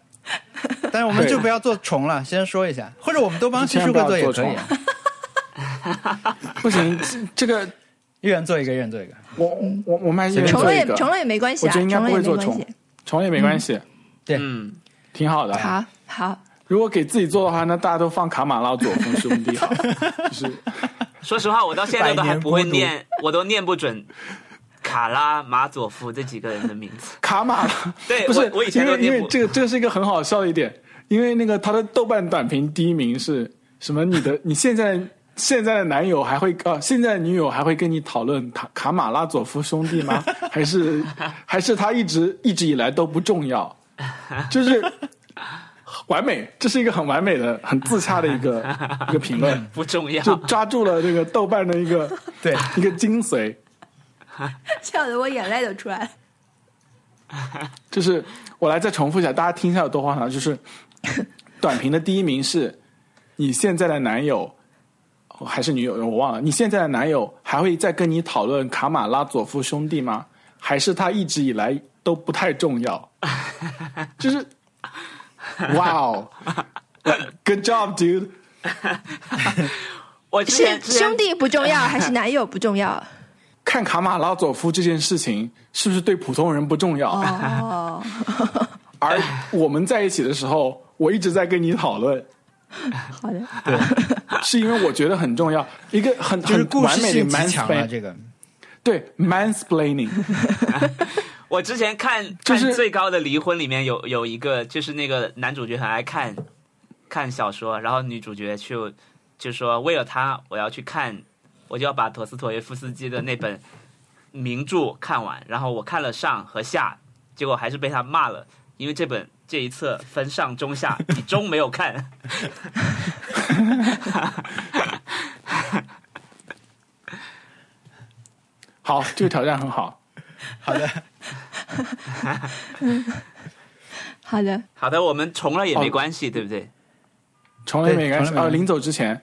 [SPEAKER 2] 但是我们就不要做重了，先说一下，或者我们都帮西施会也可以啊，
[SPEAKER 3] [laughs] 不行，这这个
[SPEAKER 2] 一人做一个，一人做一个，
[SPEAKER 3] 我我我们还是一人
[SPEAKER 4] 重
[SPEAKER 3] 做
[SPEAKER 4] 了
[SPEAKER 3] 一
[SPEAKER 4] 也
[SPEAKER 3] 个，
[SPEAKER 4] 重了也没关系
[SPEAKER 3] 我
[SPEAKER 4] 啊，
[SPEAKER 3] 觉得应该
[SPEAKER 4] 重了
[SPEAKER 3] 不
[SPEAKER 4] 也
[SPEAKER 3] 会
[SPEAKER 4] 没
[SPEAKER 3] 做
[SPEAKER 4] 关系
[SPEAKER 3] 重。，重也没关系，
[SPEAKER 1] 嗯，
[SPEAKER 3] 挺好的。
[SPEAKER 4] 好好，
[SPEAKER 3] 如果给自己做的话，那大家都放卡马拉佐夫兄弟好，就是
[SPEAKER 1] 说实话，我到现在都还不会
[SPEAKER 2] 百年孤独
[SPEAKER 1] 念，我都念不准卡拉马佐夫这几个人的名字。
[SPEAKER 3] 卡马拉。
[SPEAKER 1] [laughs] 对
[SPEAKER 3] 不是，
[SPEAKER 1] 我我以前
[SPEAKER 3] 因
[SPEAKER 1] 都
[SPEAKER 3] 为因
[SPEAKER 1] 念
[SPEAKER 3] 为
[SPEAKER 1] 不
[SPEAKER 3] 这个这个是一个很好笑的一点，因为那个他的豆瓣短评第一名是什么？你
[SPEAKER 1] [laughs]
[SPEAKER 3] 的你现在现在的男友还会呃现在的女友还会跟你讨论卡卡马拉佐夫兄弟
[SPEAKER 1] [laughs]
[SPEAKER 3] 吗？还是还是他一直一直以来都不重要？就是完美，这是一个很完美的、很自洽的一个一个
[SPEAKER 1] [laughs]
[SPEAKER 3] 评论，
[SPEAKER 1] 不重要。
[SPEAKER 3] 就抓住了这个豆瓣的一个
[SPEAKER 2] 对，
[SPEAKER 3] 一个精髓。
[SPEAKER 4] [laughs] 笑得我眼泪都出来了。
[SPEAKER 3] 就是我来再重复一下，大家听一下有多荒唐。就是短评的第一名是你现在的男友哦还是女友，我忘了。你现在的男友还会再跟你讨论卡马拉佐夫兄弟吗？还是他一直以来都不太重要？就是，哇哦，Good job, dude！
[SPEAKER 1] 我之前
[SPEAKER 4] 是
[SPEAKER 1] 之前
[SPEAKER 4] 兄弟不重要，
[SPEAKER 3] [laughs]
[SPEAKER 4] 还是男友不重要？
[SPEAKER 3] 看卡马拉佐夫这件事情是不是对普通人不重要？
[SPEAKER 4] 哦，
[SPEAKER 3] 而我们在一起的时候，我一直在跟你讨论。
[SPEAKER 4] 好的，
[SPEAKER 3] [laughs] 是因为我觉得很重要，一个很
[SPEAKER 2] 就是
[SPEAKER 3] 很
[SPEAKER 2] 故
[SPEAKER 3] 完
[SPEAKER 2] 事
[SPEAKER 3] 美的
[SPEAKER 2] 性极强啊，
[SPEAKER 3] mansplain，
[SPEAKER 2] 这个
[SPEAKER 3] 对 mansplaining，
[SPEAKER 1] 我之前看
[SPEAKER 3] 就
[SPEAKER 1] 看
[SPEAKER 3] 是
[SPEAKER 1] 《最高的离婚》里面有有一个，就是那个男主角很爱看看小说，然后女主角就就说为了他，我要去看，我就要把陀思妥耶夫斯基的那本名著看完。然后我看了上和下，结果还是被他骂了，因为这本这一册分上中下，你中没有看。
[SPEAKER 3] 好，这个挑战很好。
[SPEAKER 4] 好的，
[SPEAKER 1] 好的，我们重了也没
[SPEAKER 3] 哦
[SPEAKER 1] 关系，对不对？
[SPEAKER 3] 从来没
[SPEAKER 2] 对
[SPEAKER 3] 干
[SPEAKER 2] 从来没
[SPEAKER 3] 啊，
[SPEAKER 2] 干
[SPEAKER 3] 临走之前，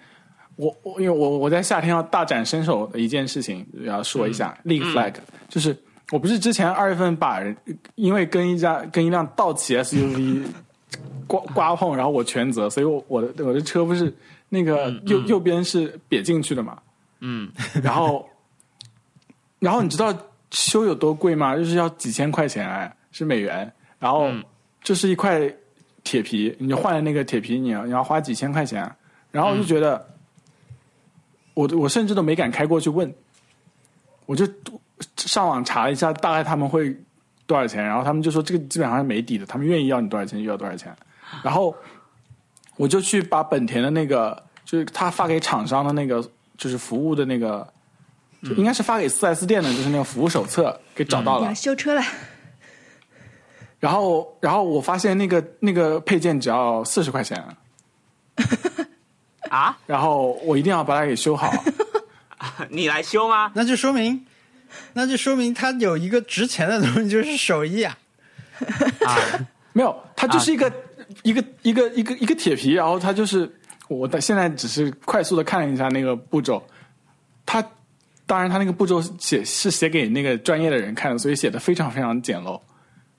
[SPEAKER 3] 我我因为我我在夏天要大展身手的一件事情要说一
[SPEAKER 2] 嗯
[SPEAKER 3] 下，立个 flag，就是我不是之前二月份把因为跟一家跟一辆道奇 SUV [laughs] 刮刮碰，然后我全责，所以我我的我的车不是那个
[SPEAKER 2] 嗯
[SPEAKER 3] 右、右边是瘪进去的嘛，
[SPEAKER 1] 嗯，
[SPEAKER 3] [laughs] 然后，然后你知道修有多贵吗？就是要几千块钱哎，是美元。然后
[SPEAKER 1] 嗯
[SPEAKER 3] 就是一块铁皮，你就换了那个铁皮，你要你要花几千块钱。然后我就觉得，我我甚至都没敢开过去问，我就上网查了一下，大概他们会多少钱，然后他们就说这个基本上是没底的，他们愿意要你多少钱就要多少钱。然后我就去把本田的那个，就是他发给厂商的那个，就是服务的那个，就应该是发给四 S 店的，就是那个服务手册给找到了。
[SPEAKER 4] 要修车了，
[SPEAKER 3] 然后，然后我发现那个那个配件只要四十块钱，
[SPEAKER 1] 啊， [laughs]
[SPEAKER 3] 然后我一定要把它给
[SPEAKER 2] [laughs]
[SPEAKER 3] 修好。
[SPEAKER 1] 你来修
[SPEAKER 3] [laughs]
[SPEAKER 1] 吗？
[SPEAKER 2] 那就说明，那就说明他有一个值钱的东西，就是手艺啊。
[SPEAKER 1] 啊，
[SPEAKER 3] 没有，它就是一个、一个一个一个一个铁皮，然后它就是我的现在只是快速的看了一下那个步骤，它当然它那个步骤写是写给那个专业的人看的，所以写的非常非常简陋，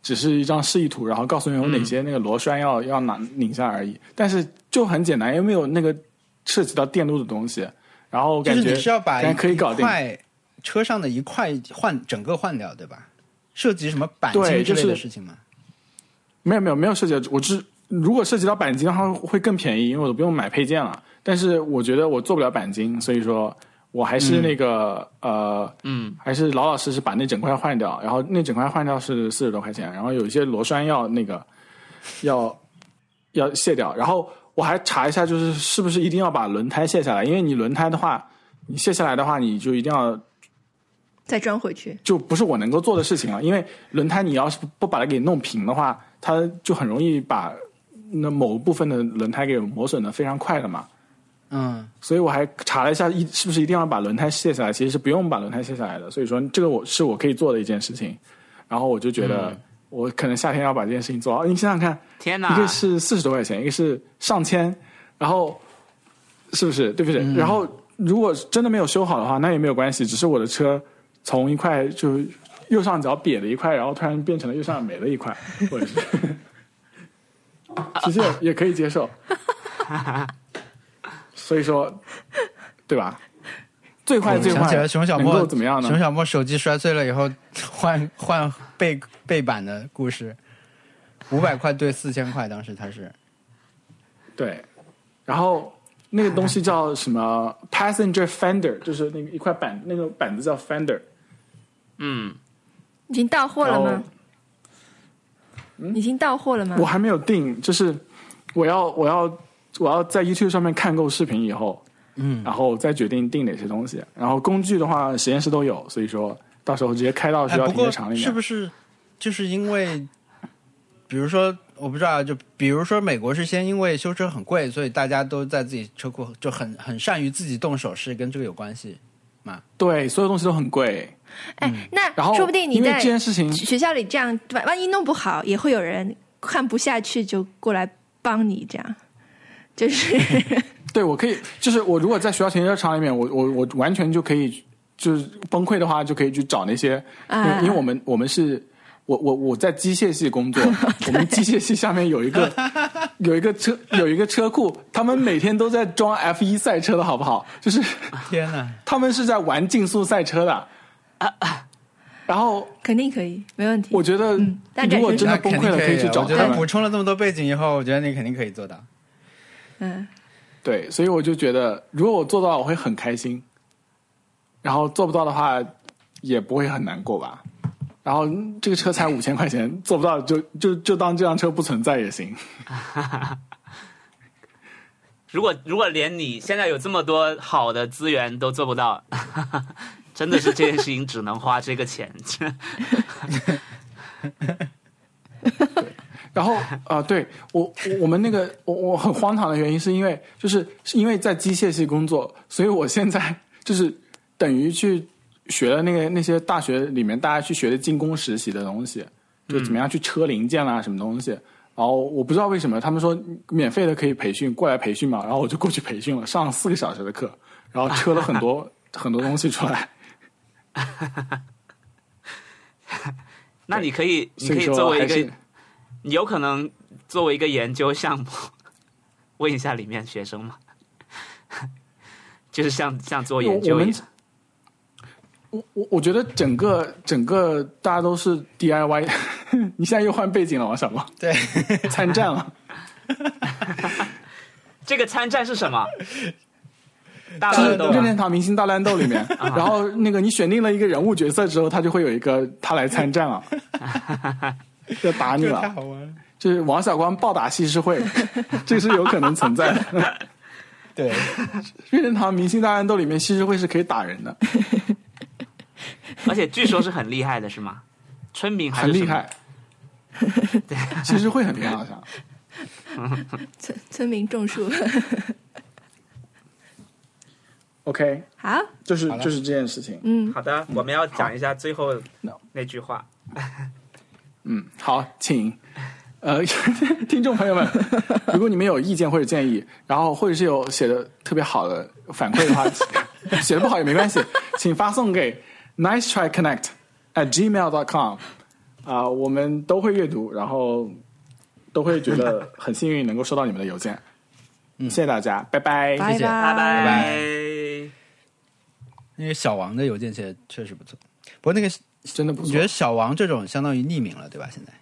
[SPEAKER 3] 只是一张示意图，然后告诉你有哪些那个螺栓要、要拿拧下而已，但是就很简单，因为没有那个涉及到电路的东西，然后
[SPEAKER 2] 就
[SPEAKER 3] 感
[SPEAKER 2] 是
[SPEAKER 3] 觉
[SPEAKER 2] 你是要把
[SPEAKER 3] 感觉可以搞
[SPEAKER 2] 一
[SPEAKER 3] 定。
[SPEAKER 2] 块车上的一块换整个换掉，对吧？涉及什么钣
[SPEAKER 3] 对
[SPEAKER 2] 金之
[SPEAKER 3] 就
[SPEAKER 2] 类的
[SPEAKER 3] 是
[SPEAKER 2] 事情吗？
[SPEAKER 3] 没有没有没有涉及到，我只如果涉及到钣金的话会更便宜，因为我都不用买配件了。但是我觉得我做不了钣金，所以说我还是那个、呃，
[SPEAKER 1] 嗯
[SPEAKER 3] 还是老老实实把那整块换掉，然后那整块换掉是四十多块钱，然后有一些螺栓要那个 [laughs] 要要卸掉，然后我还查一下，就是是不是一定要把轮胎卸下来，因为你轮胎的话，你卸下来的话，你就一定要
[SPEAKER 4] 再装回去。
[SPEAKER 3] 就不是我能够做的事情了，因为轮胎你要是不不把它给弄平的话，它就很容易把那某部分的轮胎给磨损的非常快的嘛。
[SPEAKER 2] 嗯，
[SPEAKER 3] 所以我还查了一下，一是不是一定要把轮胎卸下来？其实是不用把轮胎卸下来的。所以说，这个我是我可以做的一件事情。然后我就觉得，我可能夏天要把这件事情做好。你想想看，
[SPEAKER 1] 天
[SPEAKER 3] 一
[SPEAKER 1] 哪
[SPEAKER 3] 个！是四十多块钱，一个是上千，然后是不是对不对？然后如果真的没有修好的话，那也没有关系，只是我的车从一块就右上角瘪的一块，然后突然变成了右上角没了一块，或 [laughs] 者是其实也也可以接 [laughs] 受。所以说，对吧？最坏最
[SPEAKER 2] 想起
[SPEAKER 3] 坏
[SPEAKER 2] 来熊小
[SPEAKER 3] 能够
[SPEAKER 2] 莫
[SPEAKER 3] 怎么样呢？
[SPEAKER 2] 熊小莫手机摔碎了以后，换 [laughs] 换背背板的故事，五百块兑四千块，当时他是
[SPEAKER 3] 对，然后那个东西叫什么 passenger fender，就是那个一块板，那个板子叫 fender。
[SPEAKER 1] 嗯，
[SPEAKER 4] 已经到货
[SPEAKER 3] 然
[SPEAKER 4] 了
[SPEAKER 3] 后
[SPEAKER 4] 吗？
[SPEAKER 3] 嗯
[SPEAKER 4] 已经到货了吗
[SPEAKER 3] 我？还没有定，就是我要我要我要在 YouTube 上面看够视频以后，嗯，然后再决定定哪些东西。然后工具的话，实验室都有，所以说到时候直接开到
[SPEAKER 2] 哎，
[SPEAKER 3] 需要
[SPEAKER 2] 不
[SPEAKER 3] 停车
[SPEAKER 2] 过
[SPEAKER 3] 场里面。
[SPEAKER 2] 是不是就是因为，比如说我不知道，啊就比如说美国是先因为修车很贵，所以大家都在自己车库就很很善于自己动手，是跟这个有关系。
[SPEAKER 3] 对，所有东西都很贵。
[SPEAKER 4] 哎，那
[SPEAKER 3] 嗯然后
[SPEAKER 4] 说不定你
[SPEAKER 3] 因为
[SPEAKER 4] 在
[SPEAKER 3] 这件事情，
[SPEAKER 4] 学校里这样，万万一弄不好，也会有人看不下去就过来帮你，这样就是
[SPEAKER 3] [laughs] 对我可以，就是我如果在学校停车场里面，我我我完全就可以，就是崩溃的话就可以去找那些，因为
[SPEAKER 4] 啊
[SPEAKER 3] 因为我们我们是。我我我在机械系工作，
[SPEAKER 2] [laughs]
[SPEAKER 3] 我们机械系下面有一个有一个车有一个车库，他们每天都在装 F 一赛车的好不好？就是
[SPEAKER 2] 天哪！
[SPEAKER 3] 他们是在玩竞速赛车的，
[SPEAKER 2] 啊
[SPEAKER 3] 然后
[SPEAKER 4] 肯定可以，没问题。
[SPEAKER 3] 我觉得
[SPEAKER 4] 嗯但
[SPEAKER 3] 如果
[SPEAKER 4] 感觉
[SPEAKER 3] 真的
[SPEAKER 2] 那
[SPEAKER 3] 崩
[SPEAKER 2] 肯定
[SPEAKER 3] 溃了，
[SPEAKER 2] 可啊
[SPEAKER 3] 以去找
[SPEAKER 2] 我
[SPEAKER 3] 他
[SPEAKER 2] 觉得
[SPEAKER 3] 们
[SPEAKER 2] 补。充了这么多背景以后，我觉得你肯定可以做到。
[SPEAKER 4] 嗯，
[SPEAKER 3] 对，所以我就觉得，如果我做到，我会很开心；然后做不到的话，也不会很难过吧。然后嗯这个车才五千块钱，做不到就就就当这辆车不存在也行。
[SPEAKER 1] 如果如果连你现在有这么多好的资源都做不到， [laughs] 真的是这件事情只能花这个钱。 [laughs]
[SPEAKER 3] 然后啊、呃对我我我们那个我我很荒唐的原因是因为就是是因为在机械系工作，所以我现在就是等于去学了那个那些大学里面大家去学的进攻实习的东西，就怎么
[SPEAKER 1] 嗯
[SPEAKER 3] 样去车零件啊啦、什么东西。然后我不知道为什么他们说免费的可以培训，过来培训嘛，然后我就过去培训了，上了四个小时的课，然后车了很
[SPEAKER 1] [laughs]
[SPEAKER 3] 多很多东西出来。
[SPEAKER 1] 那你可以，你
[SPEAKER 3] 所
[SPEAKER 1] 可
[SPEAKER 3] 以
[SPEAKER 1] 以
[SPEAKER 3] 说
[SPEAKER 1] 作为
[SPEAKER 3] 还
[SPEAKER 1] 一
[SPEAKER 3] 是
[SPEAKER 1] 个，你有可能作为一个研究项目， [laughs] 问一下里面学生嘛， [laughs] 就是像像做研
[SPEAKER 3] 我
[SPEAKER 1] 究
[SPEAKER 3] 我
[SPEAKER 1] 一
[SPEAKER 3] 们
[SPEAKER 1] 样。
[SPEAKER 3] 我我我觉得整个整个大家都是 DIY，你 [laughs] 现在又换背景了，王小光。
[SPEAKER 2] 对，
[SPEAKER 3] 参战了。
[SPEAKER 1] 这个参战是什
[SPEAKER 3] [laughs]
[SPEAKER 1] 么？大
[SPEAKER 3] 就是
[SPEAKER 1] 乱斗啊
[SPEAKER 3] 任天
[SPEAKER 1] 吗？
[SPEAKER 3] 堂明星大乱斗里面， [laughs] 然后那个你选定了一个人物角色之后，他就会有一个他来参战了，
[SPEAKER 1] [laughs]
[SPEAKER 3] 要打
[SPEAKER 2] [laughs]
[SPEAKER 3] 你
[SPEAKER 2] 这个太
[SPEAKER 3] 啊了。
[SPEAKER 2] 好玩了。
[SPEAKER 3] 就是王小光暴打西施惠，这是有可能存在的。
[SPEAKER 2] 对，
[SPEAKER 3] 任天堂明星大乱斗里面，西施惠是可以打人的，
[SPEAKER 1] 而且据说是很厉害的，是吗？村民还
[SPEAKER 3] 很
[SPEAKER 1] 是
[SPEAKER 3] 厉
[SPEAKER 1] 什么 [laughs]
[SPEAKER 3] 害。西施惠很厉害，好像。
[SPEAKER 4] 村村民
[SPEAKER 3] [laughs]
[SPEAKER 4] 种树，
[SPEAKER 3] OK，
[SPEAKER 4] 好，
[SPEAKER 3] 就是
[SPEAKER 2] 好了
[SPEAKER 3] 就是这件事情。
[SPEAKER 4] 嗯，
[SPEAKER 1] 好的，我们要讲一下最后
[SPEAKER 3] No
[SPEAKER 1] 那句话。
[SPEAKER 3] 嗯，好，请呃， [laughs] 听众朋友 [laughs] 们，如果你们有意见或者建议，然后或者是有写的特别好的反馈的话， [laughs] 请写的不好也没关系，请发送给 nice try connect at gmail dot com 啊、我们都会阅读，然后都会觉得很幸运能够收到你们的邮件。谢谢大家，拜嗯拜。
[SPEAKER 4] 拜
[SPEAKER 2] 谢
[SPEAKER 1] 拜
[SPEAKER 2] 拜拜那个小王的邮件写确实不错，不过那个
[SPEAKER 3] 真的不
[SPEAKER 2] 你
[SPEAKER 3] 错
[SPEAKER 2] 觉得。小王这种相当于匿名了，对吧？现在